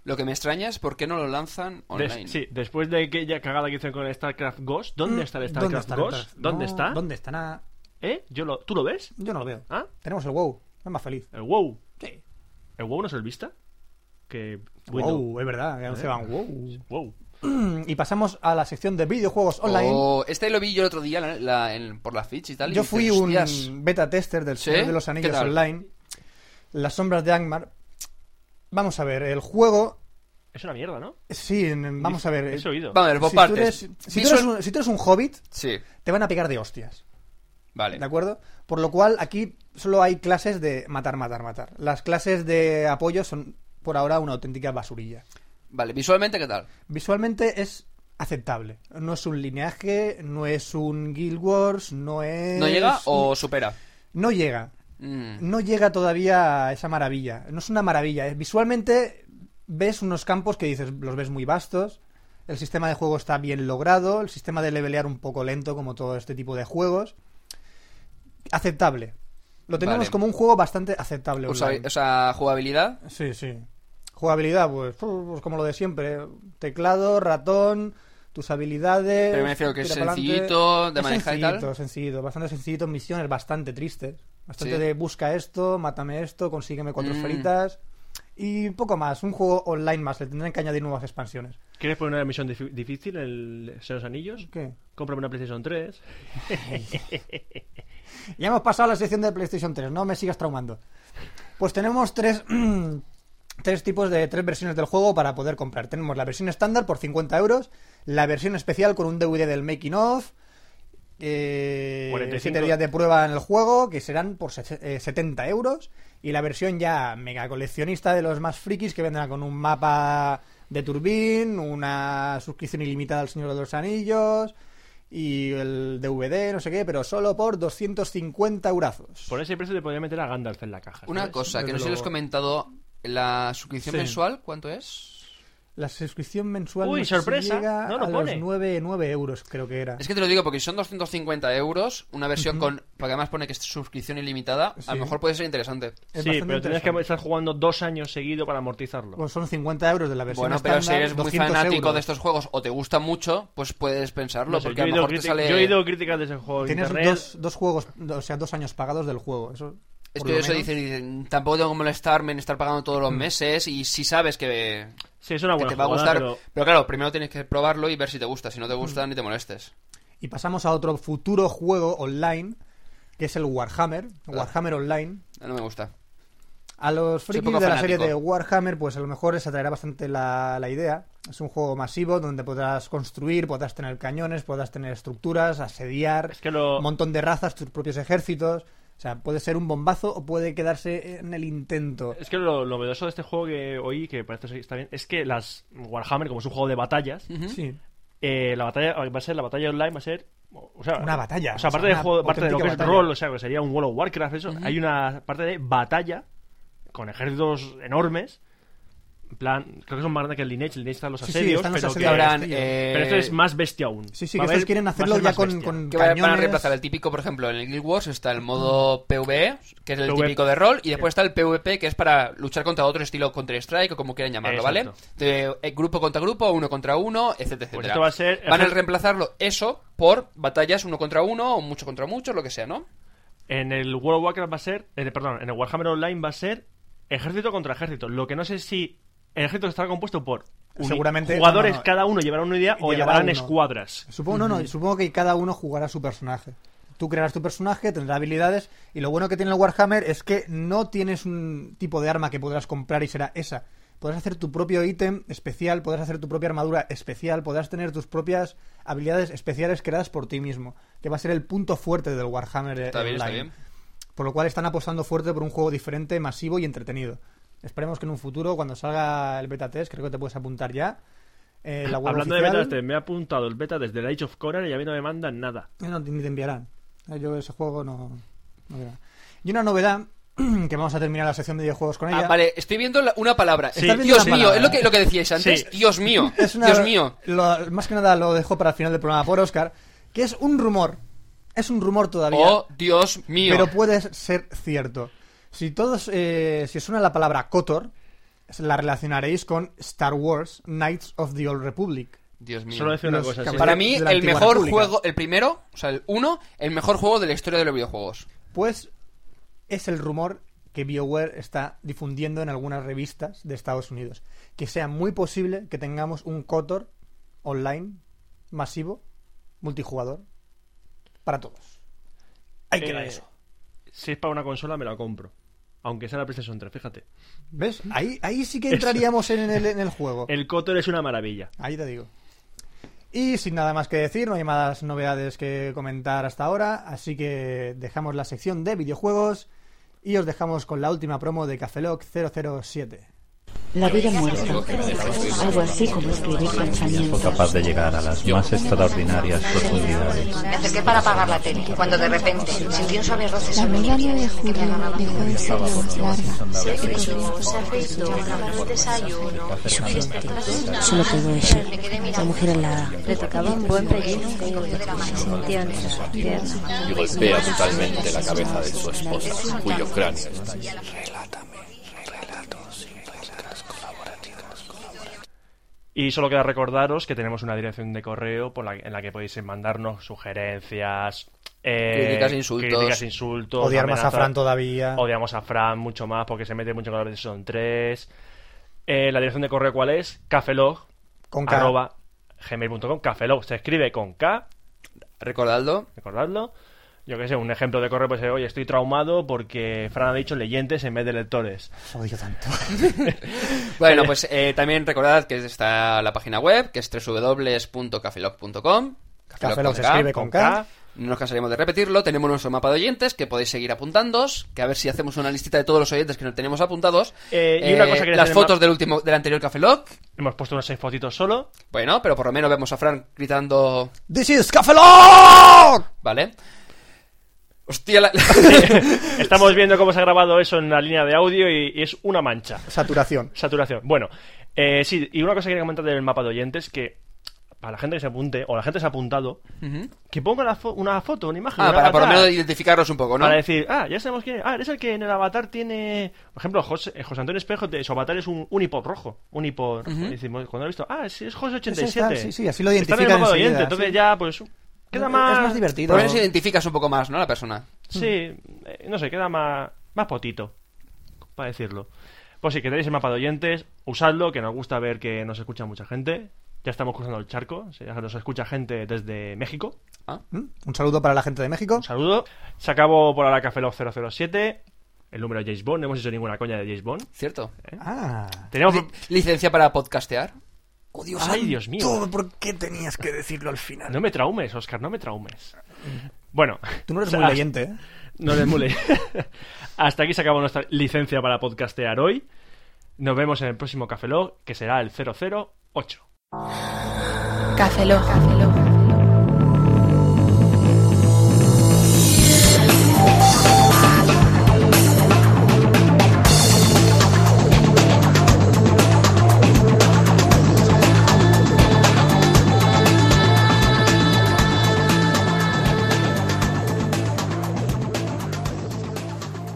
Speaker 3: Lo que me extraña es por qué no lo lanzan
Speaker 1: Des-
Speaker 3: online.
Speaker 1: sí, después de aquella cagada que hicieron con el StarCraft Ghost,
Speaker 2: Mm,
Speaker 1: ¿dónde está el StarCraft Ghost?
Speaker 2: StarCraft?
Speaker 1: ¿Dónde
Speaker 2: No,
Speaker 1: está?
Speaker 2: ¿Dónde está? Nada.
Speaker 1: ¿Eh? Yo lo, ¿Tú lo ves?
Speaker 2: Yo no lo veo.
Speaker 1: ¿Ah?
Speaker 2: Tenemos el WoW. Es más feliz.
Speaker 1: El WoW.
Speaker 2: Sí.
Speaker 1: ¿El WoW no es el Vista? Que. Eh.
Speaker 2: WoW, es verdad. que
Speaker 3: ¿Eh?
Speaker 2: anunciaban WoW. Mm,
Speaker 1: WoW.
Speaker 2: Y pasamos a la sección de videojuegos online.
Speaker 3: O- este lo vi yo el otro día la- la- en- por la Fitch y tal. y
Speaker 2: Yo
Speaker 3: dices,
Speaker 2: fui
Speaker 3: "Hostias".
Speaker 2: un beta tester del
Speaker 3: ¿Sí?
Speaker 2: Señor de los
Speaker 3: ¿Qué
Speaker 2: Anillos
Speaker 3: tal?
Speaker 2: online. Las sombras de Angmar. Vamos a ver, el juego.
Speaker 1: Es una mierda, ¿no?
Speaker 2: Sí, en- vamos a ver. eh,
Speaker 1: He oído.
Speaker 3: Vamos a ver, por
Speaker 2: si, tú eres,
Speaker 3: partes.
Speaker 2: si, tú
Speaker 3: Visual-
Speaker 2: eres un, si tú eres un hobbit,
Speaker 3: Sí,
Speaker 2: te van a pegar de hostias.
Speaker 3: vale.
Speaker 2: ¿De acuerdo? Por lo cual, aquí solo hay clases de matar, matar, matar. Las clases de apoyo son por ahora una auténtica basurilla.
Speaker 3: Vale, visualmente, ¿qué tal?
Speaker 2: Visualmente es aceptable. No es un lineaje, no es un Guild Wars, no es.
Speaker 3: ¿No llega o supera?
Speaker 2: No llega.
Speaker 3: Mm,
Speaker 2: no llega todavía a esa maravilla. No es una maravilla. eh. Visualmente ves unos campos que dices, los ves muy vastos. el sistema de juego está bien logrado, el sistema de levelear un poco lento como todo este tipo de juegos. Aceptable. Lo tenemos
Speaker 3: Vale.
Speaker 2: como un juego bastante aceptable.
Speaker 3: Usa-
Speaker 2: online.
Speaker 3: o sea, jugabilidad.
Speaker 2: Sí, sí. Jugabilidad, pues, fu- pues como lo de siempre. Teclado, ratón, tus habilidades.
Speaker 3: Pero me refiero que es
Speaker 2: tira pa'lante.
Speaker 3: sencillito de
Speaker 2: Es
Speaker 3: manejar y tal.
Speaker 2: Sencillito, sencillito, bastante sencillito, misiones bastante tristes. Bastante
Speaker 3: Sí.
Speaker 2: de busca esto, mátame esto, consígueme cuatro
Speaker 3: Mm.
Speaker 2: feritas. Y poco más, un juego online más, le tendrán que añadir nuevas expansiones.
Speaker 1: ¿Quieres poner una misión difi- difícil en el Señor de los Anillos?
Speaker 2: ¿Qué?
Speaker 1: Cómprame una PlayStation 3.
Speaker 2: Ya hemos pasado a la sección de PlayStation 3, no me sigas traumando. Pues tenemos tres, tres tipos de tres versiones del juego para poder comprar. Tenemos la versión estándar por 50 euros, la versión especial con un DVD del making of, eh,
Speaker 1: 45.
Speaker 2: 7 días de prueba en el juego, que serán por se- eh, 70 euros, y la versión ya mega coleccionista de los más frikis, que vendrá con un mapa de Turbín, una suscripción ilimitada al Señor de los Anillos, y el DVD, no sé qué, pero solo por 250 eurazos.
Speaker 1: Por e- ese precio te podría meter a Gandalf en la caja.
Speaker 3: Una
Speaker 1: ¿sabes?
Speaker 3: cosa,
Speaker 2: Desde
Speaker 3: que no sé si lo has
Speaker 2: luego.
Speaker 3: comentado. La suscripción
Speaker 2: Sí.
Speaker 3: mensual, ¿cuánto es?
Speaker 2: La suscripción mensual
Speaker 1: Uy,
Speaker 2: no sé si
Speaker 1: sorpresa,
Speaker 2: llega
Speaker 1: no lo
Speaker 2: a
Speaker 1: pone.
Speaker 2: los 9, 9 euros, creo que era.
Speaker 3: Es que te lo digo porque si son 250 euros, una versión con. Porque además pone que es suscripción ilimitada. A
Speaker 2: Sí.
Speaker 3: lo mejor puede ser interesante.
Speaker 2: Es
Speaker 1: sí, pero
Speaker 2: bastante
Speaker 1: tienes que
Speaker 2: interesante.
Speaker 1: estar jugando dos años seguido para amortizarlo.
Speaker 2: Pues son 50 euros de la versión
Speaker 3: Bueno, pero si
Speaker 2: estándar,
Speaker 3: eres muy
Speaker 2: 200
Speaker 3: fanático
Speaker 2: euros.
Speaker 3: de estos juegos o te gusta mucho, pues puedes pensarlo.
Speaker 1: No sé,
Speaker 3: porque
Speaker 1: yo,
Speaker 3: a
Speaker 1: he
Speaker 3: lo
Speaker 1: oído
Speaker 3: mejor te
Speaker 1: crítica-
Speaker 3: sale.
Speaker 1: yo he oído críticas de ese juego en
Speaker 2: Tienes
Speaker 1: internet.
Speaker 2: dos, dos juegos, o sea, dos años pagados del juego. Eso,
Speaker 3: Es
Speaker 2: por
Speaker 3: que
Speaker 2: lo
Speaker 3: eso
Speaker 2: menos. Mm.
Speaker 3: dice, dicen, tampoco tengo que molestarme en estar pagando todos los meses y si sabes que,
Speaker 1: Sí, es una
Speaker 3: que
Speaker 1: buena
Speaker 3: te va a
Speaker 1: jugada,
Speaker 3: gustar.
Speaker 1: pero-
Speaker 3: Pero... claro, primero tienes que probarlo y ver si te gusta. Si no te
Speaker 2: Mm.
Speaker 3: gusta, ni te molestes.
Speaker 2: Y pasamos a otro futuro juego online, que es el Warhammer,
Speaker 3: Ah.
Speaker 2: Warhammer Online.
Speaker 3: No me gusta.
Speaker 2: A los
Speaker 3: Soy
Speaker 2: frikis
Speaker 3: poco
Speaker 2: de la
Speaker 3: fanático.
Speaker 2: serie de Warhammer, pues a lo mejor les atraerá bastante la, la idea. Es un juego masivo donde podrás construir, podrás tener cañones, podrás tener estructuras, asediar,
Speaker 1: Es que lo-
Speaker 2: un montón de razas, tus propios ejércitos. O sea, puede ser un bombazo o puede quedarse en el intento.
Speaker 1: Es que lo, lo novedoso de este juego que oí, que parece que está bien, es que las Warhammer, como es un juego de batallas,
Speaker 2: Sí.
Speaker 1: eh, la batalla va a ser la batalla online, va a ser. O sea,
Speaker 2: Una batalla,
Speaker 1: O sea,
Speaker 2: o sea,
Speaker 1: aparte de,
Speaker 2: una
Speaker 1: juego, aparte de lo que
Speaker 2: auténtica
Speaker 1: es
Speaker 2: batalla.
Speaker 1: rol, o sea, que sería un World of Warcraft, eso, hay una parte de batalla con ejércitos enormes. En plan, creo que son más grandes que el Lineage, el Lineage están los
Speaker 2: Sí, sí,
Speaker 1: asedios,
Speaker 2: están los
Speaker 1: pero,
Speaker 2: asedios.
Speaker 1: que-
Speaker 3: Habrán,
Speaker 2: estoy yo.
Speaker 3: eh,
Speaker 1: pero esto es más bestia aún.
Speaker 2: Sí, sí,
Speaker 1: Va a
Speaker 2: que estos
Speaker 1: haber-
Speaker 2: quieren
Speaker 1: va a ser
Speaker 2: hacerlo ya
Speaker 1: más
Speaker 2: con,
Speaker 1: bestia.
Speaker 2: con
Speaker 3: Que va- van a
Speaker 2: cañones.
Speaker 3: reemplazar el típico, por ejemplo, en el Guild Wars está el
Speaker 1: Mm.
Speaker 3: modo PvE, que es el
Speaker 1: PvE.
Speaker 3: típico de rol, y después está el PvP, que es para luchar contra otro estilo Counter-Strike o como quieran llamarlo, ¿vale?
Speaker 1: Exacto.
Speaker 3: De eh, grupo contra grupo, uno contra uno, etcétera,
Speaker 1: Pues
Speaker 3: etcétera.
Speaker 1: esto va a ser-
Speaker 3: Van a reemplazarlo eso por batallas uno contra uno o mucho contra mucho, lo que sea, ¿no?
Speaker 1: En el World of Warcraft va a ser. en el- perdón, en el Warhammer Online va a ser ejército contra ejército. Lo que no sé si el ejército estará compuesto por uni-
Speaker 2: Seguramente,
Speaker 1: jugadores,
Speaker 2: no, no.
Speaker 1: cada uno llevará una idea o
Speaker 2: Llevará
Speaker 1: llevarán
Speaker 2: uno.
Speaker 1: escuadras.
Speaker 2: Supongo, no, no, supongo que cada uno jugará su personaje. Tú crearás tu personaje, tendrás habilidades, y lo bueno que tiene el Warhammer es que no tienes un tipo de arma que podrás comprar y será esa. Podrás hacer tu propio ítem especial, podrás hacer tu propia armadura especial, podrás tener tus propias habilidades especiales creadas por ti mismo, que va a ser el punto fuerte del Warhammer eh,
Speaker 3: Está bien, está
Speaker 2: online.
Speaker 3: bien.
Speaker 2: Por lo cual están apostando fuerte por un juego diferente, masivo y entretenido. Esperemos que en un futuro, cuando salga el beta test, creo que te puedes apuntar ya. eh, la web
Speaker 1: Hablando de
Speaker 2: oficial-
Speaker 1: betas, te- me ha apuntado el beta desde el Age of Conan y a mí no me mandan nada.
Speaker 2: Eh, No, ni te enviarán. Eh, Yo ese juego no... no verá. Y una novedad, que vamos a terminar la sección de videojuegos con ella.
Speaker 3: Ah, vale, estoy viendo la- una palabra.
Speaker 1: Sí.
Speaker 2: Estás viendo
Speaker 3: Dios
Speaker 2: una
Speaker 3: mío,
Speaker 2: palabra.
Speaker 3: es lo que, lo que decíais antes.
Speaker 1: Sí.
Speaker 3: Dios mío,
Speaker 2: Es una-
Speaker 3: Dios mío.
Speaker 2: lo- más que nada lo dejo para el final del programa por Oscar, que es un rumor. Es un rumor todavía.
Speaker 3: Oh, Dios mío.
Speaker 2: pero puede ser cierto. Si todos, eh, si os suena la palabra Kotor, la relacionaréis con Star Wars Knights of the Old Republic.
Speaker 3: Dios mío.
Speaker 1: Solo decir una
Speaker 2: Los
Speaker 1: cosa. sí.
Speaker 2: campana-
Speaker 3: Para
Speaker 2: de-
Speaker 3: mí,
Speaker 2: de la
Speaker 3: el
Speaker 2: antigua
Speaker 3: mejor
Speaker 2: República.
Speaker 3: juego, el primero, o sea, el uno, el mejor juego de la historia de los videojuegos.
Speaker 2: Pues es el rumor que BioWare está difundiendo en algunas revistas de Estados Unidos. Que sea muy posible que tengamos un Kotor online, masivo, multijugador, para todos. Hay que ver
Speaker 1: Eh,
Speaker 2: eso.
Speaker 1: Si es para una consola, me la compro. Aunque sea la PlayStation 3, fíjate.
Speaker 2: ¿Ves? Ahí, ahí sí que entraríamos en el, en el juego.
Speaker 1: ¿Mm? El Cotter es una maravilla.
Speaker 2: Ahí te digo. Y sin nada más que decir, no hay más novedades que comentar hasta ahora, así que dejamos la sección de videojuegos y os dejamos con la última promo de Cafeloc 007.
Speaker 7: La vida muerta. Algo así como escribir
Speaker 8: fue
Speaker 7: pensamientos.
Speaker 8: capaz de llegar a las más extraordinarias profundidades.
Speaker 9: Me acerqué para apagar la tele, cuando de repente sentí un suave roce
Speaker 7: La
Speaker 9: sobre mí.
Speaker 7: mañana de julio dejó de ser la más larga y
Speaker 8: Café
Speaker 7: Su
Speaker 8: jamás.
Speaker 7: gesto solo pudo ella, la mujer alada.
Speaker 5: Le tocaba un buen pellizco y se sentía entre sus piernas.
Speaker 10: y golpea brutalmente la cabeza de su esposa, cuyo cráneo está lleno.
Speaker 1: Y solo queda recordaros que tenemos una dirección de correo por la, en la que podéis mandarnos sugerencias, eh,
Speaker 3: Críticas, insultos.
Speaker 1: críticas, insultos,
Speaker 2: Odiar más a
Speaker 1: amenazas.
Speaker 2: Fran todavía.
Speaker 1: Odiamos a Fran mucho más porque se mete mucho con las veces son tres. Eh, la dirección de correo cuál es? Cafelog
Speaker 2: Con K.
Speaker 1: arroba gmail.com. Cafelog se escribe con K,
Speaker 3: Recordadlo.
Speaker 1: recordadlo. Yo qué sé, un ejemplo de correo pues ser, oye, estoy traumado porque Fran ha dicho leyentes en vez de lectores.
Speaker 2: Odio tanto.
Speaker 3: Bueno, pues eh, también recordad que está la página web, que es www.cafelog.com.
Speaker 2: Café
Speaker 3: con
Speaker 2: Lock se
Speaker 3: K.
Speaker 2: escribe con K.
Speaker 3: No nos cansaremos de repetirlo. Tenemos nuestro mapa de oyentes que podéis seguir apuntándoos. Que a ver si hacemos una listita de todos los oyentes que nos tenemos apuntados.
Speaker 1: Eh, y una cosa que
Speaker 3: las
Speaker 1: tenemos-
Speaker 3: fotos del último, del anterior Café Lock.
Speaker 1: Hemos puesto unos seis fotitos solo.
Speaker 3: Bueno, pero por lo menos vemos a Fran gritando.
Speaker 2: This is Café Lock.
Speaker 3: ¿Vale? Hostia, la-
Speaker 1: Estamos viendo cómo se ha grabado eso en la línea de audio y- y es una mancha.
Speaker 2: Saturación.
Speaker 1: Saturación. Bueno, eh, sí, y una cosa que quería comentar del mapa de oyentes que para la gente que se apunte, o la gente que se ha apuntado,
Speaker 3: Ujú.
Speaker 1: que ponga la fo- una foto, una imagen.
Speaker 3: Ah,
Speaker 1: una
Speaker 3: para por lo
Speaker 1: avatar,
Speaker 3: menos identificarlos un poco, ¿no?
Speaker 1: para decir, ah, ya sabemos quién es. Ah, eres el que en el avatar tiene. Por ejemplo, José, eh, José Antonio Espejo, de- su avatar es un, un hipod rojo. Un hipod. rojo. Decimos, cuando lo he visto, ah, sí, es José 87.
Speaker 2: Ese está, sí, sí, así lo
Speaker 1: Está en el
Speaker 2: identifican
Speaker 1: mapa de
Speaker 2: enseguida,
Speaker 1: oyentes, entonces
Speaker 2: sí.
Speaker 1: ya, pues. Queda
Speaker 2: Es
Speaker 1: más.
Speaker 2: más divertido.
Speaker 3: Por lo menos identificas un poco más, ¿no? La persona.
Speaker 1: Sí, eh, no sé, queda más, más potito, para decirlo. Pues si queréis el mapa de oyentes, usadlo, que nos gusta ver que nos escucha mucha gente. Ya estamos cruzando el charco, se- nos escucha gente desde México.
Speaker 3: Ah.
Speaker 2: ¿Mm? Un saludo para la gente de México.
Speaker 1: Un saludo. Se acabó por ahora Café Lock 007, el número de James Bond, no hemos hecho ninguna coña de James Bond.
Speaker 3: Cierto.
Speaker 2: Ah.
Speaker 1: Tenemos...
Speaker 3: Licencia para podcastear.
Speaker 2: Oh, Dios
Speaker 1: Ay,
Speaker 2: santo,
Speaker 1: Dios mío.
Speaker 2: ¿Por qué tenías que decirlo al final?
Speaker 1: No me traumes, Oscar, no me traumes. Bueno.
Speaker 2: Tú no eres
Speaker 1: o
Speaker 2: muy
Speaker 1: sea,
Speaker 2: leyente, ¿eh?
Speaker 1: No les mule. Hasta aquí se acabó nuestra licencia para podcastear hoy. Nos vemos en el próximo Café Log, que será el 008.
Speaker 5: Café Lock.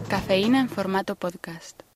Speaker 5: Cafeína en formato podcast.